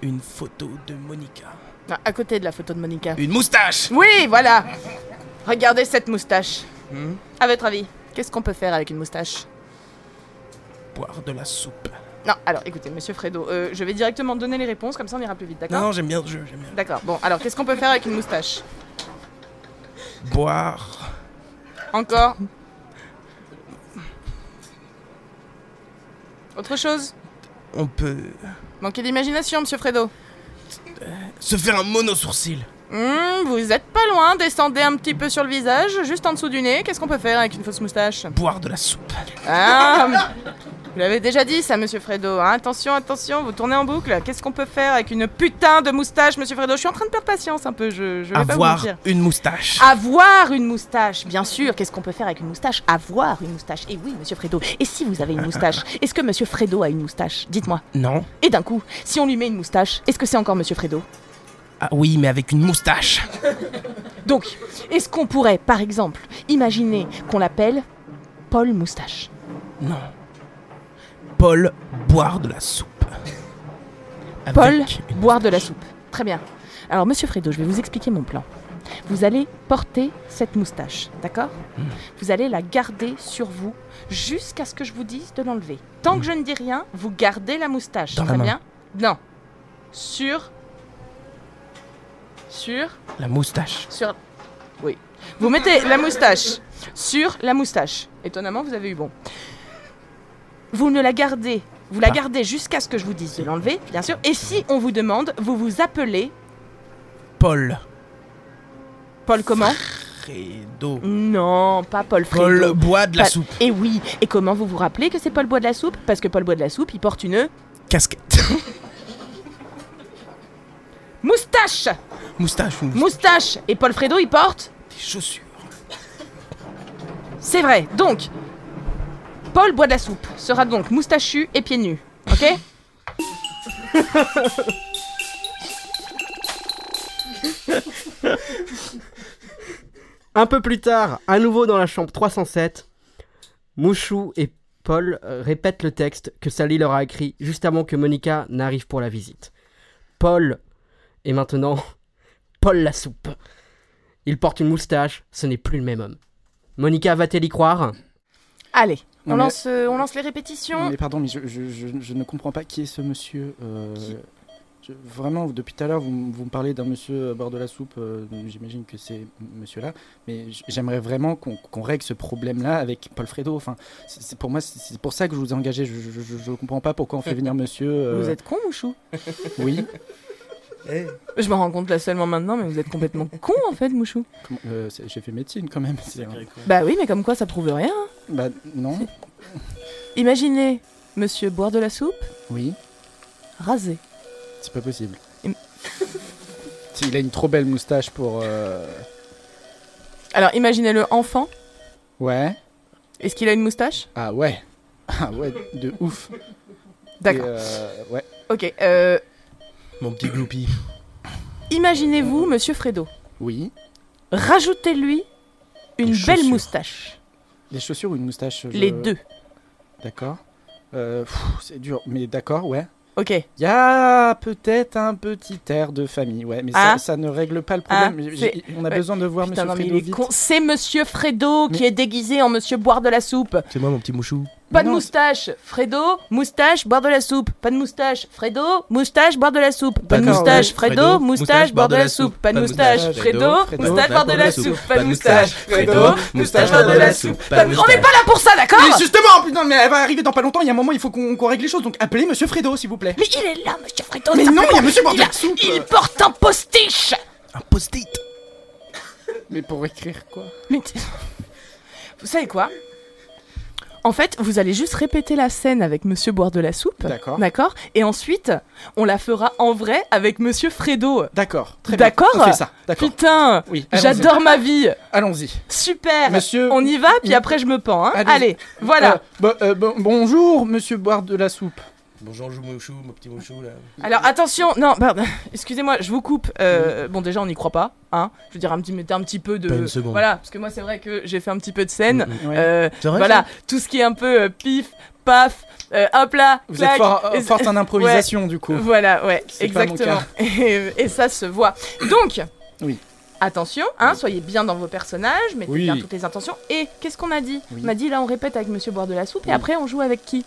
Speaker 7: Une photo de Monica.
Speaker 6: Ah, à côté de la photo de Monica.
Speaker 7: Une moustache
Speaker 6: Oui, voilà. Regardez cette moustache.
Speaker 7: Hmm
Speaker 6: À votre avis, qu'est-ce qu'on peut faire avec une moustache
Speaker 7: Boire de la soupe.
Speaker 6: Non, alors écoutez, monsieur Fredo, euh, je vais directement donner les réponses, comme ça on ira plus vite, d'accord
Speaker 7: Non, non, j'aime bien le jeu, j'aime bien.
Speaker 6: D'accord, bon, alors qu'est-ce qu'on peut faire avec une moustache
Speaker 7: Boire.
Speaker 6: Encore Autre chose
Speaker 7: On peut
Speaker 6: Manquez d'imagination, monsieur Fredo.
Speaker 7: se faire un mono-sourcil.
Speaker 6: Hmm, vous êtes pas loin, descendez un petit peu sur le visage, juste en dessous du nez. Qu'est-ce qu'on peut faire avec une fausse moustache
Speaker 7: Boire de la soupe.
Speaker 6: Ah, vous l'avez déjà dit ça, monsieur Fredo. hein. Attention, attention, vous tournez en boucle. Qu'est-ce qu'on peut faire avec une putain de moustache, monsieur Fredo Je suis en train de perdre patience un peu, je, je vais pas vous
Speaker 7: Avoir
Speaker 6: mentir.
Speaker 7: une moustache.
Speaker 8: Ah.
Speaker 6: Avoir une moustache, bien sûr. Qu'est-ce qu'on peut faire avec une moustache Avoir une moustache. Et oui, monsieur Fredo. Et si vous avez une moustache, est-ce que monsieur Fredo a une moustache Dites-moi.
Speaker 7: Non.
Speaker 6: Et d'un coup, si on lui met une moustache, est-ce que c'est encore monsieur Fredo
Speaker 7: Ah oui, mais avec une moustache.
Speaker 6: Donc, est-ce qu'on pourrait, par exemple, imaginer qu'on l'appelle Paul Moustache
Speaker 7: Non. Paul, boire de la soupe. Avec
Speaker 6: Paul, boire de la soupe. Très bien. Alors, monsieur Fredo, je vais vous expliquer mon plan. Vous allez porter cette moustache, d'accord
Speaker 7: Hmm.
Speaker 6: Vous allez la garder sur vous jusqu'à ce que je vous dise de l'enlever. Tant que je ne dis rien, vous gardez la moustache.
Speaker 7: Dans la
Speaker 6: très
Speaker 7: main.
Speaker 6: bien Non. Sur. Sur.
Speaker 7: La moustache.
Speaker 6: Sur. Oui. Vous mettez la moustache sur la moustache. Étonnamment, vous avez eu bon. Vous ne la gardez. Vous la
Speaker 7: Ah.
Speaker 6: gardez jusqu'à ce que je vous dise de l'enlever, bien sûr. Et si on vous demande, vous vous appelez
Speaker 7: Paul.
Speaker 6: Paul comment
Speaker 7: Fredo.
Speaker 6: Non, pas Paul Fredo.
Speaker 7: Paul boit de la
Speaker 6: Pas-
Speaker 7: soupe.
Speaker 6: Et oui. Et comment vous vous rappelez que c'est Paul boit de la soupe Parce que Paul boit de la soupe, il porte une
Speaker 7: Casquette.
Speaker 6: moustache.
Speaker 7: Moustache ou moustache.
Speaker 6: Moustache. Et Paul Fredo, il porte
Speaker 7: Des chaussures.
Speaker 6: C'est vrai. Donc, Paul boit de la soupe sera donc moustachu et pieds nus.
Speaker 5: [laughs]
Speaker 6: Ok
Speaker 1: Un peu plus tard, à nouveau dans la chambre 307, Mouchou et Paul euh, répètent le texte que Sally leur a écrit juste avant que Monica n'arrive pour la visite. Paul est maintenant [laughs] Paul la soupe. Il porte une moustache, ce n'est plus le même homme. Monica va-t-elle y croire
Speaker 6: Allez, on,
Speaker 5: Non, mais-
Speaker 6: lance, euh, on lance les répétitions.
Speaker 5: Non, mais pardon, mais je, je- je- je ne comprends pas qui est ce monsieur. euh, je- vraiment, depuis tout à l'heure, vous, m- vous me parlez d'un monsieur à bord de la soupe. euh, J'imagine que c'est m- monsieur-là. Mais j- j'aimerais vraiment qu'on qu'on règle ce problème-là avec Paul Fredo. Enfin, c'est c'est pour moi, c'est- c'est pour ça que je vous ai engagé. Je- Je je- je ne comprends pas pourquoi on fait venir monsieur. euh,
Speaker 6: Vous êtes con ou chou
Speaker 5: Oui.
Speaker 6: Je me rends compte là seulement maintenant, mais vous êtes complètement [laughs] con en fait, Mouchou.
Speaker 5: Comment- euh, c'est- J'ai fait médecine quand même. c'est-
Speaker 6: Bah oui, mais comme quoi ça prouve rien. hein.
Speaker 5: Bah
Speaker 6: [laughs]
Speaker 5: non.
Speaker 6: Imaginez, monsieur boire de la soupe,
Speaker 5: Oui.
Speaker 6: rasé.
Speaker 5: C'est pas possible. Si, Il a une trop belle moustache pour. euh,
Speaker 6: Alors imaginez-le enfant.
Speaker 5: Ouais.
Speaker 6: Est-ce qu'il a une moustache
Speaker 5: Ah ouais. [laughs] Ah ouais, de ouf.
Speaker 6: D'accord.
Speaker 5: Et, euh, ouais.
Speaker 6: Ok, euh,
Speaker 7: Mon petit gloopy.
Speaker 6: imaginez-vous monsieur Fredo.
Speaker 5: Oui.
Speaker 6: Rajoutez-lui une belle moustache.
Speaker 5: Des chaussures ou une moustache je-
Speaker 6: Les deux.
Speaker 5: D'accord. Euh, pff, c'est dur, mais d'accord, ouais.
Speaker 6: Ok.
Speaker 5: Il y a peut-être un petit air de famille, ouais, mais ça,
Speaker 6: Ah.
Speaker 5: ça ne règle pas le
Speaker 6: Ah,
Speaker 5: problème. J'ai-
Speaker 6: c'est-
Speaker 5: j'ai- on a
Speaker 6: ouais.
Speaker 5: besoin de voir
Speaker 6: Putain, non, mais
Speaker 5: Monsieur
Speaker 6: il est
Speaker 5: Fredo vite.
Speaker 6: con. C'est Monsieur Fredo qui est déguisé en Monsieur Boire de la Soupe.
Speaker 7: C'est moi, mon petit mouchou.
Speaker 6: Pas de moustache, Fredo, moustache, boire de la soupe. Pas de moustache, Fredo, moustache, boire de la soupe. Pas de
Speaker 7: D'accord,
Speaker 6: moustache,
Speaker 7: ouais.
Speaker 6: Fredo, moustache, boire de la soupe. Pas de moustache, Fredo, moustache, boire de la soupe. Pas de moustache, Fredo, moustache, boire de la soupe. Pas de- On n'est pas là pour ça, d'accord
Speaker 5: Mais justement, putain, mais elle va arriver dans pas longtemps, il y a un moment, il faut qu'on qu'on règle les choses, donc appelez Monsieur Fredo, s'il vous plaît.
Speaker 6: Mais il est là, Monsieur Fredo
Speaker 5: Mais
Speaker 6: ça
Speaker 5: non,
Speaker 6: fait
Speaker 5: il y a
Speaker 6: pas-
Speaker 5: Monsieur
Speaker 6: il a-
Speaker 5: Bordelac Soupe
Speaker 6: Il porte un postiche
Speaker 5: Mais pour écrire quoi
Speaker 6: Mais t- Vous savez quoi En fait, vous allez juste répéter la scène avec Monsieur Boire de la Soupe.
Speaker 5: D'accord.
Speaker 6: D'accord Et ensuite, on la fera en vrai avec Monsieur Fredo.
Speaker 5: D'accord. Très bien,
Speaker 6: D'accord
Speaker 5: on fait ça, d'accord.
Speaker 6: Putain
Speaker 5: Oui, allons-y.
Speaker 6: J'adore ma vie
Speaker 5: Allons-y.
Speaker 6: Super
Speaker 5: Monsieur-
Speaker 6: On y va, puis après je me pends. hein.
Speaker 5: Allez-y.
Speaker 6: Allez, voilà
Speaker 5: Euh, bon- euh, bon- bonjour, Monsieur Boire de la soupe.
Speaker 7: Bonjour, je mouchou, mon petit mouchou là.
Speaker 6: Alors attention, non, pardon, [laughs] excusez-moi, je vous coupe. Euh, Bon, déjà, on n'y croit pas, hein. Je veux dire, un petit, mettez un petit peu de.
Speaker 7: Pas une seconde.
Speaker 6: Voilà, parce que moi, c'est vrai que j'ai fait un petit peu de scène.
Speaker 7: Mm, mm. Ouais.
Speaker 6: Euh,
Speaker 7: C'est vrai,
Speaker 6: voilà,
Speaker 7: ça
Speaker 6: tout ce qui est un peu euh, pif, paf, euh, hop là.
Speaker 5: Vous
Speaker 6: clac,
Speaker 5: êtes fort-
Speaker 6: et- [laughs]
Speaker 5: forte en improvisation, du coup.
Speaker 6: Voilà, ouais,
Speaker 5: C'est pas mon
Speaker 6: exactement. [laughs] Et, et ça se voit. Donc.
Speaker 5: Oui.
Speaker 6: Attention, hein, soyez bien dans vos personnages, mettez
Speaker 5: Oui.
Speaker 6: bien toutes les intentions. Et qu'est-ce qu'on a dit
Speaker 5: Oui.
Speaker 6: On a dit là on répète avec Monsieur Boire de la Soupe et
Speaker 5: Oui.
Speaker 6: après on joue avec qui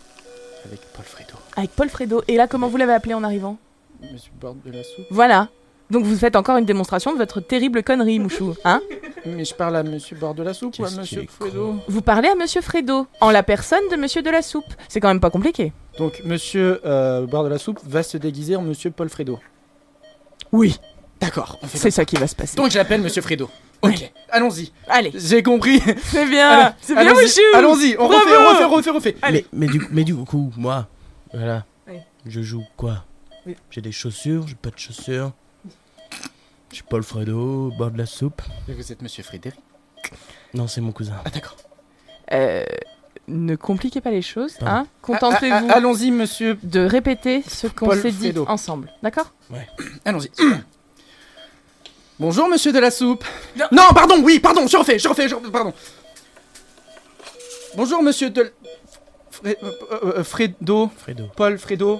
Speaker 5: Avec Paul Fredo.
Speaker 6: Avec Paul Fredo. Et là comment vous l'avez appelé en arrivant
Speaker 5: Monsieur Boire de la soupe.
Speaker 6: voilà. Donc vous faites encore une démonstration de votre terrible
Speaker 5: [laughs]
Speaker 6: connerie, Mouchou. Hein
Speaker 5: Mais je parle à Monsieur Boire de la soupe ou à Monsieur Fredo
Speaker 6: Vous parlez à Monsieur Fredo, en la personne de Monsieur de la Soupe. C'est quand même pas compliqué.
Speaker 5: Donc Monsieur euh, Boire de la soupe va se déguiser en Monsieur Paul Fredo.
Speaker 6: Oui.
Speaker 5: D'accord. on fait
Speaker 6: C'est
Speaker 5: comme
Speaker 6: ça qui va se passer.
Speaker 5: Donc j'appelle Monsieur Fredo. Ok. Ah, Allons-y.
Speaker 6: Allez.
Speaker 5: J'ai compris.
Speaker 6: C'est bien.
Speaker 5: Alors,
Speaker 6: C'est bien,
Speaker 5: [laughs] allons-y,
Speaker 6: Mouchou.
Speaker 5: Allons-y. On refait, on
Speaker 6: Bravo.
Speaker 5: refait, on refait, on refait.
Speaker 6: Allez.
Speaker 22: Mais, mais du, mais du coup, moi, voilà,
Speaker 6: Oui.
Speaker 22: je joue quoi
Speaker 6: Oui.
Speaker 22: J'ai des chaussures, j'ai pas de chaussures. Je suis Paul Fredo, bois de la soupe.
Speaker 5: Mais vous êtes Monsieur Frédéric
Speaker 22: Non, c'est mon cousin.
Speaker 5: Ah d'accord.
Speaker 6: Euh, ne compliquez pas les choses,
Speaker 22: Pardon.
Speaker 6: hein Contentez-vous.
Speaker 5: Ah, ah, Allons-y, Monsieur.
Speaker 6: De répéter ce qu'on
Speaker 5: Paul
Speaker 6: s'est dit
Speaker 5: Fredo.
Speaker 6: ensemble, d'accord
Speaker 22: Ouais.
Speaker 5: Allons-y. [clears throat] Bonjour, Monsieur de la soupe. Non. pardon. Oui, pardon. Je refais, je refais, je refais, pardon. Bonjour, Monsieur de. Fré- euh, euh, euh, Fredo.
Speaker 22: Fredo.
Speaker 5: Paul Fredo.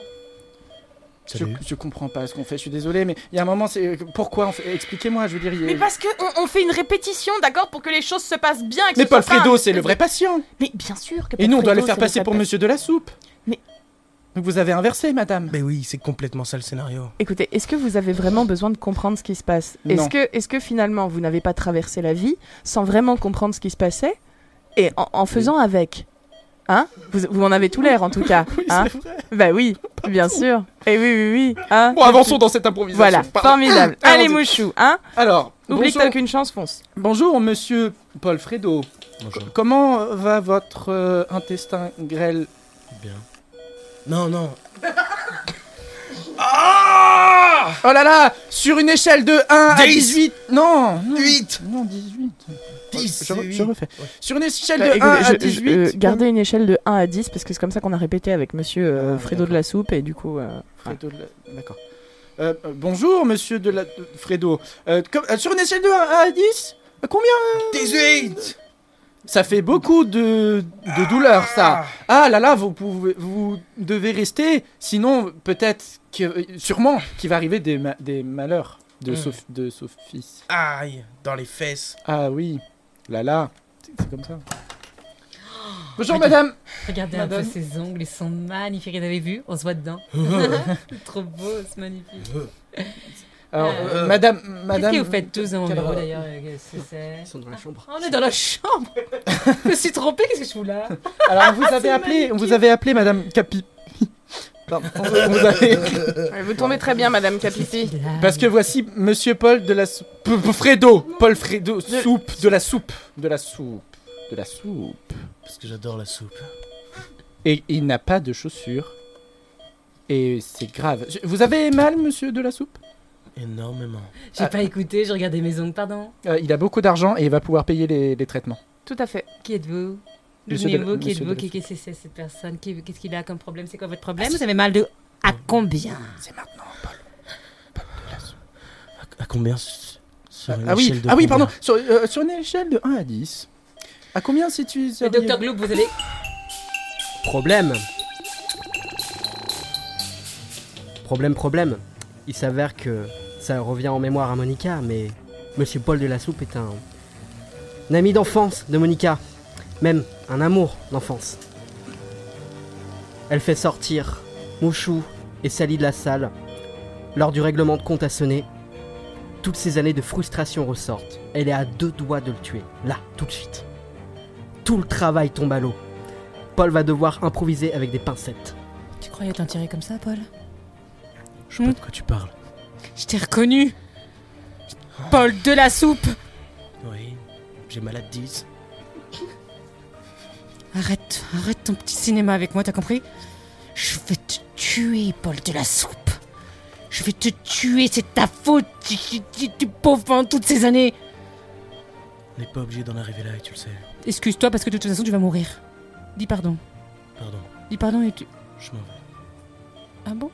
Speaker 5: Je,
Speaker 22: Salut.
Speaker 5: je comprends pas ce qu'on fait, je suis désolé, mais il y a un moment, c'est. euh, Pourquoi on fait- Expliquez-moi, je veux dire. il y a-
Speaker 6: Mais parce que on, on fait une répétition, d'accord, pour que les choses se passent bien. et que
Speaker 5: Mais
Speaker 6: ce soit
Speaker 5: Paul
Speaker 6: pas un-
Speaker 5: Fredo, c'est le vrai patient
Speaker 6: Mais bien sûr que.
Speaker 5: Et nous, on
Speaker 6: Paul
Speaker 5: doit le
Speaker 6: Fredo,
Speaker 5: faire
Speaker 6: c'est
Speaker 5: passer
Speaker 6: vrai
Speaker 5: pour
Speaker 6: patient.
Speaker 5: Monsieur de la Soupe
Speaker 6: Mais-
Speaker 5: Donc vous avez inversé, madame
Speaker 7: Ben
Speaker 22: Mais oui, c'est complètement ça le scénario.
Speaker 6: Écoutez, est-ce que vous avez vraiment besoin de comprendre ce qui se passe
Speaker 22: Non.
Speaker 6: Est-ce que, est que finalement vous n'avez pas traversé la vie sans vraiment comprendre ce qui se passait et en, en faisant avec Hein vous, vous en avez tout l'air en tout cas. hein bah oui, bien sûr. Et oui, oui, oui. hein.
Speaker 5: Bon, avançons dans cette improvisation.
Speaker 6: Voilà,
Speaker 5: Pardon.
Speaker 6: formidable. Allez,
Speaker 5: Allons-y.
Speaker 6: Mouchou, hein
Speaker 5: Alors,
Speaker 6: Oublie que
Speaker 5: Ah, bonjour,
Speaker 6: t'as aucune chance, fonce.
Speaker 5: bonjour, monsieur Paul Fredo.
Speaker 22: Bonjour.
Speaker 5: Comment euh, va votre euh, intestin grêle
Speaker 22: Bien. Non, non.
Speaker 5: Oh là là Sur une échelle de 1 à
Speaker 22: 10.
Speaker 5: 18 Non, non
Speaker 22: 8
Speaker 5: Non, 18.
Speaker 22: 10
Speaker 5: Je, re- je refais. Sur une échelle
Speaker 6: Bah,
Speaker 5: de 1
Speaker 6: écoutez,
Speaker 5: à
Speaker 6: je-
Speaker 5: 18.
Speaker 6: je- euh, gardez une échelle de 1 à 10 parce que c'est comme ça qu'on a répété avec monsieur
Speaker 5: Ah,
Speaker 6: euh, Fredo de la Soupe et du coup. euh,
Speaker 5: Fredo de la- D'accord. Euh, euh, bonjour, monsieur de la... de- Fredo. Euh, comme- euh, sur une échelle de 1 à 10, euh, combien euh,
Speaker 22: 18
Speaker 5: Ça fait beaucoup de, de douleur, ça. Ah là là, vous, pouvez, vous devez rester, sinon peut-être, que, euh, sûrement, qu'il va arriver des, ma- des malheurs de,
Speaker 22: Mm.
Speaker 5: Soph- de Sophie.
Speaker 22: Aïe, dans les fesses.
Speaker 5: Ah oui, là là, c'est c'est comme ça. Bonjour,
Speaker 8: Regarde-
Speaker 5: madame.
Speaker 8: Regardez un peu
Speaker 5: Madame.
Speaker 8: ses ongles, ils sont magnifiques. Vous avez vu On se
Speaker 5: [laughs]
Speaker 8: voit dedans. C'est [laughs] Trop beau, c'est magnifique.
Speaker 5: Alors, euh, madame- madame-
Speaker 8: Qu'est-ce que vous faites tous dans mon
Speaker 5: Quelle-
Speaker 8: bureau d'ailleurs euh, qu'est-ce que c'est Ils
Speaker 1: sont dans la chambre.
Speaker 8: On est dans la chambre
Speaker 5: [laughs]
Speaker 8: Je me suis trompée, qu'est-ce que je fous là
Speaker 5: Alors, on vous avez
Speaker 8: Ah, C'est
Speaker 5: appelé, on vous avez appelé Madame Capi. Pardon, on vous avez-
Speaker 6: Ouais, Vous tombez très bien, Madame
Speaker 5: [laughs]
Speaker 6: Capiti.
Speaker 5: Parce que voici Monsieur Paul de la soupe. Fredo, Paul Fredo, soupe, de la soupe, de la soupe, de la soupe.
Speaker 7: Parce que j'adore la soupe.
Speaker 5: Et il n'a pas de chaussures. Et c'est grave. Je- Vous avez mal, Monsieur de la soupe
Speaker 7: Énormément.
Speaker 8: J'ai pas écouté, j'ai regardé mes ongles, pardon.
Speaker 5: Euh, Il a beaucoup d'argent et il va pouvoir payer les, les traitements.
Speaker 6: Tout à fait.
Speaker 8: Qui êtes-vous
Speaker 5: Monsieur de la-
Speaker 8: Devenez-vous, qui
Speaker 5: Monsieur de
Speaker 8: êtes-vous
Speaker 5: la
Speaker 8: Qui- Qu'est-ce que c'est cette personne Qui- Qu'est-ce qu'il a comme problème C'est quoi votre problème Vous avez mal de.
Speaker 7: Ah.
Speaker 8: À combien C'est maintenant.
Speaker 7: À combien s- sur une
Speaker 5: Ah oui,
Speaker 7: échelle de
Speaker 5: ah oui,
Speaker 7: combien
Speaker 5: pardon. Sur, euh, sur une échelle de 1 à 10, à combien si tu
Speaker 8: Le docteur Gloop, vous allez.
Speaker 1: Problème. Problème, problème. Il s'avère que ça revient en mémoire à Monica, mais Monsieur Paul de la Soupe est un, un ami d'enfance de Monica. Même un amour d'enfance. Elle fait sortir Mouchou et Sally de la salle. Lors du règlement de compte à sonner, toutes ces années de frustration ressortent. Elle est à deux doigts de le tuer. Là, tout de suite. Tout le travail tombe à l'eau. Paul va devoir improviser avec des pincettes.
Speaker 8: Tu croyais t'en tirer comme ça, Paul
Speaker 7: Je
Speaker 8: Hmm?
Speaker 7: sais pas de quoi tu parles.
Speaker 8: Je t'ai reconnu Paul de la soupe
Speaker 7: Oui, j'ai mal à 10.
Speaker 8: Arrête, arrête ton petit cinéma avec moi, t'as compris Je vais te tuer, Paul de la soupe. Je vais te tuer, c'est ta faute, tu, tu- tu- tu pauvre pendant toutes ces années.
Speaker 7: On n'est pas obligé d'en arriver là et tu le sais.
Speaker 8: Excuse-toi parce que de toute façon tu vas mourir. Dis pardon.
Speaker 7: Pardon,
Speaker 8: Dis pardon et tu...
Speaker 7: je m'en vais.
Speaker 8: Ah bon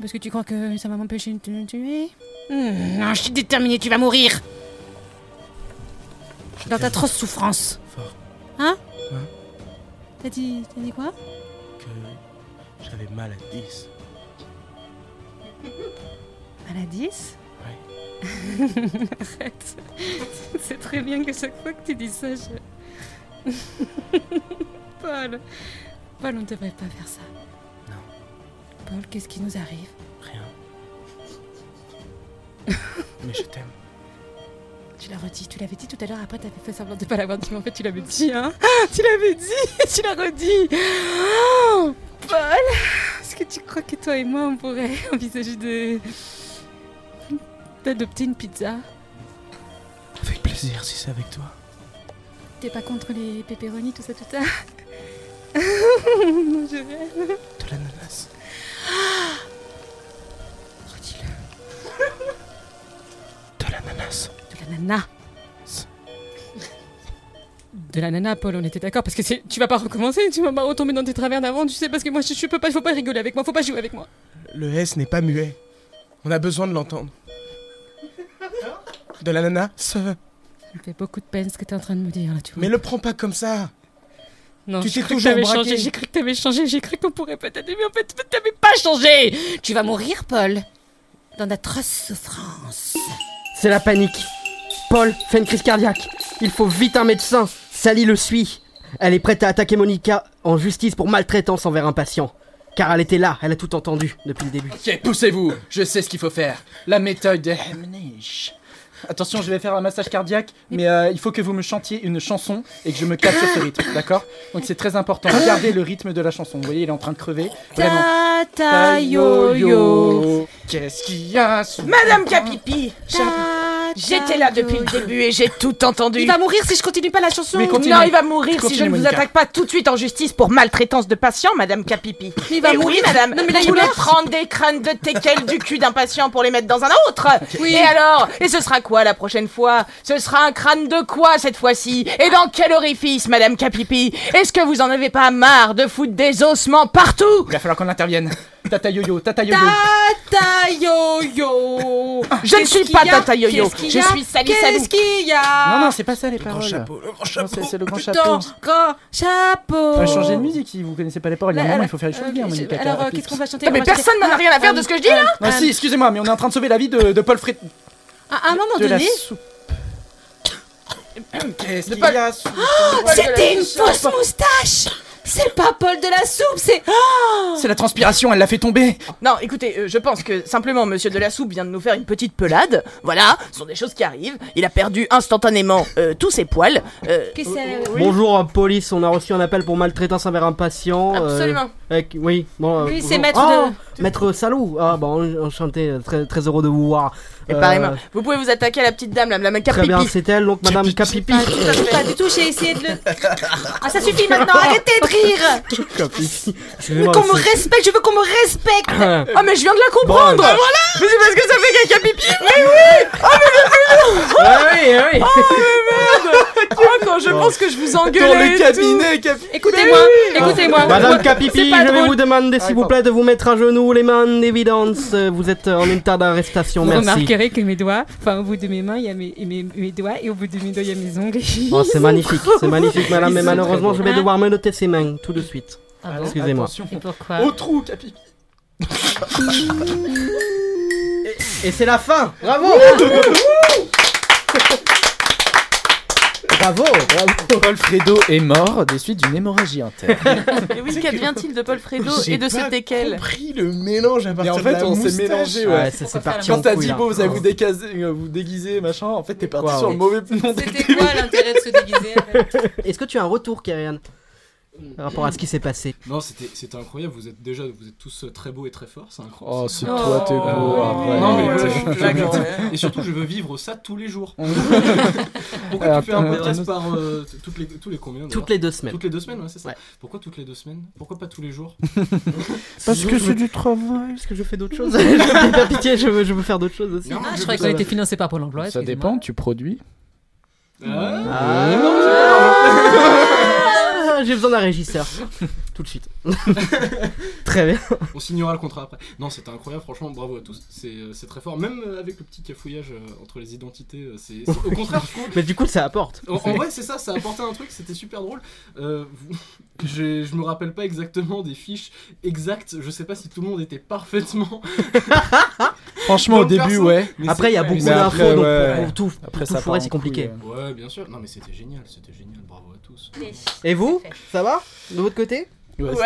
Speaker 8: Parce que tu crois que ça va m'empêcher de te tuer Hmm, Non, je suis déterminée, tu vas mourir Dans t'atroce souffrance.
Speaker 7: Fort.
Speaker 8: Hein
Speaker 7: Hein
Speaker 8: T'as dit, t'as dit quoi
Speaker 7: Que j'avais mal à 10.
Speaker 8: À la 10 [laughs] Arrête. [laughs] C'est très bien que chaque fois que tu dis ça, je... [laughs] Paul. Paul, on ne devrait pas faire ça. Non. Paul, qu'est-ce qui nous arrive
Speaker 7: Rien. Mais je t'aime.
Speaker 8: Tu l'as redit, tu l'avais dit tout à l'heure, après t'avais fait semblant de pas l'avoir dit, mais en fait tu l'avais dit, [laughs] hein Tu l'avais dit, [laughs] tu l'as redit Oh, Paul Est-ce que tu crois que toi et moi on pourrait [laughs] envisager de... d'adopter une pizza
Speaker 7: Avec plaisir si c'est avec toi.
Speaker 8: T'es pas contre les pépéronis, tout ça, tout ça Je rêve.
Speaker 7: De l'ananas. De l'ananas.
Speaker 8: De la nana. De la nana, Paul, on était d'accord, parce que c'est- tu vas pas recommencer, tu vas pas retomber dans tes travers d'avant, tu sais, parce que moi je, je peux pas, faut pas rigoler avec moi, faut pas jouer avec moi.
Speaker 7: Le S n'est pas muet. On a besoin de l'entendre. De l'ananas.
Speaker 8: Ça me fait beaucoup de peine ce que t'es en train de me dire là, tu vois.
Speaker 7: Mais le prends pas comme ça.
Speaker 8: Non,
Speaker 7: tu
Speaker 8: j'ai
Speaker 7: t'es
Speaker 8: cru que
Speaker 7: toujours
Speaker 8: t'avais
Speaker 7: braqué.
Speaker 8: changé, J'ai cru que t'avais changé, j'ai cru qu'on pourrait pas t'aider, mais en fait, t'avais pas changé Tu vas mourir, Paul, dans d'atroces souffrances.
Speaker 1: C'est la panique. Paul fait une crise cardiaque. Il faut vite un médecin. Sally le suit. Elle est prête à attaquer Monica en justice pour maltraitance envers un patient. Car elle était là, elle a tout entendu depuis le début.
Speaker 5: Ok, poussez-vous, je sais ce qu'il faut faire. La méthode de Hamnish. Attention, je vais faire un massage cardiaque, mais euh, il faut que vous me chantiez une chanson et que je me casse sur ce rythme, d'accord Donc c'est très important. Regardez le rythme de la chanson. Vous voyez, il est en train de crever. Vraiment.
Speaker 23: Ta
Speaker 5: Ta
Speaker 23: ta yo yo.
Speaker 5: Qu'est-ce qu'il y a sous-
Speaker 6: Madame Capipi J'étais là depuis le début et j'ai tout entendu.
Speaker 23: Il va mourir si je continue pas la chanson.
Speaker 6: non, il va mourir si je ne vous attaque pas tout de suite en justice pour maltraitance de patient, Madame Capipi.
Speaker 23: Il va
Speaker 6: Et oui,
Speaker 23: mourir.
Speaker 6: Madame.
Speaker 23: Non, mais là, il
Speaker 6: vous voulez
Speaker 23: meurt.
Speaker 6: prendre des crânes de teckel du cul d'un patient pour les mettre dans un autre.
Speaker 23: Oui.
Speaker 6: Et alors Et ce sera quoi la prochaine fois Ce sera un crâne de quoi cette fois-ci Et dans quel orifice, Madame Capipi Est-ce que vous en avez pas marre de foutre des ossements partout
Speaker 5: Il va falloir qu'on intervienne. Tata yo-yo, tata yo-yo.
Speaker 23: Tata yo yo.
Speaker 24: Ah,
Speaker 6: Je ne suis pas Tata Yo-Yo.
Speaker 23: Qu'est-ce qu'il
Speaker 6: Je
Speaker 23: y a
Speaker 6: suis Sally Sadou.
Speaker 23: Qu'est-ce qu'il y a
Speaker 5: Non, non, c'est pas ça les paroles.
Speaker 23: chapeau,
Speaker 5: le grand chapeau. C'est le grand
Speaker 23: Ton
Speaker 5: chapeau.
Speaker 23: grand chapeau.
Speaker 5: On va changer de musique si vous connaissez pas les paroles. Il y a un moment, il faut faire les choses bien, Monica.
Speaker 23: alors,
Speaker 5: t'as-
Speaker 23: euh, qu'est-ce qu'on va chanter
Speaker 6: Non, mais
Speaker 23: On va
Speaker 6: personne
Speaker 23: chanter-
Speaker 6: n'en a rien à faire de ce que je dis,
Speaker 8: Ah,
Speaker 6: là
Speaker 9: Ah
Speaker 8: euh,
Speaker 5: Non, si, excusez-moi, mais on est en train de sauver la vie de, de Paul Fred.
Speaker 23: À un moment
Speaker 5: de la
Speaker 23: donné,
Speaker 5: soupe. [coughs] Qu'est-ce
Speaker 24: Le
Speaker 5: qu'il
Speaker 24: pal-
Speaker 5: y a sous
Speaker 14: Oh, C'était une fausse moustache C'est pas Paul de la soupe, c'est. Ah
Speaker 5: C'est la transpiration, elle l'a fait tomber.
Speaker 24: Non, écoutez, euh, je pense que simplement Monsieur de la Soupe vient de nous faire une petite pelade. Voilà, ce sont des choses qui arrivent. Il a perdu instantanément euh, tous ses poils. Euh, oui.
Speaker 1: Bonjour euh, police, on a reçu un appel pour maltraitance envers un patient. euh,
Speaker 24: Absolument.
Speaker 1: avec- oui, bon, euh,
Speaker 24: Oui,
Speaker 1: bonjour.
Speaker 24: c'est maître
Speaker 1: Ah,
Speaker 24: de-
Speaker 1: Maître Salou. Ah bah en- enchanté, euh, très, très heureux de vous voir.
Speaker 24: Et
Speaker 1: Euh,
Speaker 24: pareillement, vous pouvez vous attaquer à la petite dame, la madame
Speaker 1: Très bien,
Speaker 24: Capipi.
Speaker 1: c'est elle, donc Madame Capipi.
Speaker 8: euh,
Speaker 14: Pas du tout, j'ai essayé de le. Ah, ça suffit maintenant, arrêtez de rire
Speaker 1: [laughs] Capipi.
Speaker 14: Je veux qu'on me respecte, je veux qu'on me respecte
Speaker 8: [laughs]
Speaker 24: Ah mais je viens de la comprendre
Speaker 14: Bon,
Speaker 24: Ah,
Speaker 14: euh,
Speaker 24: voilà Mais c'est parce que ça fait caca pipi Mais oui Ah mais
Speaker 1: le plus
Speaker 24: Oh mais
Speaker 1: long
Speaker 24: merde Oh quand je pense que je vous engueule
Speaker 1: Dans le cabinet,
Speaker 14: Écoutez-moi, écoutez-moi
Speaker 1: Madame Capipi,
Speaker 14: C'est pas
Speaker 1: je vais
Speaker 14: drôle.
Speaker 1: vous demander s'il vous plaît de vous mettre à genoux, les mains en évidence. Euh, Vous êtes euh, en état d'arrestation,
Speaker 8: Vous
Speaker 1: merci.
Speaker 8: remarquerez que mes doigts, enfin au bout de mes mains, il y a mes, et mes, mes doigts et au bout de mes doigts, il y a mes ongles.
Speaker 1: Oh, c'est magnifique, c'est magnifique, madame,
Speaker 8: Ils
Speaker 1: mais
Speaker 8: sont
Speaker 1: malheureusement,
Speaker 8: très
Speaker 1: je vais
Speaker 8: beaux.
Speaker 1: devoir me noter ses mains tout de suite.
Speaker 8: Ah bon
Speaker 1: Excusez-moi.
Speaker 8: Attention. Et pourquoi
Speaker 5: Oh,
Speaker 9: Au trou, Capi.
Speaker 1: Et c'est la fin Bravo Bravo, bravo.
Speaker 5: Paul Fredo est mort des suites d'une hémorragie interne.
Speaker 24: Mais oui, qu'advient-il de Paul Fredo
Speaker 5: J'ai
Speaker 24: et de
Speaker 5: pas
Speaker 24: ses teckels
Speaker 5: compris
Speaker 9: le mélange à
Speaker 5: partir
Speaker 9: en
Speaker 5: de
Speaker 9: fait,
Speaker 5: la
Speaker 9: on s'est
Speaker 5: moustache.
Speaker 9: mélangé.
Speaker 5: Ouais, ça, c'est parti
Speaker 9: Quand
Speaker 5: en
Speaker 9: t'as
Speaker 5: Ah, couille,
Speaker 9: dit
Speaker 5: là.
Speaker 9: bon, vous allez vous,
Speaker 5: Oh.
Speaker 9: décaser, euh, vous déguiser, machin, en fait, t'es parti
Speaker 1: Wow.
Speaker 9: sur le mauvais nom.
Speaker 8: C'était quoi l'intérêt de se déguiser
Speaker 1: Est-ce que tu as un retour, Karian Par rapport à ce qui s'est passé.
Speaker 9: Non, c'était c'était incroyable. Vous êtes déjà, vous êtes tous euh, très beaux et très forts. C'est incroyable.
Speaker 5: Oh, c'est toi, t'es beau, arrête.
Speaker 9: Non, mais voilà, je suis
Speaker 5: Ouais.
Speaker 9: d'accord.
Speaker 5: Ouais.
Speaker 9: Et surtout, je veux vivre ça tous les jours. Pourquoi
Speaker 5: Alors,
Speaker 9: tu fais un
Speaker 5: euh,
Speaker 9: podcast
Speaker 5: euh,
Speaker 9: par euh, toutes les, tous les combien d'ailleurs
Speaker 1: Toutes les deux semaines.
Speaker 9: Toutes les deux semaines, ouais, c'est ça. Pourquoi toutes les deux semaines Pourquoi pas tous les jours
Speaker 1: Parce
Speaker 9: [laughs]
Speaker 1: que c'est
Speaker 9: du
Speaker 1: travail, parce que je fais [laughs] d'autres choses. Fais pitié, je veux, je veux faire d'autres choses aussi.
Speaker 9: Non, Ah, je je
Speaker 8: croyais qu'on était financé par Pôle emploi,
Speaker 5: Ça
Speaker 8: excusez-moi.
Speaker 5: dépend, tu produis.
Speaker 1: Ah, J'ai besoin d'un régisseur. Tout de
Speaker 5: [laughs]
Speaker 1: suite. Très bien.
Speaker 9: On signera le contrat après. Non, c'était incroyable, franchement, bravo à tous. C'est euh, c'est très fort. Même euh, avec le petit cafouillage euh, entre les identités, euh, c'est c'est- au contraire, je trouve.
Speaker 1: Mais du coup, ça apporte.
Speaker 9: En, en vrai, c'est ça, ça a apporté un truc, c'était super drôle. Euh, vous- je, je me rappelle pas exactement des fiches exactes, je sais pas si tout le monde était parfaitement. [laughs]
Speaker 5: Franchement, au
Speaker 9: Dans le
Speaker 5: début,
Speaker 9: perso.
Speaker 5: ouais.
Speaker 9: Mais
Speaker 1: Après,
Speaker 9: c'est-
Speaker 1: il y a
Speaker 9: mais
Speaker 1: beaucoup
Speaker 9: c'est-
Speaker 1: d'infos,
Speaker 5: après,
Speaker 1: donc
Speaker 5: ouais.
Speaker 1: pour, pour tout,
Speaker 5: Après,
Speaker 1: pour tout
Speaker 5: ça part
Speaker 1: fourrer,
Speaker 5: en euh.
Speaker 1: c'est compliqué.
Speaker 9: Ouais, bien sûr. Non, mais c'était génial, c'était génial, bravo à tous.
Speaker 1: Et vous Ça va De votre côté
Speaker 6: Ouais, ouais,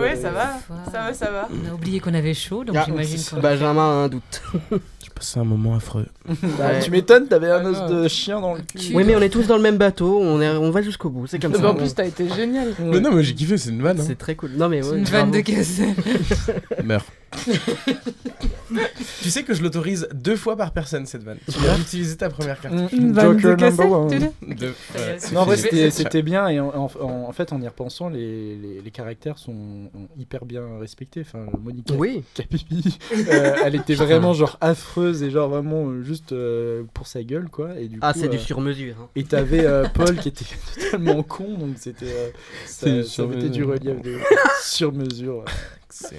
Speaker 6: ouais, ça va. Ça va, ça va.
Speaker 8: On a oublié qu'on avait chaud, donc
Speaker 1: Ah,
Speaker 8: j'imagine qu'on.
Speaker 1: Benjamin a un doute.
Speaker 25: C'est un moment affreux.
Speaker 5: Ah, Tu m'étonnes, t'avais un os de chien dans le cul.
Speaker 1: Bah, Oui, mais on est tous dans le même bateau, on, est- on va jusqu'au bout, c'est comme ça.
Speaker 5: En plus,
Speaker 24: t'as été génial.
Speaker 25: Mais non, mais j'ai kiffé, c'est une vanne. hein.
Speaker 1: C'est très cool. Non, mais ouais,
Speaker 8: [laughs] une
Speaker 1: bravo.
Speaker 8: vanne de caisse.
Speaker 25: Meurs. [laughs] tu sais que je l'autorise deux fois par personne cette vanne. Tu viens d'utiliser ta première carte.
Speaker 1: Mm.
Speaker 5: Une vanne Joker de cassette, number one.
Speaker 25: Deux. voilà, c'est
Speaker 5: Non, en vrai,
Speaker 25: fini.
Speaker 5: c'était c'était bien. Et en, en- en- en fait, en y repensant, les, les- les caractères sont ont hyper bien respectés. Enfin, Monica
Speaker 1: Oui.
Speaker 5: Capipi, euh, elle était vraiment genre affreuse et genre vraiment euh, juste euh, pour sa gueule, quoi. Et du
Speaker 1: Ah,
Speaker 5: coup,
Speaker 1: c'est du
Speaker 5: euh,
Speaker 1: sur-mesure, hein.
Speaker 5: Et t'avais euh, Paul qui était [laughs] totalement con, donc c'était euh,
Speaker 25: C'est
Speaker 5: ça,
Speaker 25: du
Speaker 5: ça mettait
Speaker 25: sur-mesure.
Speaker 5: du
Speaker 1: [laughs]
Speaker 5: relief de sur-mesure. ouais.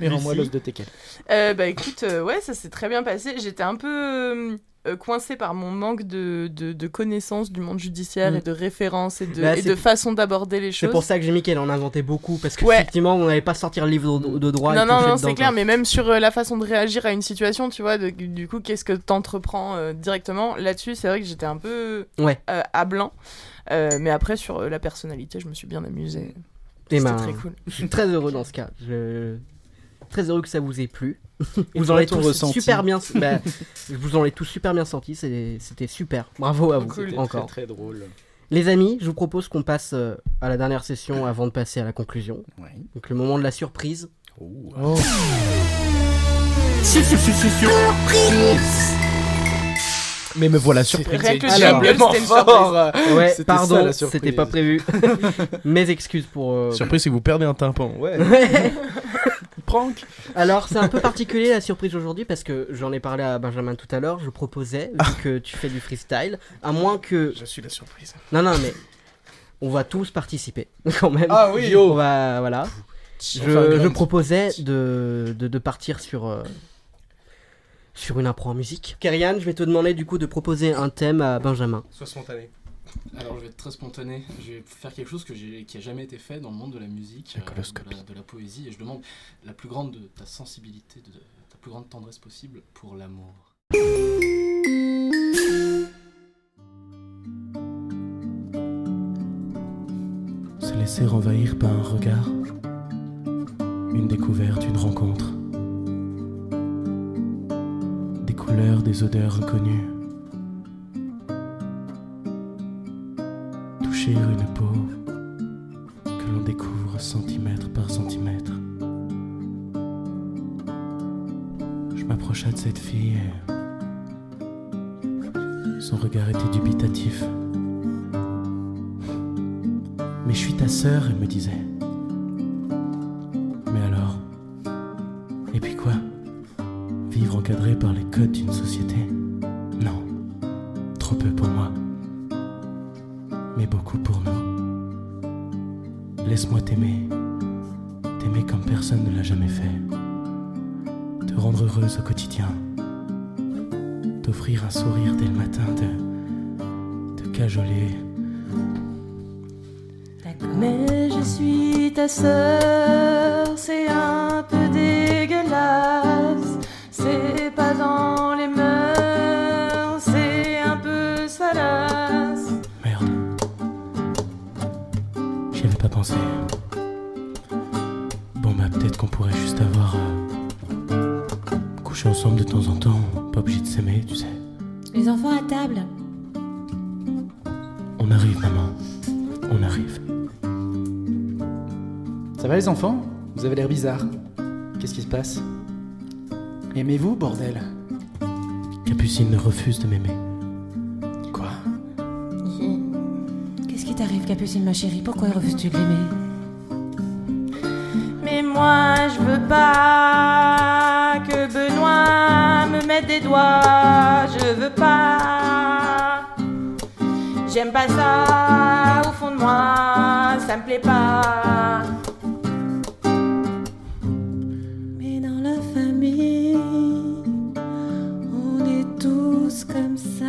Speaker 5: Mais rends-moi
Speaker 25: Lucie
Speaker 5: l'os de Tekken.
Speaker 6: Euh, bah écoute, euh, ouais, ça s'est très bien passé. J'étais un peu euh, euh, coincée par mon manque de, de, de connaissances du monde judiciaire
Speaker 1: Mm.
Speaker 6: et de références et de,
Speaker 1: Bah,
Speaker 6: et
Speaker 1: c'est-
Speaker 6: de façon d'aborder les
Speaker 1: C'est
Speaker 6: choses.
Speaker 1: pour ça que j'ai mis qu'elle en inventait beaucoup, parce
Speaker 6: Ouais.
Speaker 1: qu'effectivement, on n'allait pas sortir le livre de, de droit. et
Speaker 6: non,
Speaker 1: piocher
Speaker 6: non, non,
Speaker 1: dedans,
Speaker 6: c'est clair,
Speaker 1: quoi.
Speaker 6: mais même sur euh, la façon de réagir à une situation, tu vois, de- du coup, qu'est-ce que t'entreprends euh, directement Là-dessus, c'est vrai que j'étais un peu
Speaker 1: Ouais.
Speaker 6: euh, à blanc. Euh, mais après, sur euh, la personnalité, je me suis bien amusée.
Speaker 1: Eh
Speaker 6: C'était
Speaker 1: ben,
Speaker 6: très cool.
Speaker 1: Je suis très heureux dans ce cas. Je... Très heureux que ça vous ait plu.
Speaker 5: Et
Speaker 1: Vous
Speaker 5: toi,
Speaker 1: en êtes
Speaker 5: ton
Speaker 1: tous
Speaker 5: ressenti
Speaker 1: super bien. bah, vous en êtes tous super bien sortis. c'est- C'était super. Bravo à vous.
Speaker 5: Cool. C'était
Speaker 1: Encore.
Speaker 5: très, très drôle.
Speaker 1: Les amis, je vous propose qu'on passe euh, à la dernière session avant de passer à la conclusion. Donc le moment de la surprise.
Speaker 5: Oh. Surprise
Speaker 25: Mais me voilà surpris.
Speaker 1: Rien que
Speaker 5: Ah,
Speaker 1: le
Speaker 25: Alors-
Speaker 1: diable, c'était une surprise. Ouais,
Speaker 25: C'était
Speaker 1: pardon,
Speaker 25: ça, la surprise.
Speaker 1: c'était
Speaker 25: [laughs]
Speaker 1: pas prévu. Mes excuses pour. euh, [laughs]
Speaker 25: Surprise, c'est que vous perdez un tympan.
Speaker 5: [laughs]
Speaker 25: Ouais.
Speaker 1: Prank Alors, c'est un peu particulier la surprise aujourd'hui parce que j'en ai parlé à Benjamin tout à l'heure. Je proposais, vu que tu fais du freestyle, à moins que.
Speaker 25: Je suis la surprise.
Speaker 1: Non, non, mais. On va tous participer [laughs] quand même.
Speaker 25: Ah oui.
Speaker 1: On va. Voilà.
Speaker 25: On fait un
Speaker 1: Je,
Speaker 25: grind.
Speaker 1: je proposais de, de, de partir sur. euh, Sur une impro en musique. Kerian, je vais te demander du coup de proposer un thème à Benjamin.
Speaker 25: Sois spontané.
Speaker 9: Alors je vais être très spontané, je vais faire quelque chose que j'ai- qui a jamais été fait dans le monde de la musique, euh, de, la, de la poésie, et je demande la plus grande de ta sensibilité, de, de ta plus grande tendresse possible pour l'amour.
Speaker 7: laisser envahir par un regard, une découverte, une rencontre, des couleurs, des odeurs inconnues, toucher une peau que l'on découvre centimètre par centimètre. Je m'approcha de cette fille et son regard était dubitatif. Mais je suis ta sœur, elle me disait. Mais alors Et puis quoi Vivre encadré par les codes d'une société Non. Trop peu pour moi. Mais beaucoup pour nous. Laisse-moi t'aimer. T'aimer comme personne ne l'a jamais fait. Te rendre heureuse au quotidien. T'offrir un sourire dès le matin. Te, te cajoler.
Speaker 8: Mais je suis ta sœur, c'est un peu dégueulasse. C'est pas dans les mœurs, c'est un peu salace.
Speaker 7: J'y avais pas pensé. Bon bah peut-être qu'on pourrait juste avoir euh, couché ensemble de temps en temps, pas obligé de s'aimer, tu sais.
Speaker 8: Les enfants à table.
Speaker 7: On arrive maman, on arrive.
Speaker 5: Ça va les enfants Vous avez l'air bizarre. Qu'est-ce qui se passe Aimez-vous, bordel
Speaker 7: Capucine refuse de m'aimer.
Speaker 8: Qu'est-ce qui t'arrive, Capucine, ma chérie Pourquoi refuses-tu de l'aimer
Speaker 26: Mais moi, je veux pas que Benoît me mette des doigts. Je veux pas. J'aime pas ça au fond de moi. Ça me plaît pas.
Speaker 8: Mais dans la famille, on est tous comme ça.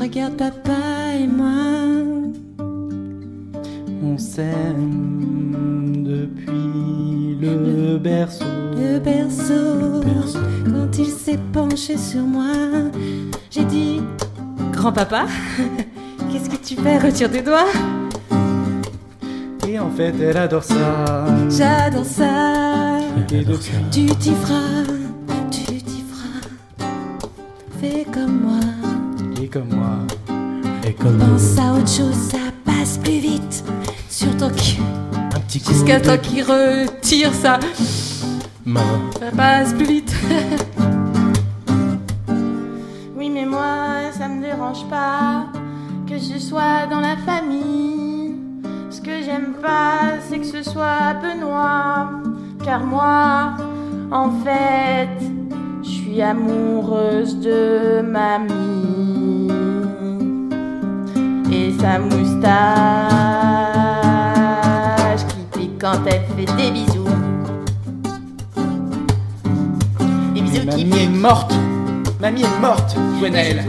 Speaker 8: Regarde papa et moi.
Speaker 5: On s'aime depuis le berceau.
Speaker 8: Le berceau, quand il s'est penché sur moi, j'ai dit Grand-papa, [laughs] qu'est-ce que tu fais Retire tes doigts.
Speaker 5: Et en fait, elle adore ça.
Speaker 8: J'adore ça.
Speaker 5: Et depuis-
Speaker 8: Tu t'y feras, tu t'y feras. Fais comme moi.
Speaker 5: Et comme moi.
Speaker 7: Et comme
Speaker 8: Pense à autre chose, ça passe plus vite. Sur ton qui.
Speaker 7: Un petit coup
Speaker 8: Jusqu'à
Speaker 7: de
Speaker 8: temps qu'il retire ça.
Speaker 7: main.
Speaker 8: Ça passe plus vite.
Speaker 6: Oui, mais moi, ça me dérange pas que ce soit dans la famille. Ce que j'aime pas, c'est que ce soit Benoît. Car moi, en fait, je suis amoureuse de mamie. Et sa moustache qui pique quand elle fait des bisous. Des bisous qui
Speaker 5: Mamie est morte Mamie est morte, Gwenaël Il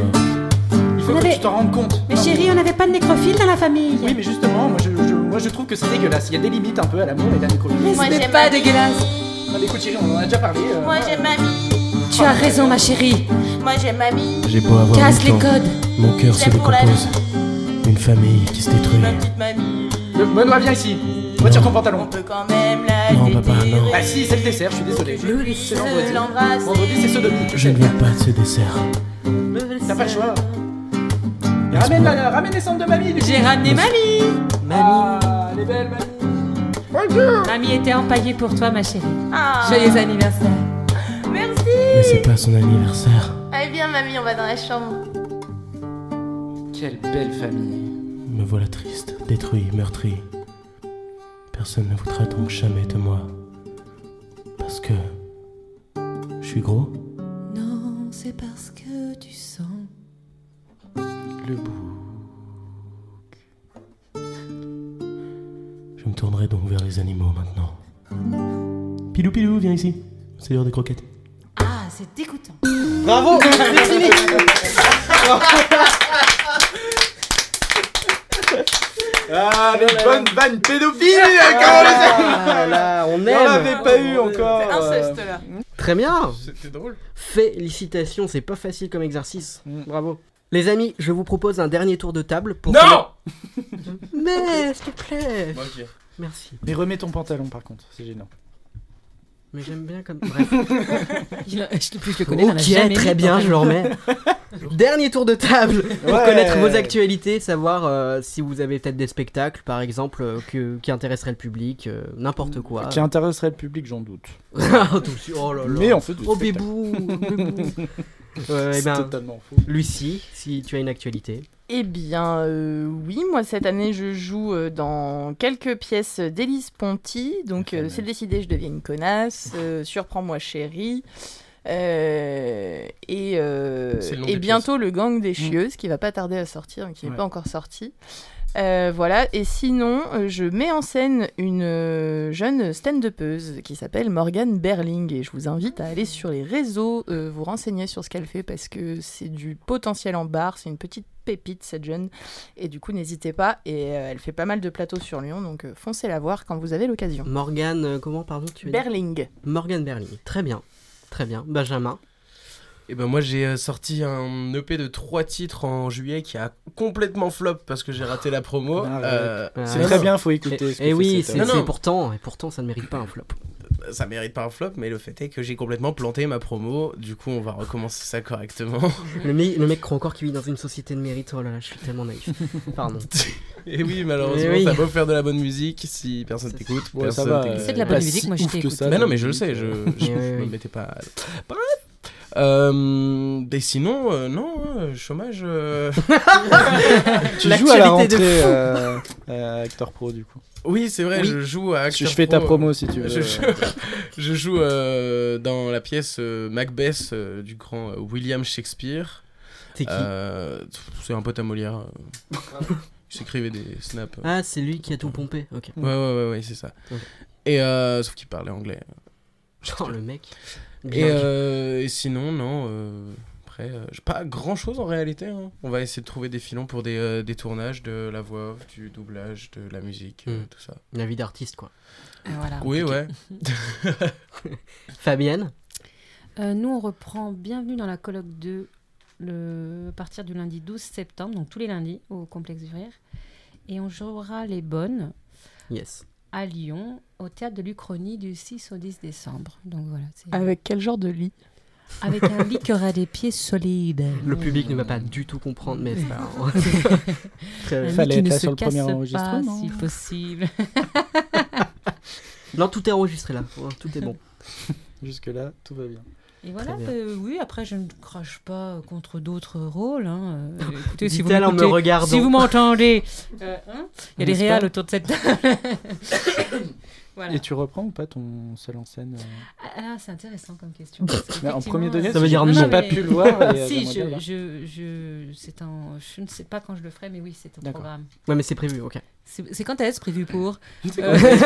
Speaker 5: faut
Speaker 8: On
Speaker 5: que
Speaker 8: avait-
Speaker 5: tu t'en rendes compte
Speaker 8: Mais
Speaker 5: Non,
Speaker 8: chérie, on n'avait pas de nécrophile dans la famille.
Speaker 5: Oui, mais justement, moi je, je- moi, je trouve que c'est dégueulasse. Il y a des limites un peu à l'amour et à la nécrophilie.
Speaker 8: Mais ce n'est pas dégueulasse.
Speaker 5: Non, mais écoute, chérie, on en a déjà parlé. euh,
Speaker 6: Moi j'aime mamie,
Speaker 8: Tu as raison, ma chérie.
Speaker 6: moi j'aime mamie.
Speaker 7: J'ai beau avoir
Speaker 8: Casse
Speaker 7: le
Speaker 8: les
Speaker 7: temps,
Speaker 8: codes.
Speaker 7: Mon cœur se
Speaker 6: J'aime pour la
Speaker 7: décompose. Une famille qui se détruit.
Speaker 5: Le- euh, Benoît, viens ici. Retire ton pantalon. On
Speaker 6: peut quand même la
Speaker 7: Non, papa, non.
Speaker 5: Bah si, c'est le dessert, je suis désolé. C'est vendredi. Vendredi, c'est ce demi.
Speaker 7: Je ne viens pas de ce dessert.
Speaker 5: T'as pas le choix. Et Ramène, la- ramène les cendres de mamie. du coup.
Speaker 8: J'ai ramené mamie.
Speaker 5: Mamie. Ah, elle est belle, mamie.
Speaker 8: Mamie était empaillée pour toi, ma chérie.
Speaker 6: Ah,
Speaker 8: Joyeux anniversaire.
Speaker 7: Mais c'est pas son anniversaire.
Speaker 6: Allez bien mamie, on va dans la chambre.
Speaker 5: Quelle belle famille.
Speaker 7: Me voilà triste, détruit, meurtri. Personne ne voudra donc jamais de moi. Parce que. Je suis gros.
Speaker 8: Non, c'est parce que tu sens.
Speaker 5: Le bout.
Speaker 7: Je me tournerai donc vers les animaux maintenant. Pilou Pilou, viens ici. C'est l'heure des croquettes.
Speaker 8: Ah, c'est [laughs] dégoûtant.
Speaker 1: Bravo Merci Nick.
Speaker 27: Ah, les bonnes vannes pédophiles
Speaker 1: Ah là, on aime.
Speaker 5: Ah,
Speaker 27: encore
Speaker 1: Très bien
Speaker 28: C'était drôle.
Speaker 1: Félicitations, c'est pas facile comme exercice. Bravo. Les amis, je vous propose un dernier tour de table pour.
Speaker 7: Non
Speaker 1: Mais, s'il te plaît
Speaker 7: Ok.
Speaker 1: Merci.
Speaker 5: Mais remets ton pantalon par contre, c'est gênant.
Speaker 1: Mais j'aime bien comme. Bref.
Speaker 8: Il a- je- plus je le connais, il en a
Speaker 1: Ok,
Speaker 8: jamais Ah,
Speaker 1: très
Speaker 8: mis
Speaker 1: bien,
Speaker 8: dans-
Speaker 1: je le remets.
Speaker 8: [laughs]
Speaker 1: Dernier tour de table pour
Speaker 8: Ouais.
Speaker 1: connaître vos actualités, savoir euh, si vous avez peut-être des spectacles, par exemple, euh, que- qui intéresseraient le public, euh, n'importe quoi.
Speaker 5: Qui intéresserait le public, j'en doute.
Speaker 1: Ah, tout de suite, [laughs] oh là là.
Speaker 5: Mais on fait du
Speaker 1: Oh
Speaker 5: spectacle.
Speaker 1: bébou,
Speaker 5: [laughs]
Speaker 1: bébou. Euh, eh
Speaker 5: C'est
Speaker 1: ben,
Speaker 5: totalement faux.
Speaker 1: Lucie, si tu as une actualité.
Speaker 6: Eh bien, euh, oui, moi cette année je joue euh, dans quelques pièces d'Élise Ponty. Donc, euh, c'est décidé, je deviens une connasse. euh, Surprends-moi, chérie. Euh, et euh,
Speaker 24: C'est le nom
Speaker 6: et
Speaker 24: des
Speaker 6: bientôt le gang des
Speaker 24: Mm.
Speaker 6: chieuses qui va pas tarder à sortir, mais qui n'est
Speaker 24: Ouais.
Speaker 6: pas encore sorti. Euh, voilà, et sinon, euh, je mets en scène une euh, jeune stand-upeuse qui s'appelle Morgane Berling et je vous invite à aller sur les réseaux, euh, vous renseigner sur ce qu'elle fait parce que c'est du potentiel en barre, c'est une petite pépite cette jeune et du coup n'hésitez pas et euh, elle fait pas mal de plateaux sur Lyon donc euh, foncez la voir quand vous avez l'occasion.
Speaker 1: Morgane, euh, comment pardon tu as dit
Speaker 6: Berling.
Speaker 1: Morgane Berling, très bien, très bien. Benjamin.
Speaker 7: Et ben moi j'ai euh, sorti un EP de trois titres en juillet qui a complètement flop parce que j'ai raté la promo. Euh,
Speaker 1: Ah,
Speaker 7: non,
Speaker 1: ouais.
Speaker 7: non.
Speaker 1: Et, et eh oui, c'est
Speaker 7: Non, non,
Speaker 1: c'est pourtant, et pourtant ça ne mérite pas un
Speaker 7: [laughs]
Speaker 1: flop.
Speaker 7: ça mérite pas un flop, mais le fait est que j'ai complètement planté ma promo. Du coup, on va recommencer ça correctement. [laughs]
Speaker 1: Le mec, le mec croit encore qu'il vit dans une société de mérite. Oh là là, je suis tellement
Speaker 5: [laughs]
Speaker 1: naïf. Pardon.
Speaker 7: Et oui, malheureusement,
Speaker 1: Eh oui.
Speaker 7: t'as beau faire de la bonne musique, si personne t'écoute,
Speaker 5: Ouais, ça
Speaker 7: personne
Speaker 5: va,
Speaker 7: t'écoute.
Speaker 5: euh, C'est de la bonne pas musique, si moi, je ouf t'ai que écouté. ça,
Speaker 7: Mais non,
Speaker 5: la
Speaker 7: mais je le
Speaker 5: musique, [laughs]
Speaker 7: sais, je,
Speaker 5: euh.
Speaker 7: je,
Speaker 5: Eh oui,
Speaker 7: je me
Speaker 5: oui.
Speaker 7: mettais pas. Bref. Euh, et sinon, euh, non, hein, chômage. euh.
Speaker 5: Tu joues à la rentrée euh, euh, acteur pro du coup.
Speaker 7: Oui, c'est vrai,
Speaker 5: Oui.
Speaker 7: je joue à
Speaker 5: Je
Speaker 7: Acteur
Speaker 5: fais ta
Speaker 7: Pro.
Speaker 5: promo si tu veux.
Speaker 7: Je, joue- [laughs] je joue euh, dans la pièce euh, Macbeth euh, du grand euh, William Shakespeare.
Speaker 1: C'est qui
Speaker 7: Euh, C'est un pote
Speaker 5: [laughs]
Speaker 7: à Molière. euh. Il s'écrivait des snaps. euh.
Speaker 1: Ah, c'est lui qui a tout pompé. Ok.
Speaker 7: Ouais, ouais, ouais, ouais, c'est ça.
Speaker 1: Ok.
Speaker 7: Et euh, sauf qu'il parlait anglais.
Speaker 1: Genre le mec.
Speaker 7: Et,
Speaker 1: Bien.
Speaker 7: euh, et sinon, non. euh, après, euh, j'ai pas grand chose en réalité. hein. On va essayer de trouver des filons pour des, euh, des tournages, de la voix off, du doublage, de la musique, euh,
Speaker 5: Hmm.
Speaker 1: Mm.
Speaker 7: tout ça.
Speaker 1: La vie d'artiste, quoi.
Speaker 8: Voilà.
Speaker 7: Oui, ouais.
Speaker 1: Fabienne.
Speaker 8: Euh, nous, on reprend Bienvenue dans la colloque 2 le... à partir du lundi 12 septembre, donc tous les lundis au complexe du Rire. Et on jouera les bonnes
Speaker 1: Yes.
Speaker 8: à Lyon au théâtre de l'Uchronie du 6 au 10 décembre. Donc voilà. c'est-
Speaker 6: Avec quel genre de lit
Speaker 1: Ah.
Speaker 8: Avec un lit qui aura des pieds solides.
Speaker 1: Le public ne va pas du tout comprendre, mais c'est
Speaker 5: [laughs]
Speaker 1: pas grave. [laughs] Très
Speaker 8: Un
Speaker 1: bien.
Speaker 8: lit qui ne se casse Pas, si
Speaker 1: hein.
Speaker 8: possible.
Speaker 1: Non, tout est enregistré là. Oh, Tout est bon.
Speaker 5: Jusque là, tout va bien.
Speaker 8: Et voilà,
Speaker 1: bien.
Speaker 8: euh, oui, après je ne crache pas euh, contre d'autres
Speaker 1: [laughs]
Speaker 8: rôles. hein. Euh, écoutez, si vous
Speaker 1: Dit-elle en me
Speaker 8: m'écoutez,
Speaker 1: regardant.
Speaker 8: Si vous m'entendez, euh, hein, il y a des
Speaker 5: N'est-ce
Speaker 8: réals
Speaker 5: pas
Speaker 8: autour de
Speaker 1: [coughs]
Speaker 8: cette table. voilà.
Speaker 5: Et tu reprends ou pas ton seul en scène euh,
Speaker 8: Ah, c'est intéressant comme question. parce
Speaker 5: Mais en
Speaker 8: qu'effectivement,
Speaker 5: premier degré,
Speaker 8: euh,
Speaker 5: Ça veut dire
Speaker 8: non,
Speaker 5: non.
Speaker 8: non,
Speaker 5: j'ai pas
Speaker 8: mais-
Speaker 5: pu le voir
Speaker 8: [laughs]
Speaker 5: et, euh,
Speaker 8: si,
Speaker 5: j'aimerais bien le
Speaker 8: je,
Speaker 5: voir.
Speaker 8: je, je- c'est un, je ne sais pas quand je le ferai, mais oui, c'est un
Speaker 1: D'accord.
Speaker 8: programme.
Speaker 1: Ouais, mais c'est prévu, ok.
Speaker 8: C'est c'est quand est-ce prévu pour
Speaker 1: C'est
Speaker 8: Euh,
Speaker 1: quand est-ce
Speaker 8: [laughs] C'est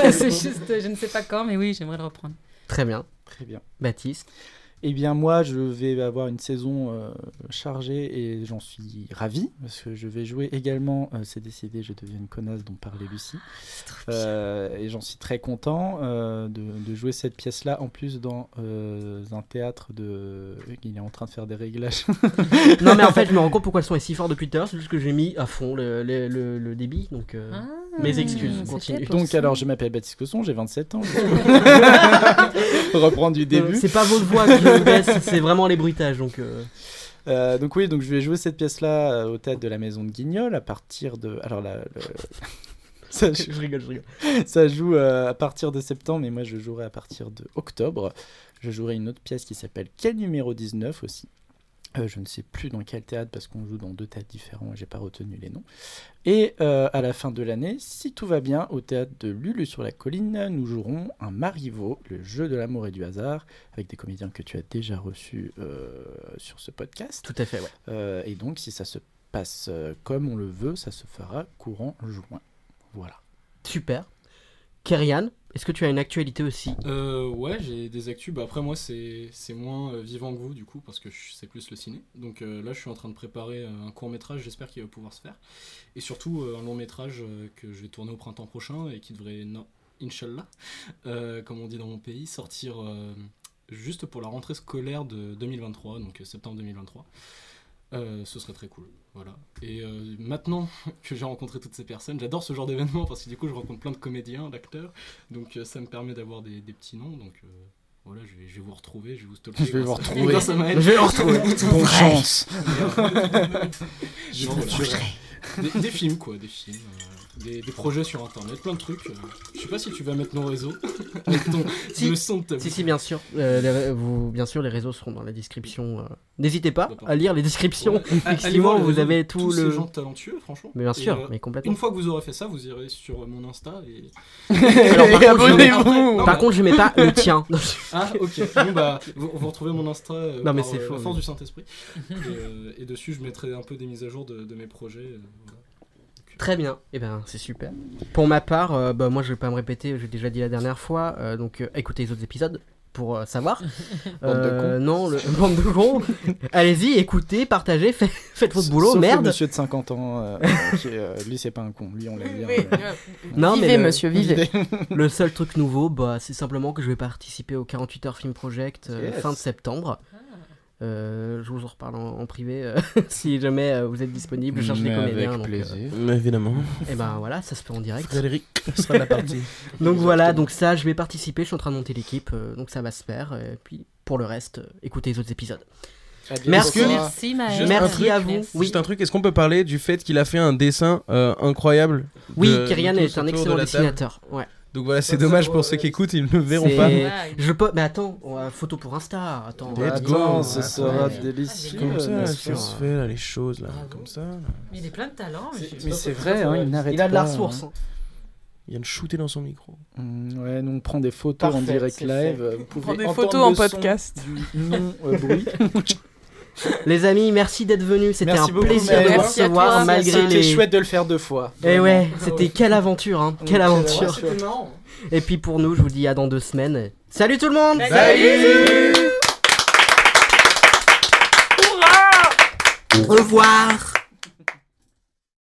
Speaker 1: prévu
Speaker 8: juste, euh, je ne sais pas quand, mais oui, j'aimerais le reprendre.
Speaker 1: Très bien.
Speaker 5: Très bien.
Speaker 1: Baptiste.
Speaker 5: Eh bien, moi, je vais avoir une saison euh, chargée et j'en suis ravi parce que je vais jouer également euh, C'est décidé, je deviens une connasse dont parlait Lucie. Euh, et j'en suis très content euh, de, de jouer cette pièce-là en plus dans euh, un théâtre de. Il est en train de faire des réglages.
Speaker 1: Non, mais en fait, je me rends compte pourquoi le son est si fort depuis tout à l'heure. C'est juste que j'ai mis à fond le, le- le- le débit. Donc, euh,
Speaker 8: Ah,
Speaker 1: mes excuses. Continue.
Speaker 5: Donc, alors, je m'appelle Baptiste Cosson, j'ai 27 ans. Je- Reprendre du début.
Speaker 1: euh, C'est pas votre voix que je baisse, c'est vraiment les bruitages. Donc,
Speaker 5: [laughs]
Speaker 1: euh,
Speaker 5: Euh, donc oui, donc je vais jouer cette pièce-là euh, au théâtre de la Maison de Guignol à partir de. Alors là, le- [laughs] ça, joue-
Speaker 1: je rigole, je rigole.
Speaker 5: ça joue euh, à partir de septembre, et moi je jouerai à partir de octobre. Je jouerai une autre pièce qui s'appelle Quel numéro 19 aussi. Euh, je ne sais plus dans quel théâtre parce qu'on joue dans deux théâtres différents et j'ai pas retenu les noms. Et euh, à la fin de l'année, si tout va bien, au théâtre de Lulu sur la colline, nous jouerons un Marivaux, le jeu de l'amour et du hasard, avec des comédiens que tu as déjà reçus euh, sur ce podcast.
Speaker 1: Tout à fait, ouais.
Speaker 5: Euh, et donc, si ça se passe euh, comme on le veut, ça se fera courant juin. Voilà.
Speaker 1: super. Kerian, est-ce que tu as une actualité aussi
Speaker 9: Euh, ouais, j'ai des actus. Bah, après, moi, c'est c'est moins euh, vivant que vous, du coup, parce que je- c'est plus le ciné. Donc euh, là, je suis en train de préparer euh, un court métrage, j'espère qu'il va pouvoir se faire. Et surtout, euh, un long métrage euh, que je vais tourner au printemps prochain et qui devrait, non, Inch'Allah, euh, comme on dit dans mon pays, sortir euh, juste pour la rentrée scolaire de 2023, donc euh, septembre 2023. euh, ce serait très cool. Voilà. Et euh, maintenant [laughs] que j'ai rencontré toutes ces personnes, j'adore ce genre d'événement parce que du coup je rencontre plein de comédiens, d'acteurs, donc euh, ça me permet d'avoir des, des petits noms. Donc euh, voilà, je vais, je vais vous retrouver, je vais vous stalker.
Speaker 15: Je vais vous
Speaker 9: grâce à-
Speaker 15: retrouver.
Speaker 9: grâce à Maël.
Speaker 15: Je vais vous retrouver. Bonne chance. Je
Speaker 9: Non,
Speaker 15: vous
Speaker 9: voilà.
Speaker 15: toucherai.
Speaker 9: Des, des films quoi, des films, euh, des, des projets sur internet, plein de trucs. euh. Je sais pas si tu vas mettre nos réseaux avec ton,
Speaker 1: Si.
Speaker 9: le son de ta
Speaker 1: Si, si, bien sûr. Euh, les ré- vous, bien sûr, les réseaux seront dans la description. euh. N'hésitez pas à lire les descriptions.
Speaker 9: Ouais. À- allez
Speaker 1: [laughs] Effectivement,
Speaker 9: voir les
Speaker 1: vous
Speaker 9: réseaux de
Speaker 1: avez tout
Speaker 9: tous
Speaker 1: le.
Speaker 9: ces gens talentueux, franchement.
Speaker 1: Mais bien
Speaker 9: Et,
Speaker 1: sûr,
Speaker 9: euh,
Speaker 1: mais complètement.
Speaker 9: Une fois que vous aurez fait ça, vous irez sur euh, mon Insta et.
Speaker 1: Alors, par Et contre, je- abonnez-vous.
Speaker 9: Non,
Speaker 1: Par
Speaker 9: mais-
Speaker 1: contre, je mets pas le tien. [laughs]
Speaker 9: ah, ok. Bon, bah, vous, vous retrouvez mon Insta. euh,
Speaker 1: Non, mais
Speaker 9: par,
Speaker 1: c'est
Speaker 9: euh, la
Speaker 1: faux,
Speaker 9: force
Speaker 1: mais-
Speaker 9: du Saint-Esprit. Et, euh, et dessus, je mettrai un peu des mises à jour de, de mes projets. euh, voilà.
Speaker 1: Très bien. Et ben, c'est super. Pour ma part, euh, bah, moi, je vais pas me répéter. J'ai déjà dit la dernière fois. euh, donc, euh, écoutez les autres épisodes pour euh, savoir.
Speaker 15: Bande de cons.
Speaker 1: Non, le bande de cons. Allez-y, écoutez, partagez, fait- faites votre boulot,
Speaker 5: Sauf le
Speaker 1: merde.
Speaker 5: monsieur de 50 ans,
Speaker 1: [laughs]
Speaker 5: euh, qui, euh, lui, c'est pas un con. Lui, on l'aime bien.
Speaker 1: Oui,
Speaker 5: Euh,
Speaker 1: Non, mais le-
Speaker 5: Vivez.
Speaker 1: Le seul truc nouveau, bah, c'est simplement que je vais participer au 48 Heures Film Project euh,
Speaker 5: Yes.
Speaker 1: fin de septembre. Euh, je vous en reparle en, en privé euh, [laughs] si jamais euh, vous êtes disponible. Je cherche des
Speaker 29: Mais
Speaker 1: comédiens.
Speaker 29: avec
Speaker 1: donc,
Speaker 29: plaisir.
Speaker 1: euh,
Speaker 29: Mais évidemment.
Speaker 1: Et ben voilà, ça se fait en direct.
Speaker 29: Frédéric sera de la partie.
Speaker 1: donc voilà, donc ça, je vais participer. Je suis en train de monter l'équipe, euh, donc ça va se faire. Et puis pour le reste, euh, écoutez les autres épisodes.
Speaker 25: Ah,
Speaker 5: À bientôt.
Speaker 1: Merci,
Speaker 5: Merci, Maëlle.
Speaker 1: Merci, à vous. Oui.
Speaker 25: Juste un truc, est-ce qu'on peut parler du fait qu'il a fait un dessin euh, incroyable
Speaker 1: Oui,
Speaker 25: de-
Speaker 1: Kyrian
Speaker 25: de tous
Speaker 1: est
Speaker 25: autour
Speaker 1: un
Speaker 25: de
Speaker 1: excellent
Speaker 25: la table
Speaker 1: dessinateur, ouais.
Speaker 25: Donc voilà, c'est dommage pour ceux qui écoutent, ils ne le verront pas.
Speaker 1: C'est- Je peux. Mais attends, on a photo pour Insta. Attends.
Speaker 25: Let's
Speaker 1: attends,
Speaker 25: go.
Speaker 1: attends.
Speaker 25: ce sera
Speaker 5: délicieux.
Speaker 25: Comme ça,
Speaker 1: Bien
Speaker 25: ça
Speaker 1: sûr.
Speaker 25: se fait, là, les choses, là, comme ça. là.
Speaker 8: Mais il est plein de talent.
Speaker 5: mais c'est vrai, hein, il n'arrête
Speaker 1: Il a de la
Speaker 5: pas,
Speaker 1: ressource.
Speaker 5: hein.
Speaker 25: Il vient de shooter dans son micro.
Speaker 5: Mm, ouais, nous on prend des photos en
Speaker 1: Parfait,
Speaker 5: direct
Speaker 1: c'est
Speaker 5: live.
Speaker 1: fait. On
Speaker 5: Vous
Speaker 1: prend
Speaker 5: pouvez
Speaker 1: des
Speaker 5: entendre
Speaker 1: photos en
Speaker 5: le son
Speaker 1: podcast.
Speaker 5: du Non, euh, bruit.
Speaker 1: Les amis, merci d'être venus. C'était un
Speaker 5: Merci beaucoup,
Speaker 1: plaisir
Speaker 5: Maëlle.
Speaker 1: de vous
Speaker 5: Merci à
Speaker 1: recevoir
Speaker 5: toi.
Speaker 1: malgré
Speaker 5: C'était
Speaker 1: les.
Speaker 5: chouette de le faire deux fois.
Speaker 1: Et
Speaker 5: Vraiment.
Speaker 1: Eh ouais, c'était quelle aventure, hein.
Speaker 5: Ouais,
Speaker 1: Quelle
Speaker 5: ouais,
Speaker 1: aventure.
Speaker 5: c'était marrant.
Speaker 1: Et puis pour nous, je vous dis à dans deux semaines. Salut tout le monde.
Speaker 15: Salut
Speaker 1: Au revoir.